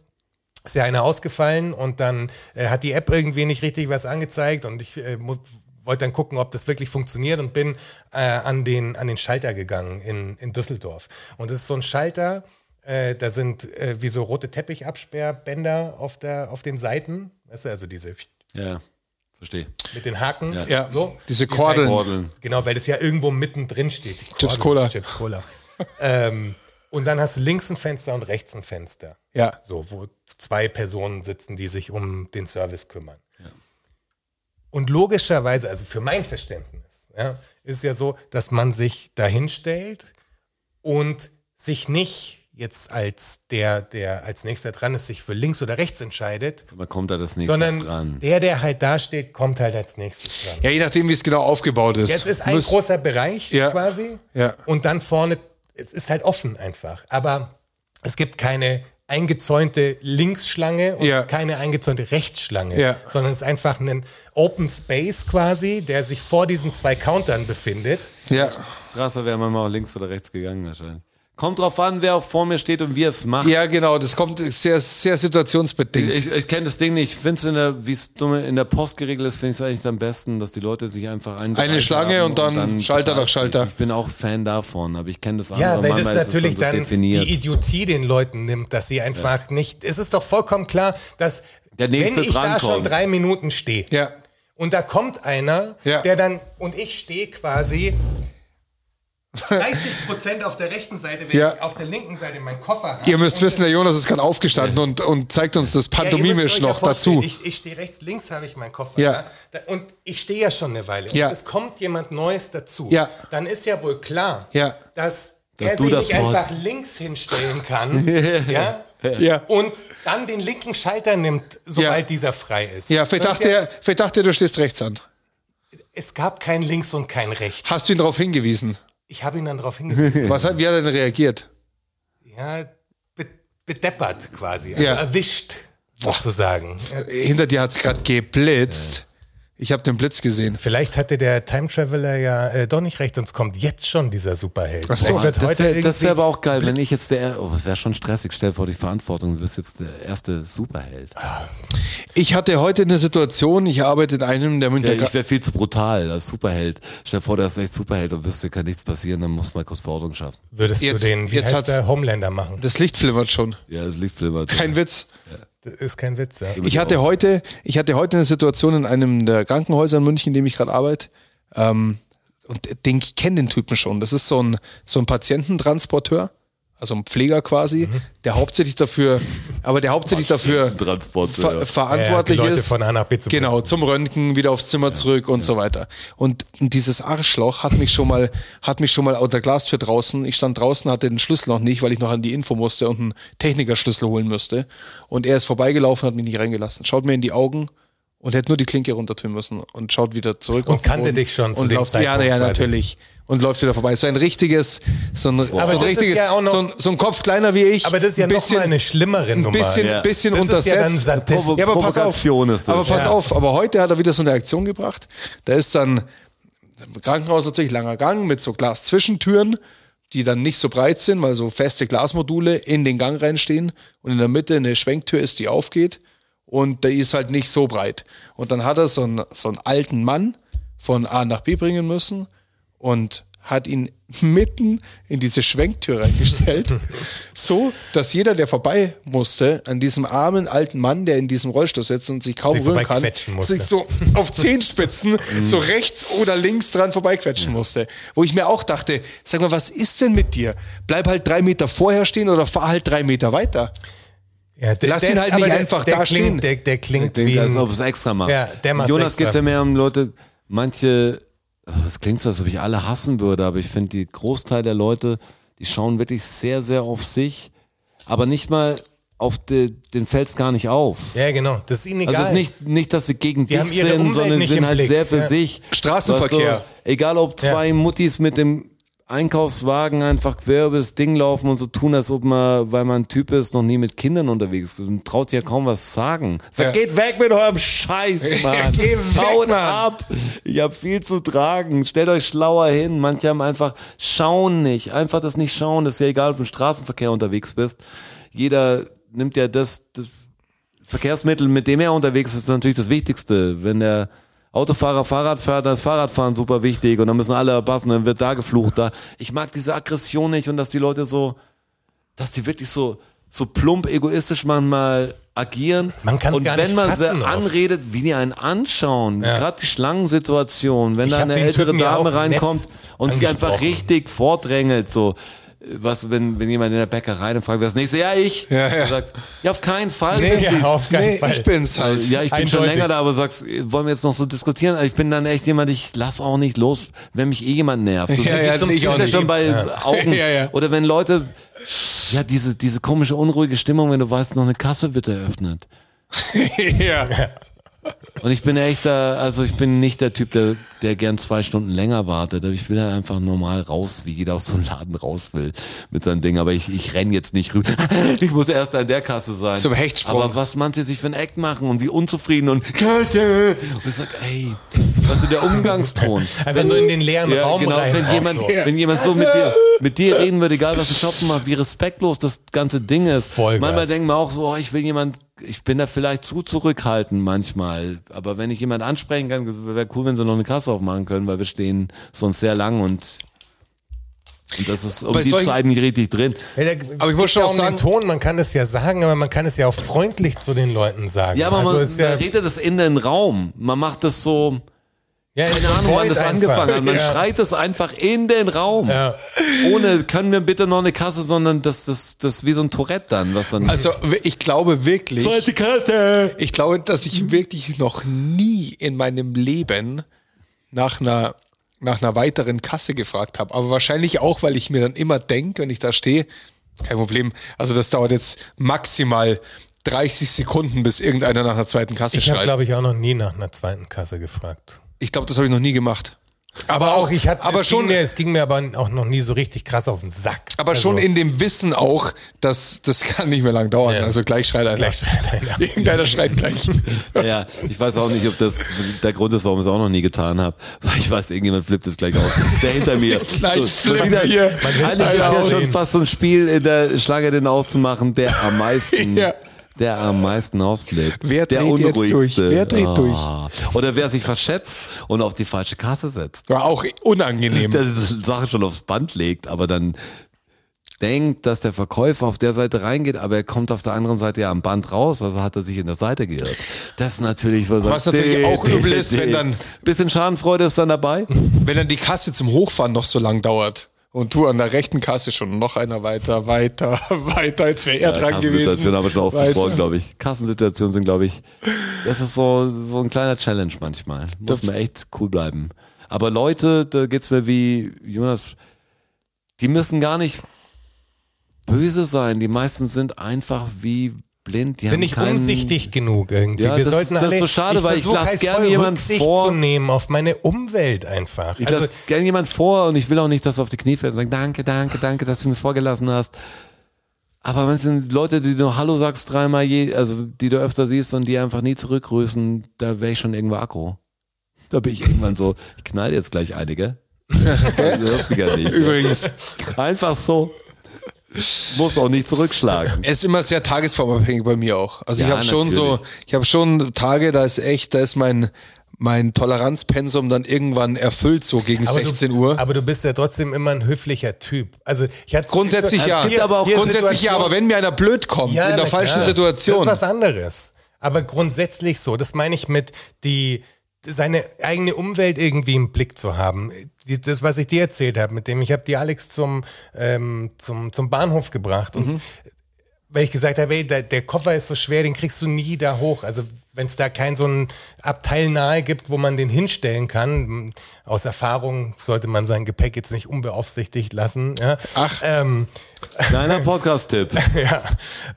Speaker 4: ist ja einer ausgefallen und dann äh, hat die App irgendwie nicht richtig was angezeigt und ich äh, muss wollte dann gucken, ob das wirklich funktioniert und bin äh, an, den, an den Schalter gegangen in, in Düsseldorf. Und es ist so ein Schalter, äh, da sind äh, wie so rote Teppichabsperrbänder auf, der, auf den Seiten, weißt du, also diese
Speaker 2: Ja, verstehe.
Speaker 4: mit den Haken.
Speaker 3: Ja,
Speaker 4: so.
Speaker 3: diese
Speaker 4: Die
Speaker 3: Kordeln.
Speaker 4: Seiten-
Speaker 2: Kordeln.
Speaker 4: Genau, weil das ja irgendwo mittendrin steht. Die Kordeln,
Speaker 3: Cola.
Speaker 4: Chips Cola. ähm, und dann hast du links ein Fenster und rechts ein Fenster.
Speaker 3: Ja.
Speaker 4: So, wo zwei Personen sitzen, die sich um den Service kümmern. Und logischerweise, also für mein Verständnis, ja, ist ja so, dass man sich dahin stellt und sich nicht jetzt als der, der als nächster dran ist, sich für links oder rechts entscheidet,
Speaker 2: Man kommt da das nächste
Speaker 4: sondern
Speaker 2: dran.
Speaker 4: der, der halt da steht, kommt halt als nächstes dran.
Speaker 3: Ja, je nachdem, wie es genau aufgebaut ist.
Speaker 4: Jetzt ist ein
Speaker 3: Müsst-
Speaker 4: großer Bereich
Speaker 3: Ja.
Speaker 4: quasi.
Speaker 3: Ja.
Speaker 4: Und dann vorne, es ist halt offen einfach. Aber es gibt keine eingezäunte Linksschlange und
Speaker 3: Ja.
Speaker 4: keine eingezäunte Rechtsschlange,
Speaker 3: Ja.
Speaker 4: sondern es ist einfach ein Open Space quasi, der sich vor diesen zwei Countern befindet.
Speaker 3: ja.
Speaker 2: Straße wäre man mal auch links oder rechts gegangen wahrscheinlich. Kommt drauf an, wer auch vor mir steht und wie es macht.
Speaker 3: ja, genau, das kommt sehr, sehr situationsbedingt.
Speaker 2: Ich, ich kenne das Ding nicht. Ich finde es in der, wie es dumme in der Post geregelt ist, finde ich es eigentlich am besten, dass die Leute sich einfach ein
Speaker 3: Eine Schlange
Speaker 2: haben
Speaker 3: und dann Schalter nach Schalter.
Speaker 2: Ich bin auch Fan davon, aber ich kenne das andere.
Speaker 4: Ja, weil das
Speaker 2: Manchmal ist es
Speaker 4: natürlich
Speaker 2: so
Speaker 4: dann,
Speaker 2: definiert.
Speaker 4: die Idiotie den Leuten nimmt, dass sie einfach nicht. Es ist doch vollkommen klar, dass
Speaker 2: Der Nächste
Speaker 4: wenn ich da schon
Speaker 2: drankommt.
Speaker 4: drei Minuten stehe,
Speaker 3: Ja.
Speaker 4: Und da kommt einer,
Speaker 3: Ja.
Speaker 4: der dann, und ich stehe quasi 30 Prozent auf der rechten Seite, wenn
Speaker 3: Ja.
Speaker 4: ich auf der linken Seite meinen Koffer habe.
Speaker 3: Ihr müsst
Speaker 4: Und-
Speaker 3: wissen, der Jonas ist gerade aufgestanden und, und zeigt uns das
Speaker 4: Ja, ihr müsst
Speaker 3: pantomimisch
Speaker 4: euch ja
Speaker 3: noch
Speaker 4: vorstellen,
Speaker 3: dazu.
Speaker 4: Ich, ich stehe rechts, links habe ich meinen Koffer.
Speaker 3: Ja.
Speaker 4: ja. Da- Und ich stehe ja schon eine Weile. Und
Speaker 3: Ja.
Speaker 4: es kommt jemand Neues dazu.
Speaker 3: Ja.
Speaker 4: Dann ist ja wohl klar,
Speaker 3: Ja.
Speaker 4: dass,
Speaker 2: Dass
Speaker 4: er
Speaker 2: du
Speaker 4: sich nicht
Speaker 2: davor-
Speaker 4: einfach links hinstellen kann. ja.
Speaker 3: Ja.
Speaker 4: Und dann den linken Schalter nimmt, sobald
Speaker 3: Ja.
Speaker 4: dieser frei ist.
Speaker 3: Ja, vielleicht
Speaker 4: Das ist
Speaker 3: dachte, er, vielleicht dachte er, du stehst rechts an.
Speaker 4: Es gab kein Links und kein Rechts.
Speaker 3: Hast du ihn darauf hingewiesen?
Speaker 4: Ich habe ihn dann darauf hingewiesen.
Speaker 3: Was hat, wie hat er denn reagiert?
Speaker 4: ja, be bedeppert quasi. Also
Speaker 3: Ja.
Speaker 4: erwischt, sozusagen.
Speaker 3: Hinter dir hat es gerade geblitzt. Ich habe den Blitz gesehen.
Speaker 4: Vielleicht hatte der Time Traveler ja äh, doch nicht recht, sonst kommt jetzt schon dieser Superheld.
Speaker 3: Ach so,
Speaker 4: Vielleicht wird
Speaker 2: Das
Speaker 4: heute
Speaker 2: wäre wär
Speaker 4: irgendwie-
Speaker 2: aber auch geil, wenn ich jetzt der, oh, das wäre schon stressig, stell vor die Verantwortung, du bist jetzt der erste Superheld.
Speaker 3: Ich hatte heute eine Situation, ich arbeite in einem der
Speaker 2: Ja,
Speaker 3: Münchner...
Speaker 2: ich wäre viel zu brutal als Superheld. Stell dir vor, du ist echt Superheld und wüsste, kann nichts passieren, dann muss man kurz Verordnung schaffen.
Speaker 4: würdest
Speaker 3: Jetzt-
Speaker 4: du den, wie
Speaker 3: jetzt
Speaker 4: heißt
Speaker 3: hat's-
Speaker 4: der, Homelander machen.
Speaker 3: das Licht flimmert schon.
Speaker 2: Ja, das liegt immer
Speaker 3: Kein Witz.
Speaker 4: Das ist kein Witz, ja.
Speaker 3: Ich hatte heute, ich hatte heute eine Situation in einem der Krankenhäuser in München, in dem ich gerade arbeite. Ähm, und den, ich kenne den Typen schon. Das ist so ein, so ein Patiententransporteur, also ein Pfleger quasi,
Speaker 4: Mhm.
Speaker 3: der hauptsächlich dafür, aber der hauptsächlich dafür ver
Speaker 2: Transporte.
Speaker 3: verantwortlich
Speaker 4: Ja, die Leute
Speaker 3: ist.
Speaker 4: von A nach B zu bringen.
Speaker 3: genau, zum Röntgen, wieder aufs Zimmer zurück und so weiter. Und dieses Arschloch hat mich schon mal, hat mich schon mal aus der Glastür draußen. Ich stand draußen, hatte den Schlüssel noch nicht, weil ich noch an die Info musste und einen Technikerschlüssel holen müsste. Und er ist vorbeigelaufen, hat mich nicht reingelassen. Schaut mir in die Augen und hätte nur die Klinke runtertun müssen und schaut wieder zurück.
Speaker 4: Und
Speaker 3: auf den
Speaker 4: kannte
Speaker 3: Boden
Speaker 4: dich schon zu
Speaker 3: und
Speaker 4: dem
Speaker 3: läuft, Ja, na
Speaker 4: Zeitpunkt
Speaker 3: ja,
Speaker 4: quasi.
Speaker 3: natürlich. Und läuft wieder vorbei. So ein richtiges, so ein, so
Speaker 4: Aber
Speaker 3: ein
Speaker 4: das ist
Speaker 3: richtiges,
Speaker 4: ja auch noch-
Speaker 3: so, ein, so ein Kopf kleiner wie ich.
Speaker 4: Aber das ist ja
Speaker 3: ein
Speaker 4: noch
Speaker 3: bisschen,
Speaker 4: mal eine schlimmere Nummer.
Speaker 3: bisschen,
Speaker 4: ja.
Speaker 3: bisschen
Speaker 4: das
Speaker 3: untersetzt.
Speaker 4: Ist ja dann Sadist.
Speaker 3: Ja, aber pass auf.
Speaker 2: Provokation ist das.
Speaker 3: aber pass
Speaker 4: Ja.
Speaker 3: auf, aber heute hat er wieder so eine Aktion gebracht. Da ist dann im Krankenhaus natürlich langer Gang mit so Glas-Zwischentüren, die dann nicht so breit sind, weil so feste Glasmodule in den Gang reinstehen und in der Mitte eine Schwenktür ist, die aufgeht und der ist halt nicht so breit. Und dann hat er so einen, so einen alten Mann von A nach B bringen müssen und hat ihn mitten in diese Schwenktür reingestellt, so dass jeder, der vorbei musste, an diesem armen alten Mann, der in diesem Rollstuhl sitzt und sich kaum
Speaker 4: Sich
Speaker 3: rühren kann,
Speaker 4: vorbeiquetschen musste.
Speaker 3: sich so auf Zehenspitzen so rechts oder links dran vorbeiquetschen musste. Wo ich mir auch dachte, sag mal, was ist denn mit dir? Bleib halt drei Meter vorher stehen oder fahr halt drei Meter weiter.
Speaker 4: Ja, der,
Speaker 3: Lass ihn
Speaker 4: der-
Speaker 3: halt
Speaker 4: aber
Speaker 3: nicht
Speaker 4: der,
Speaker 3: einfach
Speaker 4: der
Speaker 3: da
Speaker 4: klingt,
Speaker 3: stehen.
Speaker 4: Der, der klingt
Speaker 2: Klingt,
Speaker 4: wie
Speaker 2: als
Speaker 4: ein,
Speaker 2: ob es extra macht.
Speaker 4: Ja, der macht's
Speaker 2: Jonas
Speaker 4: extra.
Speaker 2: geht es ja mehr um Leute, manche, oh, es klingt so, als ob ich alle hassen würde, aber ich finde, die Großteil der Leute, die schauen wirklich sehr, sehr auf sich, aber nicht mal auf de, den Fels gar nicht auf.
Speaker 4: ja, genau. Das ist ihnen egal.
Speaker 2: Also es ist nicht, nicht, dass sie gegen
Speaker 4: Die
Speaker 2: dich
Speaker 4: haben ihre
Speaker 2: sind,
Speaker 4: Umwelt
Speaker 2: sondern sie
Speaker 4: nicht
Speaker 2: sind
Speaker 4: im
Speaker 2: halt
Speaker 4: Blick,
Speaker 2: sehr für
Speaker 4: ja.
Speaker 2: sich.
Speaker 3: Straßenverkehr.
Speaker 2: Weißt du, egal ob zwei Muttis mit dem Einkaufswagen einfach quer über das Ding laufen und so tun, als ob man, weil man ein Typ ist, noch nie mit Kindern unterwegs ist und traut sich ja kaum was sagen. Sagt,
Speaker 3: Ja.
Speaker 2: geht weg mit eurem Scheiß, Mann.
Speaker 3: Geh weg,
Speaker 2: Haut
Speaker 3: Mann.
Speaker 2: ab. Ich hab viel zu tragen. Stellt euch schlauer hin. Manche haben einfach, schauen nicht. Einfach das nicht schauen. Das ist ja egal, ob du im Straßenverkehr unterwegs bist. Jeder nimmt ja das, das Verkehrsmittel, mit dem er unterwegs ist, ist natürlich das Wichtigste. Wenn der Autofahrer Fahrrad fährt, dann ist Fahrradfahren super wichtig und dann müssen alle passen, dann wird da geflucht. Da. Ich mag diese Aggression nicht und dass die Leute so, dass die wirklich so, so plump egoistisch manchmal agieren.
Speaker 4: Man kann's
Speaker 2: Und
Speaker 4: gar
Speaker 2: wenn
Speaker 4: nicht
Speaker 2: man sie
Speaker 4: fassen oft.
Speaker 2: anredet, wie die einen anschauen, gerade die Schlangensituation, wenn
Speaker 4: Ich
Speaker 2: da
Speaker 4: hab
Speaker 2: eine
Speaker 4: den
Speaker 2: ältere
Speaker 4: Typen ja
Speaker 2: Dame
Speaker 4: auch
Speaker 2: reinkommt
Speaker 4: nett
Speaker 2: und sich
Speaker 4: angesprochen.
Speaker 2: einfach richtig vordrängelt, so. Was, wenn, wenn jemand in der Bäckerei dann fragt, wer ist das nächste? Ja, ich.
Speaker 3: Ja, ja.
Speaker 2: Und sagt, ja auf keinen Fall.
Speaker 4: Nee,
Speaker 2: sind
Speaker 4: ja,
Speaker 2: Sie's.
Speaker 4: auf keinen
Speaker 3: nee,
Speaker 4: Fall.
Speaker 3: ich bin's halt.
Speaker 2: Also, ja, ich bin schon
Speaker 4: Eindeutig.
Speaker 2: länger da, aber sagst, äh, wollen wir jetzt noch so diskutieren? Also Ich bin dann echt jemand, ich lass auch nicht los, wenn mich eh jemand nervt. Das
Speaker 3: Ja,
Speaker 2: ist,
Speaker 3: ja,
Speaker 2: das
Speaker 3: ich
Speaker 2: ist
Speaker 3: auch
Speaker 2: ja
Speaker 3: nicht.
Speaker 2: schon bei Augen.
Speaker 3: Ja, ja.
Speaker 2: Oder wenn Leute, ja, diese, diese komische, unruhige Stimmung, wenn du weißt, noch eine Kasse wird eröffnet.
Speaker 3: ja.
Speaker 2: Und ich bin echt da, also ich bin nicht der Typ, der, der gern zwei Stunden länger wartet. Ich will halt einfach normal raus, wie jeder aus so einem Laden raus will mit seinem Ding. Aber ich, ich renn jetzt nicht rüber. Ich muss erst an der Kasse sein.
Speaker 3: Zum Hechtsprung.
Speaker 2: Aber was manche sich für ein Eck machen und wie unzufrieden und Kasse. Und ich sag, ey, was ist der Umgangston?
Speaker 4: Einfach so in den leeren
Speaker 2: Ja,
Speaker 4: Raum
Speaker 2: genau,
Speaker 4: rein.
Speaker 2: wenn
Speaker 4: auch
Speaker 2: jemand,
Speaker 4: so.
Speaker 2: wenn jemand so mit dir, mit dir reden würde, egal was du shoppen machst, wie respektlos das ganze Ding ist.
Speaker 4: Vollgas.
Speaker 2: Manchmal denken wir auch so, oh, ich will jemand, ich bin da vielleicht zu zurückhaltend manchmal. Aber wenn ich jemand ansprechen kann, wäre cool, wenn sie noch eine Kasse aufmachen können, weil wir stehen sonst sehr lang und, und das ist um
Speaker 3: Bei
Speaker 2: die
Speaker 3: solchen-
Speaker 2: Zeiten richtig drin.
Speaker 4: Ja, da
Speaker 3: Aber ich muss
Speaker 4: geht's
Speaker 3: schon
Speaker 4: ja
Speaker 3: auch
Speaker 4: um
Speaker 3: sagen-
Speaker 4: den Ton, man kann es ja sagen, aber man kann es ja auch freundlich zu den Leuten sagen.
Speaker 2: Ja, aber
Speaker 4: also
Speaker 2: man,
Speaker 4: es ist ja,
Speaker 2: man redet das in den Raum. Man macht das so,
Speaker 4: ja,
Speaker 2: keine Ahnung, wann das angefangen hat. Man schreit es einfach in den Raum.
Speaker 4: Ja.
Speaker 2: Ohne, können wir bitte noch eine Kasse, sondern das, das, das ist wie so ein Tourette dann, was dann.
Speaker 3: Also ich glaube wirklich,
Speaker 2: Zweite Kasse!
Speaker 3: ich glaube, dass
Speaker 4: Mhm.
Speaker 3: ich wirklich noch nie in meinem Leben nach einer, nach einer weiteren Kasse gefragt habe. Aber wahrscheinlich auch, weil ich mir dann immer denke, wenn ich da stehe, kein Problem. Also das dauert jetzt maximal 30 Sekunden, bis irgendeiner nach einer zweiten Kasse
Speaker 4: Ich habe,
Speaker 3: schreit.
Speaker 4: glaube ich, auch noch nie nach einer zweiten Kasse gefragt.
Speaker 3: Ich glaube, das habe ich noch nie gemacht.
Speaker 4: Aber auch, ich hatte,
Speaker 3: aber
Speaker 4: es
Speaker 3: schon-
Speaker 4: ging mir, es ging mir aber auch noch nie so richtig krass auf den Sack.
Speaker 3: Aber
Speaker 4: Also,
Speaker 3: schon in dem Wissen auch, dass das kann nicht mehr lang dauern.
Speaker 4: Ja.
Speaker 3: Also gleich schreit einer.
Speaker 4: gleich schreit einer.
Speaker 3: Irgendeiner schreit gleich.
Speaker 2: Ja, ich weiß auch nicht, ob das der Grund ist, warum ich es auch noch nie getan habe. Weil ich weiß, irgendjemand flippt es gleich aus. Der hinter mir.
Speaker 3: Gleich
Speaker 2: So,
Speaker 3: flippt
Speaker 2: wieder-
Speaker 3: hier.
Speaker 2: Eigentlich ist
Speaker 3: Man
Speaker 2: ja
Speaker 3: will's
Speaker 2: schon
Speaker 4: sehen.
Speaker 2: fast so ein Spiel in der Schlange den auszumachen, der am meisten.
Speaker 3: Ja.
Speaker 2: Der am meisten ausflippt.
Speaker 3: Wer
Speaker 2: der
Speaker 3: dreht jetzt durch?
Speaker 2: Unruhigste.
Speaker 3: Wer dreht
Speaker 2: Ah. Oder wer sich verschätzt und auf die falsche Kasse setzt.
Speaker 3: War auch unangenehm.
Speaker 2: Der die Sache schon aufs Band legt, aber dann denkt, dass der Verkäufer auf der Seite reingeht, aber er kommt auf der anderen Seite ja am Band raus, also hat er sich in der Seite geirrt. Das ist natürlich was.
Speaker 3: Was natürlich auch übel ist, wenn dann-
Speaker 2: bisschen Schadenfreude ist dann dabei.
Speaker 3: Wenn dann die Kasse zum Hochfahren noch so lang dauert und du an der rechten Kasse schon noch einer weiter, weiter, weiter, jetzt wäre er dran gewesen.
Speaker 2: Kassensituation haben wir schon
Speaker 3: Weiter.
Speaker 2: aufgesprochen, glaube ich. Kassensituationen sind, glaube ich, das ist so, so ein kleiner Challenge manchmal. Muss man echt cool bleiben. Aber Leute, da geht's mir wie Jonas, die müssen gar nicht böse sein. Die meisten sind einfach wie blind. Die
Speaker 4: sind
Speaker 2: haben
Speaker 4: nicht
Speaker 2: keinen,
Speaker 4: umsichtig genug irgendwie.
Speaker 2: Ja,
Speaker 4: Wir
Speaker 2: das-
Speaker 4: sollten
Speaker 2: das ist
Speaker 4: alle,
Speaker 2: so schade, weil ich
Speaker 4: versuch halt
Speaker 2: lass gerne
Speaker 4: voll
Speaker 2: jemand
Speaker 4: Rücksicht
Speaker 2: vor-
Speaker 4: zu nehmen auf meine Umwelt einfach.
Speaker 2: Ich
Speaker 4: also,
Speaker 2: lasse gerne jemand vor und ich will auch nicht, dass er auf die Knie fällt und sagt, danke, danke, danke, dass du mir vorgelassen hast. Aber wenn es sind Leute, die du Hallo sagst dreimal, je, also die du öfter siehst und die einfach nie zurückgrüßen, da wäre ich schon irgendwo aggro. Da bin ich irgendwann so, ich knall jetzt gleich einige. du hörst mich ja nicht.
Speaker 3: Übrigens,
Speaker 2: Einfach so. Muss auch nicht zurückschlagen.
Speaker 3: es ist immer sehr tagesformabhängig bei mir auch. Also ich
Speaker 2: Ja,
Speaker 3: habe schon so,
Speaker 2: natürlich.
Speaker 3: ich habe schon Tage, da ist echt, da ist mein mein Toleranzpensum dann irgendwann erfüllt, so gegen 16
Speaker 4: du,
Speaker 3: Uhr.
Speaker 4: Aber du bist ja trotzdem immer ein höflicher Typ. Also ich hatte
Speaker 3: Grundsätzlich ja.
Speaker 2: Es gibt aber auch
Speaker 4: Hier
Speaker 3: grundsätzlich ja,
Speaker 4: Situation-
Speaker 3: aber wenn mir einer blöd kommt, in der
Speaker 4: na
Speaker 3: falschen
Speaker 4: klar.
Speaker 3: Situation.
Speaker 4: Das ist was anderes. Aber grundsätzlich so, das meine ich mit die seine eigene Umwelt irgendwie im Blick zu haben. Die- Das, was ich dir erzählt habe, mit dem ich habe die Alex zum, ähm, zum, zum Bahnhof gebracht und
Speaker 3: Mhm.
Speaker 4: weil ich gesagt habe, ey, der, der Koffer ist so schwer, den kriegst du nie da hoch. Also wenn es da kein so ein Abteil nahe gibt, wo man den hinstellen kann, m, aus Erfahrung sollte man sein Gepäck jetzt nicht unbeaufsichtigt lassen. Ja. Ach. Ähm,
Speaker 2: Kleiner Podcast-Tipp.
Speaker 4: ja.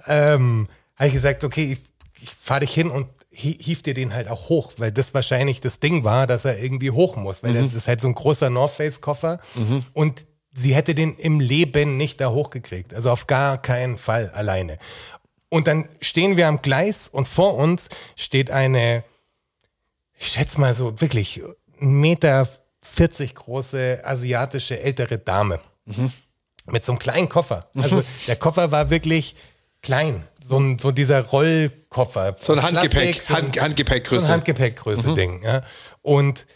Speaker 4: Ähm, habe ich gesagt, okay, ich, ich fahre dich hin und hi- hief dir den halt auch hoch, weil das wahrscheinlich das Ding war, dass er irgendwie hoch muss, weil das ist halt so ein großer North Face Koffer und sie hätte den im Leben nicht da hochgekriegt, also auf gar keinen Fall alleine. Und dann stehen wir am Gleis und vor uns steht eine ich schätze mal so wirklich 1,40 Meter große asiatische ältere Dame.
Speaker 3: Mhm.
Speaker 4: Mit so einem kleinen Koffer. Also der Koffer war wirklich klein. So, ein, so dieser Rollkoffer.
Speaker 3: So ein Handgepäck,
Speaker 4: Plastik, so ein-
Speaker 3: Hand, Handgepäckgröße. Mhm.
Speaker 4: so ein Handgepäckgröße Ding. Ja. Und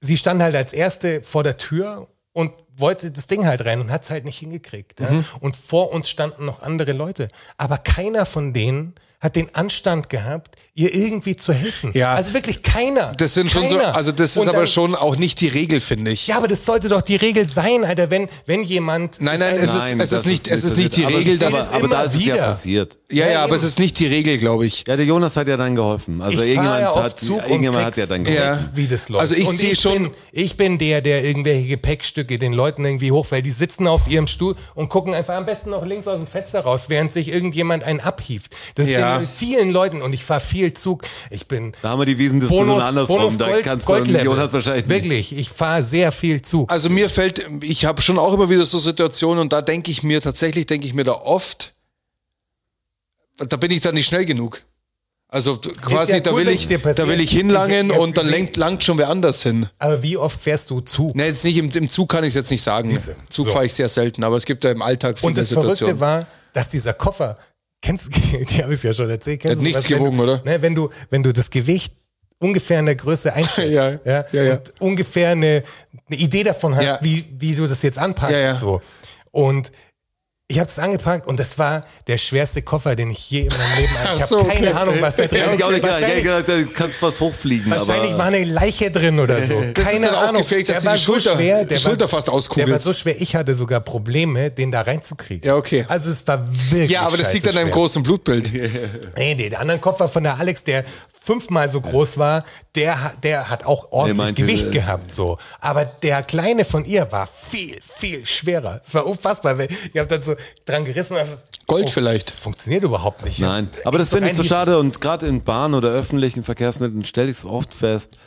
Speaker 4: sie stand halt als erste vor der Tür und wollte das Ding halt rein und hat es halt nicht hingekriegt. Ja.
Speaker 3: Mhm.
Speaker 4: Und vor uns standen noch andere Leute. Aber keiner von denen hat den Anstand gehabt, ihr irgendwie zu helfen.
Speaker 3: Ja.
Speaker 4: Also wirklich keiner.
Speaker 3: das sind schon so,
Speaker 4: Keiner.
Speaker 3: also das ist
Speaker 4: Und
Speaker 3: aber
Speaker 4: dann-
Speaker 3: schon auch nicht die Regel, finde ich.
Speaker 4: Ja, aber das sollte doch die Regel sein, Alter, wenn, wenn jemand.
Speaker 3: Nein, nein, es ist- es
Speaker 2: das
Speaker 3: nicht- es ist nicht die
Speaker 2: aber-
Speaker 3: Regel,
Speaker 2: aber,
Speaker 4: dass-
Speaker 2: aber da ist es ja
Speaker 4: Immer wieder.
Speaker 2: passiert.
Speaker 3: Ja, ja,
Speaker 4: Ja,
Speaker 3: aber es
Speaker 4: eben.
Speaker 3: ist nicht die Regel, glaube ich.
Speaker 2: Ja, der Jonas hat ja dann geholfen. Also
Speaker 4: Ich fahr
Speaker 2: irgendjemand,
Speaker 4: ja oft
Speaker 2: hat,
Speaker 4: Zug und
Speaker 2: irgendjemand hat
Speaker 4: krieg's-
Speaker 2: ja dann
Speaker 3: Ja.
Speaker 2: geholfen.
Speaker 4: wie das läuft.
Speaker 3: Also ich
Speaker 4: Und
Speaker 3: sehe schon-
Speaker 4: Bin, ich bin der, der irgendwelche Gepäckstücke den Leuten irgendwie hoch, weil die sitzen auf ihrem Stuhl und gucken einfach am besten noch links aus dem Fenster raus, während sich irgendjemand einen abhieft. Das ist
Speaker 3: Ja.
Speaker 4: den vielen Leuten und ich fahre viel Zug. Ich bin.
Speaker 2: Da haben wir die Wiesendiskussion genau andersrum. da kannst du
Speaker 4: Goldlevel.
Speaker 2: den Jonas wahrscheinlich nicht.
Speaker 4: Wirklich, ich fahre sehr viel Zug.
Speaker 3: Also mir fällt, ich habe schon auch immer wieder so Situationen und da denke ich mir, tatsächlich denke ich mir da oft, da bin ich dann nicht schnell genug. Also quasi,
Speaker 4: ja
Speaker 3: da,
Speaker 4: gut,
Speaker 3: will
Speaker 4: wenn's
Speaker 3: ich,
Speaker 4: dir passiert.
Speaker 3: da will ich hinlangen
Speaker 4: Ich- ich-
Speaker 3: und dann lenkt, langt schon wer anders hin.
Speaker 4: Aber wie oft fährst du Zug?
Speaker 3: Ne, jetzt nicht im, im Zug kann ich es jetzt nicht sagen.
Speaker 4: Siehste.
Speaker 3: Zug
Speaker 4: So.
Speaker 3: fahre ich sehr selten, aber es gibt ja im Alltag viele
Speaker 4: Und das
Speaker 3: Situationen.
Speaker 4: Verrückte war, dass dieser Koffer, kennst die habe ich ja schon erzählt, kennst
Speaker 3: Hat
Speaker 4: du
Speaker 3: nichts
Speaker 4: sowas, wenn
Speaker 3: gewogen,
Speaker 4: du,
Speaker 3: oder?
Speaker 4: Ne, wenn du, wenn du das Gewicht ungefähr in der Größe einschätzt
Speaker 3: Ja, ja, ja.
Speaker 4: und ungefähr eine, eine Idee davon hast,
Speaker 3: Ja.
Speaker 4: wie, wie du das jetzt anpackst.
Speaker 3: Ja, ja.
Speaker 4: So. Und ich habe es angepackt und das war der schwerste Koffer, den ich je in meinem Leben hatte. Ich
Speaker 3: Ach so,
Speaker 4: habe keine
Speaker 3: okay.
Speaker 4: Ahnung, was da drin
Speaker 2: Ja, hab ich auch nicht gedacht. Ich hätte
Speaker 4: Wahrscheinlich,
Speaker 2: gedacht, da kannst fast hochfliegen.
Speaker 4: wahrscheinlich
Speaker 2: aber
Speaker 4: war eine Leiche drin oder so.
Speaker 3: Das
Speaker 4: keine
Speaker 3: ist dann
Speaker 4: Ahnung.
Speaker 3: aufgefällt, dass
Speaker 4: der
Speaker 3: sie
Speaker 4: war
Speaker 3: die Schulter,
Speaker 4: so schwer,
Speaker 3: die
Speaker 4: der
Speaker 3: Schulter
Speaker 4: war,
Speaker 3: fast
Speaker 4: der war
Speaker 3: auskugelst.
Speaker 4: so schwer, ich hatte sogar Probleme, den da reinzukriegen.
Speaker 3: Ja, okay.
Speaker 4: Also es war wirklich.
Speaker 3: ja, aber das
Speaker 4: scheiße
Speaker 3: liegt an deinem
Speaker 4: schwer.
Speaker 3: großen Blutbild.
Speaker 4: Nee, nee, der anderen Koffer von der Alex, der fünfmal so groß war, der, ha- der hat auch ordentlich
Speaker 2: meinte,
Speaker 4: Gewicht
Speaker 2: äh,
Speaker 4: gehabt, so. Aber der kleine von ihr war viel, viel schwerer. Es war unfassbar. weil Ich habe dann so dran gerissen und hab so,
Speaker 3: Gold vielleicht.
Speaker 4: Das funktioniert überhaupt nicht.
Speaker 2: Nein, aber das
Speaker 4: Ist doch
Speaker 2: finde ich so
Speaker 4: eigentlich-
Speaker 2: schade und gerade in Bahn oder öffentlichen Verkehrsmitteln stelle ich es oft fest,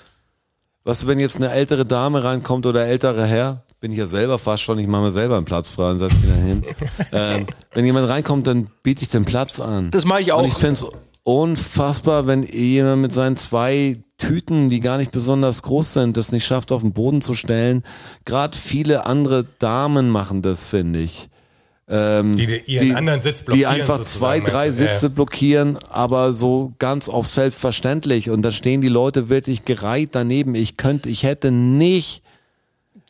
Speaker 2: Weißt du, wenn jetzt eine ältere Dame reinkommt oder ältere Herr, bin ich ja selber fast schon, ich mache mir selber einen Platz frei und setze mich da hin. ähm, wenn jemand reinkommt, dann biete ich den Platz an.
Speaker 3: Das mache ich auch.
Speaker 2: Und ich find's unfassbar, wenn jemand mit seinen zwei Tüten, die gar nicht besonders groß sind, das nicht schafft, auf den Boden zu stellen. Gerade viele andere Damen machen das, finde ich.
Speaker 4: die, die ihren anderen Sitz blockieren.
Speaker 2: Die einfach zwei,
Speaker 4: sozusagen,
Speaker 2: drei
Speaker 4: meinst du? Ja,
Speaker 2: Sitze blockieren, aber so ganz auf selbstverständlich. Und da stehen die Leute wirklich gereiht daneben. Ich könnte, ich hätte nicht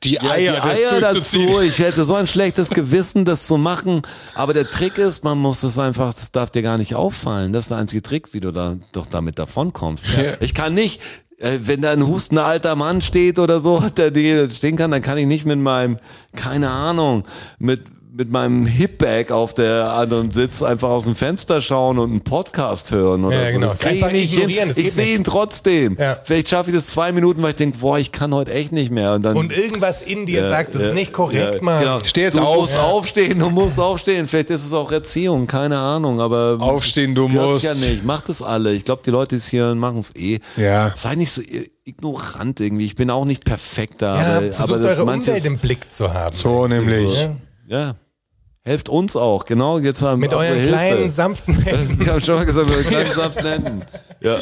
Speaker 3: Die
Speaker 2: ja,
Speaker 3: Eier,
Speaker 2: die
Speaker 3: das
Speaker 2: Eier
Speaker 3: durchzuziehen.
Speaker 2: dazu. Ich hätte so ein schlechtes Gewissen, das zu machen. Aber der Trick ist, man muss das einfach, das darf dir gar nicht auffallen. Das ist der einzige Trick, wie du da doch damit davonkommst. Ich kann nicht, äh, wenn da ein hustender alter Mann steht oder so, der dir stehen kann, dann kann ich nicht mit meinem, keine Ahnung, mit mit meinem Hipbag auf der anderen Sitz einfach aus dem Fenster schauen und einen Podcast hören oder
Speaker 4: Ja, ja,
Speaker 2: so.
Speaker 4: genau.
Speaker 2: Das
Speaker 4: Es
Speaker 2: krieg
Speaker 4: einfach
Speaker 2: ich nicht
Speaker 4: ignorieren,
Speaker 2: hin.
Speaker 4: das
Speaker 2: Ich
Speaker 4: geht
Speaker 2: sehe
Speaker 4: nicht.
Speaker 2: ihn trotzdem.
Speaker 4: Ja.
Speaker 2: Vielleicht schaffe ich das zwei Minuten, weil ich denke, boah, ich kann heute echt nicht mehr. Und dann
Speaker 4: Und irgendwas in dir sagt, das ist nicht korrekt, Mann.
Speaker 3: Steh jetzt
Speaker 2: genau. du
Speaker 3: auf.
Speaker 2: musst
Speaker 3: Ja.
Speaker 2: aufstehen, du musst aufstehen. Vielleicht ist es auch Erziehung, keine Ahnung, aber.
Speaker 3: Aufstehen, du
Speaker 2: das gehört sich
Speaker 3: musst.
Speaker 2: ja nicht. Macht es alle. Ich glaube, die Leute, die es hier hören, machen es eh.
Speaker 3: Ja.
Speaker 2: Sei nicht so i- ignorant irgendwie. Ich bin auch nicht perfekt da.
Speaker 4: Ja,
Speaker 2: aber,
Speaker 4: versucht
Speaker 2: aber das
Speaker 4: eure
Speaker 2: manches-
Speaker 4: Umwelt im Blick zu haben.
Speaker 3: So nämlich.
Speaker 4: Ja.
Speaker 2: Ja. Helft uns auch, genau. Jetzt haben
Speaker 4: Mit
Speaker 2: haben wir
Speaker 4: euren
Speaker 2: Hilfe.
Speaker 4: kleinen, sanften Händen.
Speaker 2: Wir haben schon mal gesagt, wir kleinen Saft nennen. Ja.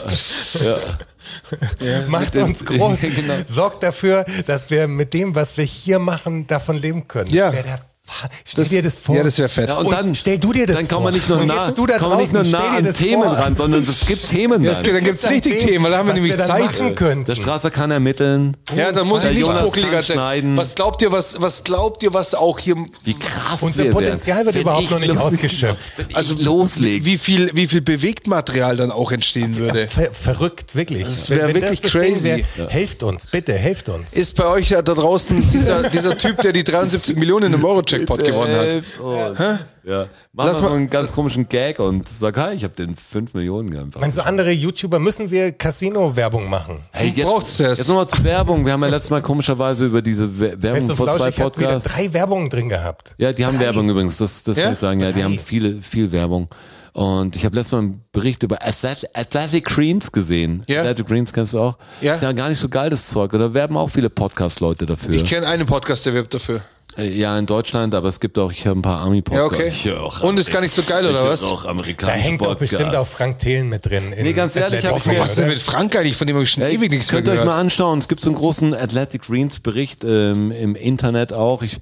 Speaker 2: ja.
Speaker 4: Macht
Speaker 2: dem-
Speaker 4: uns groß.
Speaker 2: Ja, genau.
Speaker 4: Sorgt dafür, dass wir mit dem, was wir hier machen, davon leben können.
Speaker 3: Ja.
Speaker 4: Das wär der Fa- Stell dir das vor.
Speaker 3: Ja, das wäre fett.
Speaker 2: Ja,
Speaker 4: Und stell du dir das
Speaker 2: dann kann
Speaker 4: vor.
Speaker 2: man nicht nur
Speaker 4: Und
Speaker 2: nah,
Speaker 4: jetzt du da
Speaker 2: kann man nicht nur
Speaker 4: draußen,
Speaker 2: nah
Speaker 4: stell dir
Speaker 2: an
Speaker 4: das
Speaker 2: Themen
Speaker 4: vor.
Speaker 2: ran, sondern es gibt Themen
Speaker 3: Ja, es
Speaker 2: dann.
Speaker 3: gibt- dann gibt's
Speaker 4: Dann
Speaker 3: richtig
Speaker 4: sehen,
Speaker 3: Themen, weil da haben wir
Speaker 4: was
Speaker 3: nämlich
Speaker 4: dann
Speaker 3: Zeit.
Speaker 4: machen könnten.
Speaker 2: Der Straße kann ermitteln.
Speaker 3: Ja, dann muss ich
Speaker 2: Der
Speaker 3: nicht
Speaker 2: Oh, Jonas
Speaker 3: buckeliger
Speaker 2: kann
Speaker 3: sein.
Speaker 2: schneiden.
Speaker 3: Was glaubt ihr, was, was glaubt ihr, was auch hier,
Speaker 2: Wie krass
Speaker 4: Unser
Speaker 2: wir
Speaker 4: Potenzial
Speaker 2: werden.
Speaker 4: wird
Speaker 2: Wenn
Speaker 4: überhaupt
Speaker 2: ich
Speaker 4: noch nicht
Speaker 2: los-
Speaker 4: ausgeschöpft.
Speaker 2: Wenn also ich loslege.
Speaker 3: wie viel, wie viel Bewegtmaterial dann auch entstehen würde?
Speaker 4: Ver verrückt, wirklich. Das
Speaker 3: wär wirklich crazy.
Speaker 4: Helft uns, bitte, helft uns.
Speaker 3: Ist bei euch da draußen dieser, dieser Typ, der die 73 Millionen im Euro-Jackpot gewonnen hat?
Speaker 2: Und, Oh. ja. Mach
Speaker 3: Lass
Speaker 2: mal so
Speaker 3: mal-
Speaker 2: einen ganz komischen Gag und sag, hi, ich habe den 5 Millionen gehabt.
Speaker 4: Meinst du, andere YouTuber müssen wir Casino-Werbung machen?
Speaker 2: Hey, jetzt,
Speaker 3: brauchst das?
Speaker 2: Jetzt nochmal zur Werbung. Wir haben ja letztes Mal komischerweise über diese Wer- Werbung
Speaker 4: Weißt du,
Speaker 2: vor zwei
Speaker 4: Flauschig hat wieder
Speaker 2: Podcasts.
Speaker 4: drei Werbungen drin gehabt.
Speaker 2: Ja, die haben Werbung übrigens, das, das
Speaker 3: Ja?
Speaker 2: kann ich sagen. Ja, die haben viele, viel Werbung. Und ich habe letztes Mal einen Bericht über Athletic, Athletic Greens gesehen.
Speaker 3: Ja.
Speaker 2: Athletic Greens kennst du auch?
Speaker 3: Ja.
Speaker 2: Ist ja gar nicht so geil, das Zeug. Und da werben auch viele Podcast-Leute dafür.
Speaker 3: Ich kenne einen Podcast, der wirbt dafür.
Speaker 2: Äh, ja, in Deutschland, aber es gibt auch, ich höre ein paar
Speaker 3: Ja,
Speaker 2: Army-Podcasts.
Speaker 3: okay.
Speaker 2: Ich höre auch
Speaker 3: Und ist gar nicht so geil, oder was?
Speaker 2: auch
Speaker 4: Da
Speaker 2: amerikanische
Speaker 4: hängt doch
Speaker 2: Podcasts.
Speaker 4: bestimmt auch Frank Thelen mit drin. in
Speaker 2: Nee, ganz ehrlich,
Speaker 4: Athletic
Speaker 2: hab ich mir-
Speaker 4: Greens,
Speaker 3: Was ist denn
Speaker 4: oder?
Speaker 3: mit Frank eigentlich? Von dem habe ich schon
Speaker 2: Ey,
Speaker 3: ewig nichts mehr
Speaker 2: könnt ihr euch
Speaker 3: gehört.
Speaker 2: mal anschauen. Es gibt so einen großen Athletic Greens Bericht ähm, im Internet auch. Ich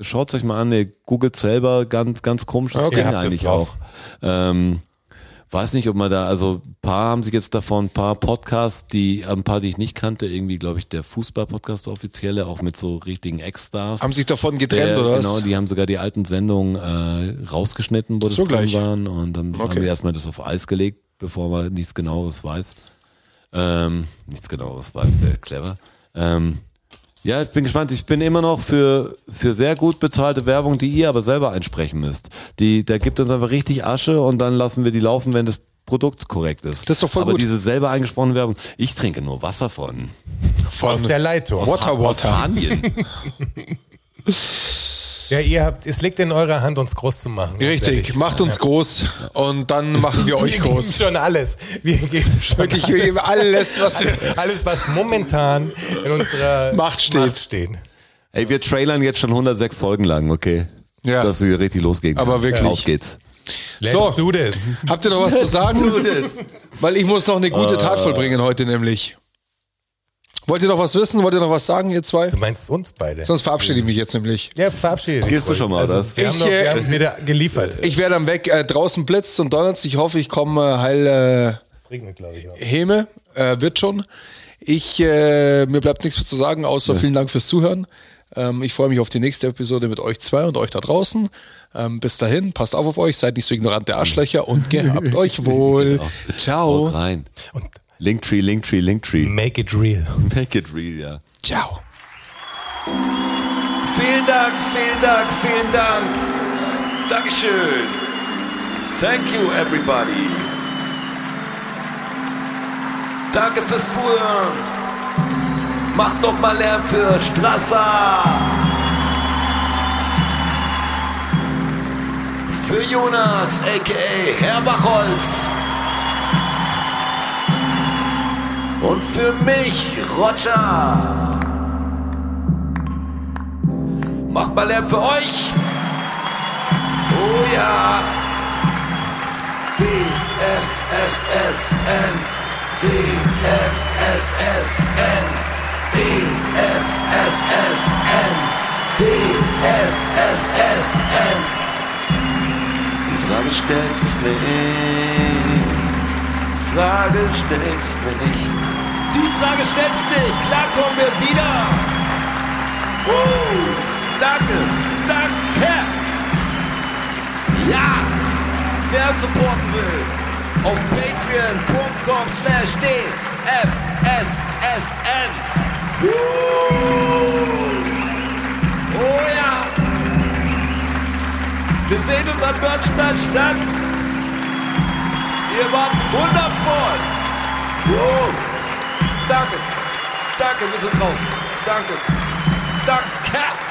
Speaker 2: schaut's euch mal an. Ihr googelt selber ganz ganz komisches
Speaker 4: Okay.
Speaker 2: Ding
Speaker 4: Ihr habt es
Speaker 2: eigentlich auch.
Speaker 4: drauf.
Speaker 2: Ähm, weiß nicht, ob man da also ein paar haben sich jetzt davon ein paar Podcasts, die ein paar die ich nicht kannte, irgendwie glaube ich der Fußball Podcast der offizielle auch mit so richtigen Ex-Stars.
Speaker 3: Haben sich davon getrennt,
Speaker 2: Der-
Speaker 3: oder was?
Speaker 2: Genau, die haben sogar die alten Sendungen äh, rausgeschnitten, wo das
Speaker 3: So
Speaker 2: drin
Speaker 3: gleich.
Speaker 2: waren. Und dann
Speaker 3: Okay.
Speaker 2: haben wir erstmal das auf Eis gelegt, bevor man nichts genaueres weiß. Ähm, nichts genaueres weiß, sehr clever. Ähm, ja, ich bin gespannt. Ich bin immer noch für, für sehr gut bezahlte Werbung, die ihr aber selber einsprechen müsst. Die, da gibt uns einfach richtig Asche und dann lassen wir die laufen, wenn das Produkt korrekt ist.
Speaker 3: Das ist doch voll
Speaker 2: aber
Speaker 3: gut.
Speaker 2: diese selber eingesprochene Werbung, ich trinke nur Wasser von
Speaker 4: Aus der Leitung.
Speaker 3: Water,
Speaker 2: aus
Speaker 3: Water.
Speaker 2: Spanien.
Speaker 4: Ja, ihr habt, es liegt in eurer Hand, uns groß zu machen.
Speaker 3: Richtig, macht uns groß und dann machen wir euch
Speaker 4: Wir geben
Speaker 3: groß.
Speaker 4: schon alles. Wir geben schon
Speaker 3: Wirklich, wir
Speaker 4: alles.
Speaker 3: geben alles, was wir.
Speaker 4: alles, was momentan in unserer
Speaker 3: Macht steht.
Speaker 4: Macht steht.
Speaker 2: Ey, wir trailern jetzt schon 106 Folgen lang, okay?
Speaker 3: Ja.
Speaker 2: Dass sie richtig losgehen.
Speaker 3: Aber
Speaker 2: können.
Speaker 3: wirklich.
Speaker 2: Auf geht's.
Speaker 4: Let's
Speaker 3: So.
Speaker 4: do this.
Speaker 3: Habt ihr noch was zu sagen?
Speaker 2: das.
Speaker 3: Weil ich muss noch eine
Speaker 2: Äh.
Speaker 3: gute Tat vollbringen heute nämlich. Wollt ihr noch was wissen? Wollt ihr noch was sagen, ihr zwei?
Speaker 4: Du meinst uns beide.
Speaker 3: Sonst verabschiede ich mich jetzt nämlich.
Speaker 4: Ja, verabschiede dich.
Speaker 2: Gehst du
Speaker 4: ruhig. Also,
Speaker 2: schon mal, oder was?
Speaker 4: wir, haben
Speaker 3: Ich,
Speaker 4: noch,
Speaker 3: äh,
Speaker 4: wir haben wieder geliefert.
Speaker 3: Ich werde dann weg. Äh, draußen blitzt und donnert. Ich hoffe, ich komme äh, heil
Speaker 4: Es regnet, glaube ich, auch.
Speaker 3: äh, Heme. Äh, wird schon. Ich, äh, mir bleibt nichts mehr zu sagen, außer vielen Dank fürs Zuhören. Ähm, ich freue mich auf die nächste Episode mit euch zwei und euch da draußen. Ähm, bis dahin, passt auf auf euch, seid nicht so ignorante Arschlöcher und gehabt euch wohl.
Speaker 2: Genau. Haut
Speaker 3: Ciao.
Speaker 2: rein.
Speaker 4: Und
Speaker 2: Linktree, Linktree, Linktree.
Speaker 3: Mhm.
Speaker 4: make it real.
Speaker 2: Make it real, ja.
Speaker 3: Ciao.
Speaker 1: Vielen Dank, vielen Dank, vielen Dank. Dankeschön. Thank you, everybody. Danke fürs Zuhören. Macht noch mal Lärm für Strasser. Für Jonas, a.k.a. Herr Wachholz. Und für mich, Roger. Macht mal Lärm für euch. Oh ja. DFSSN. DFSSN. DFSSN. DFSSN. Die Frage stellt sich nicht. Die Frage stellt sich nicht. Die Frage stellt sich nicht. Klar kommen wir wieder. Uh, danke, danke. Ja, wer uns supporten will, auf patreon.com slash dfssn. Uh, oh ja. Wir sehen uns am Börnstein statt. Ihr wart wundervoll. Uh, danke. Danke, wir sind draußen. Danke. Danke.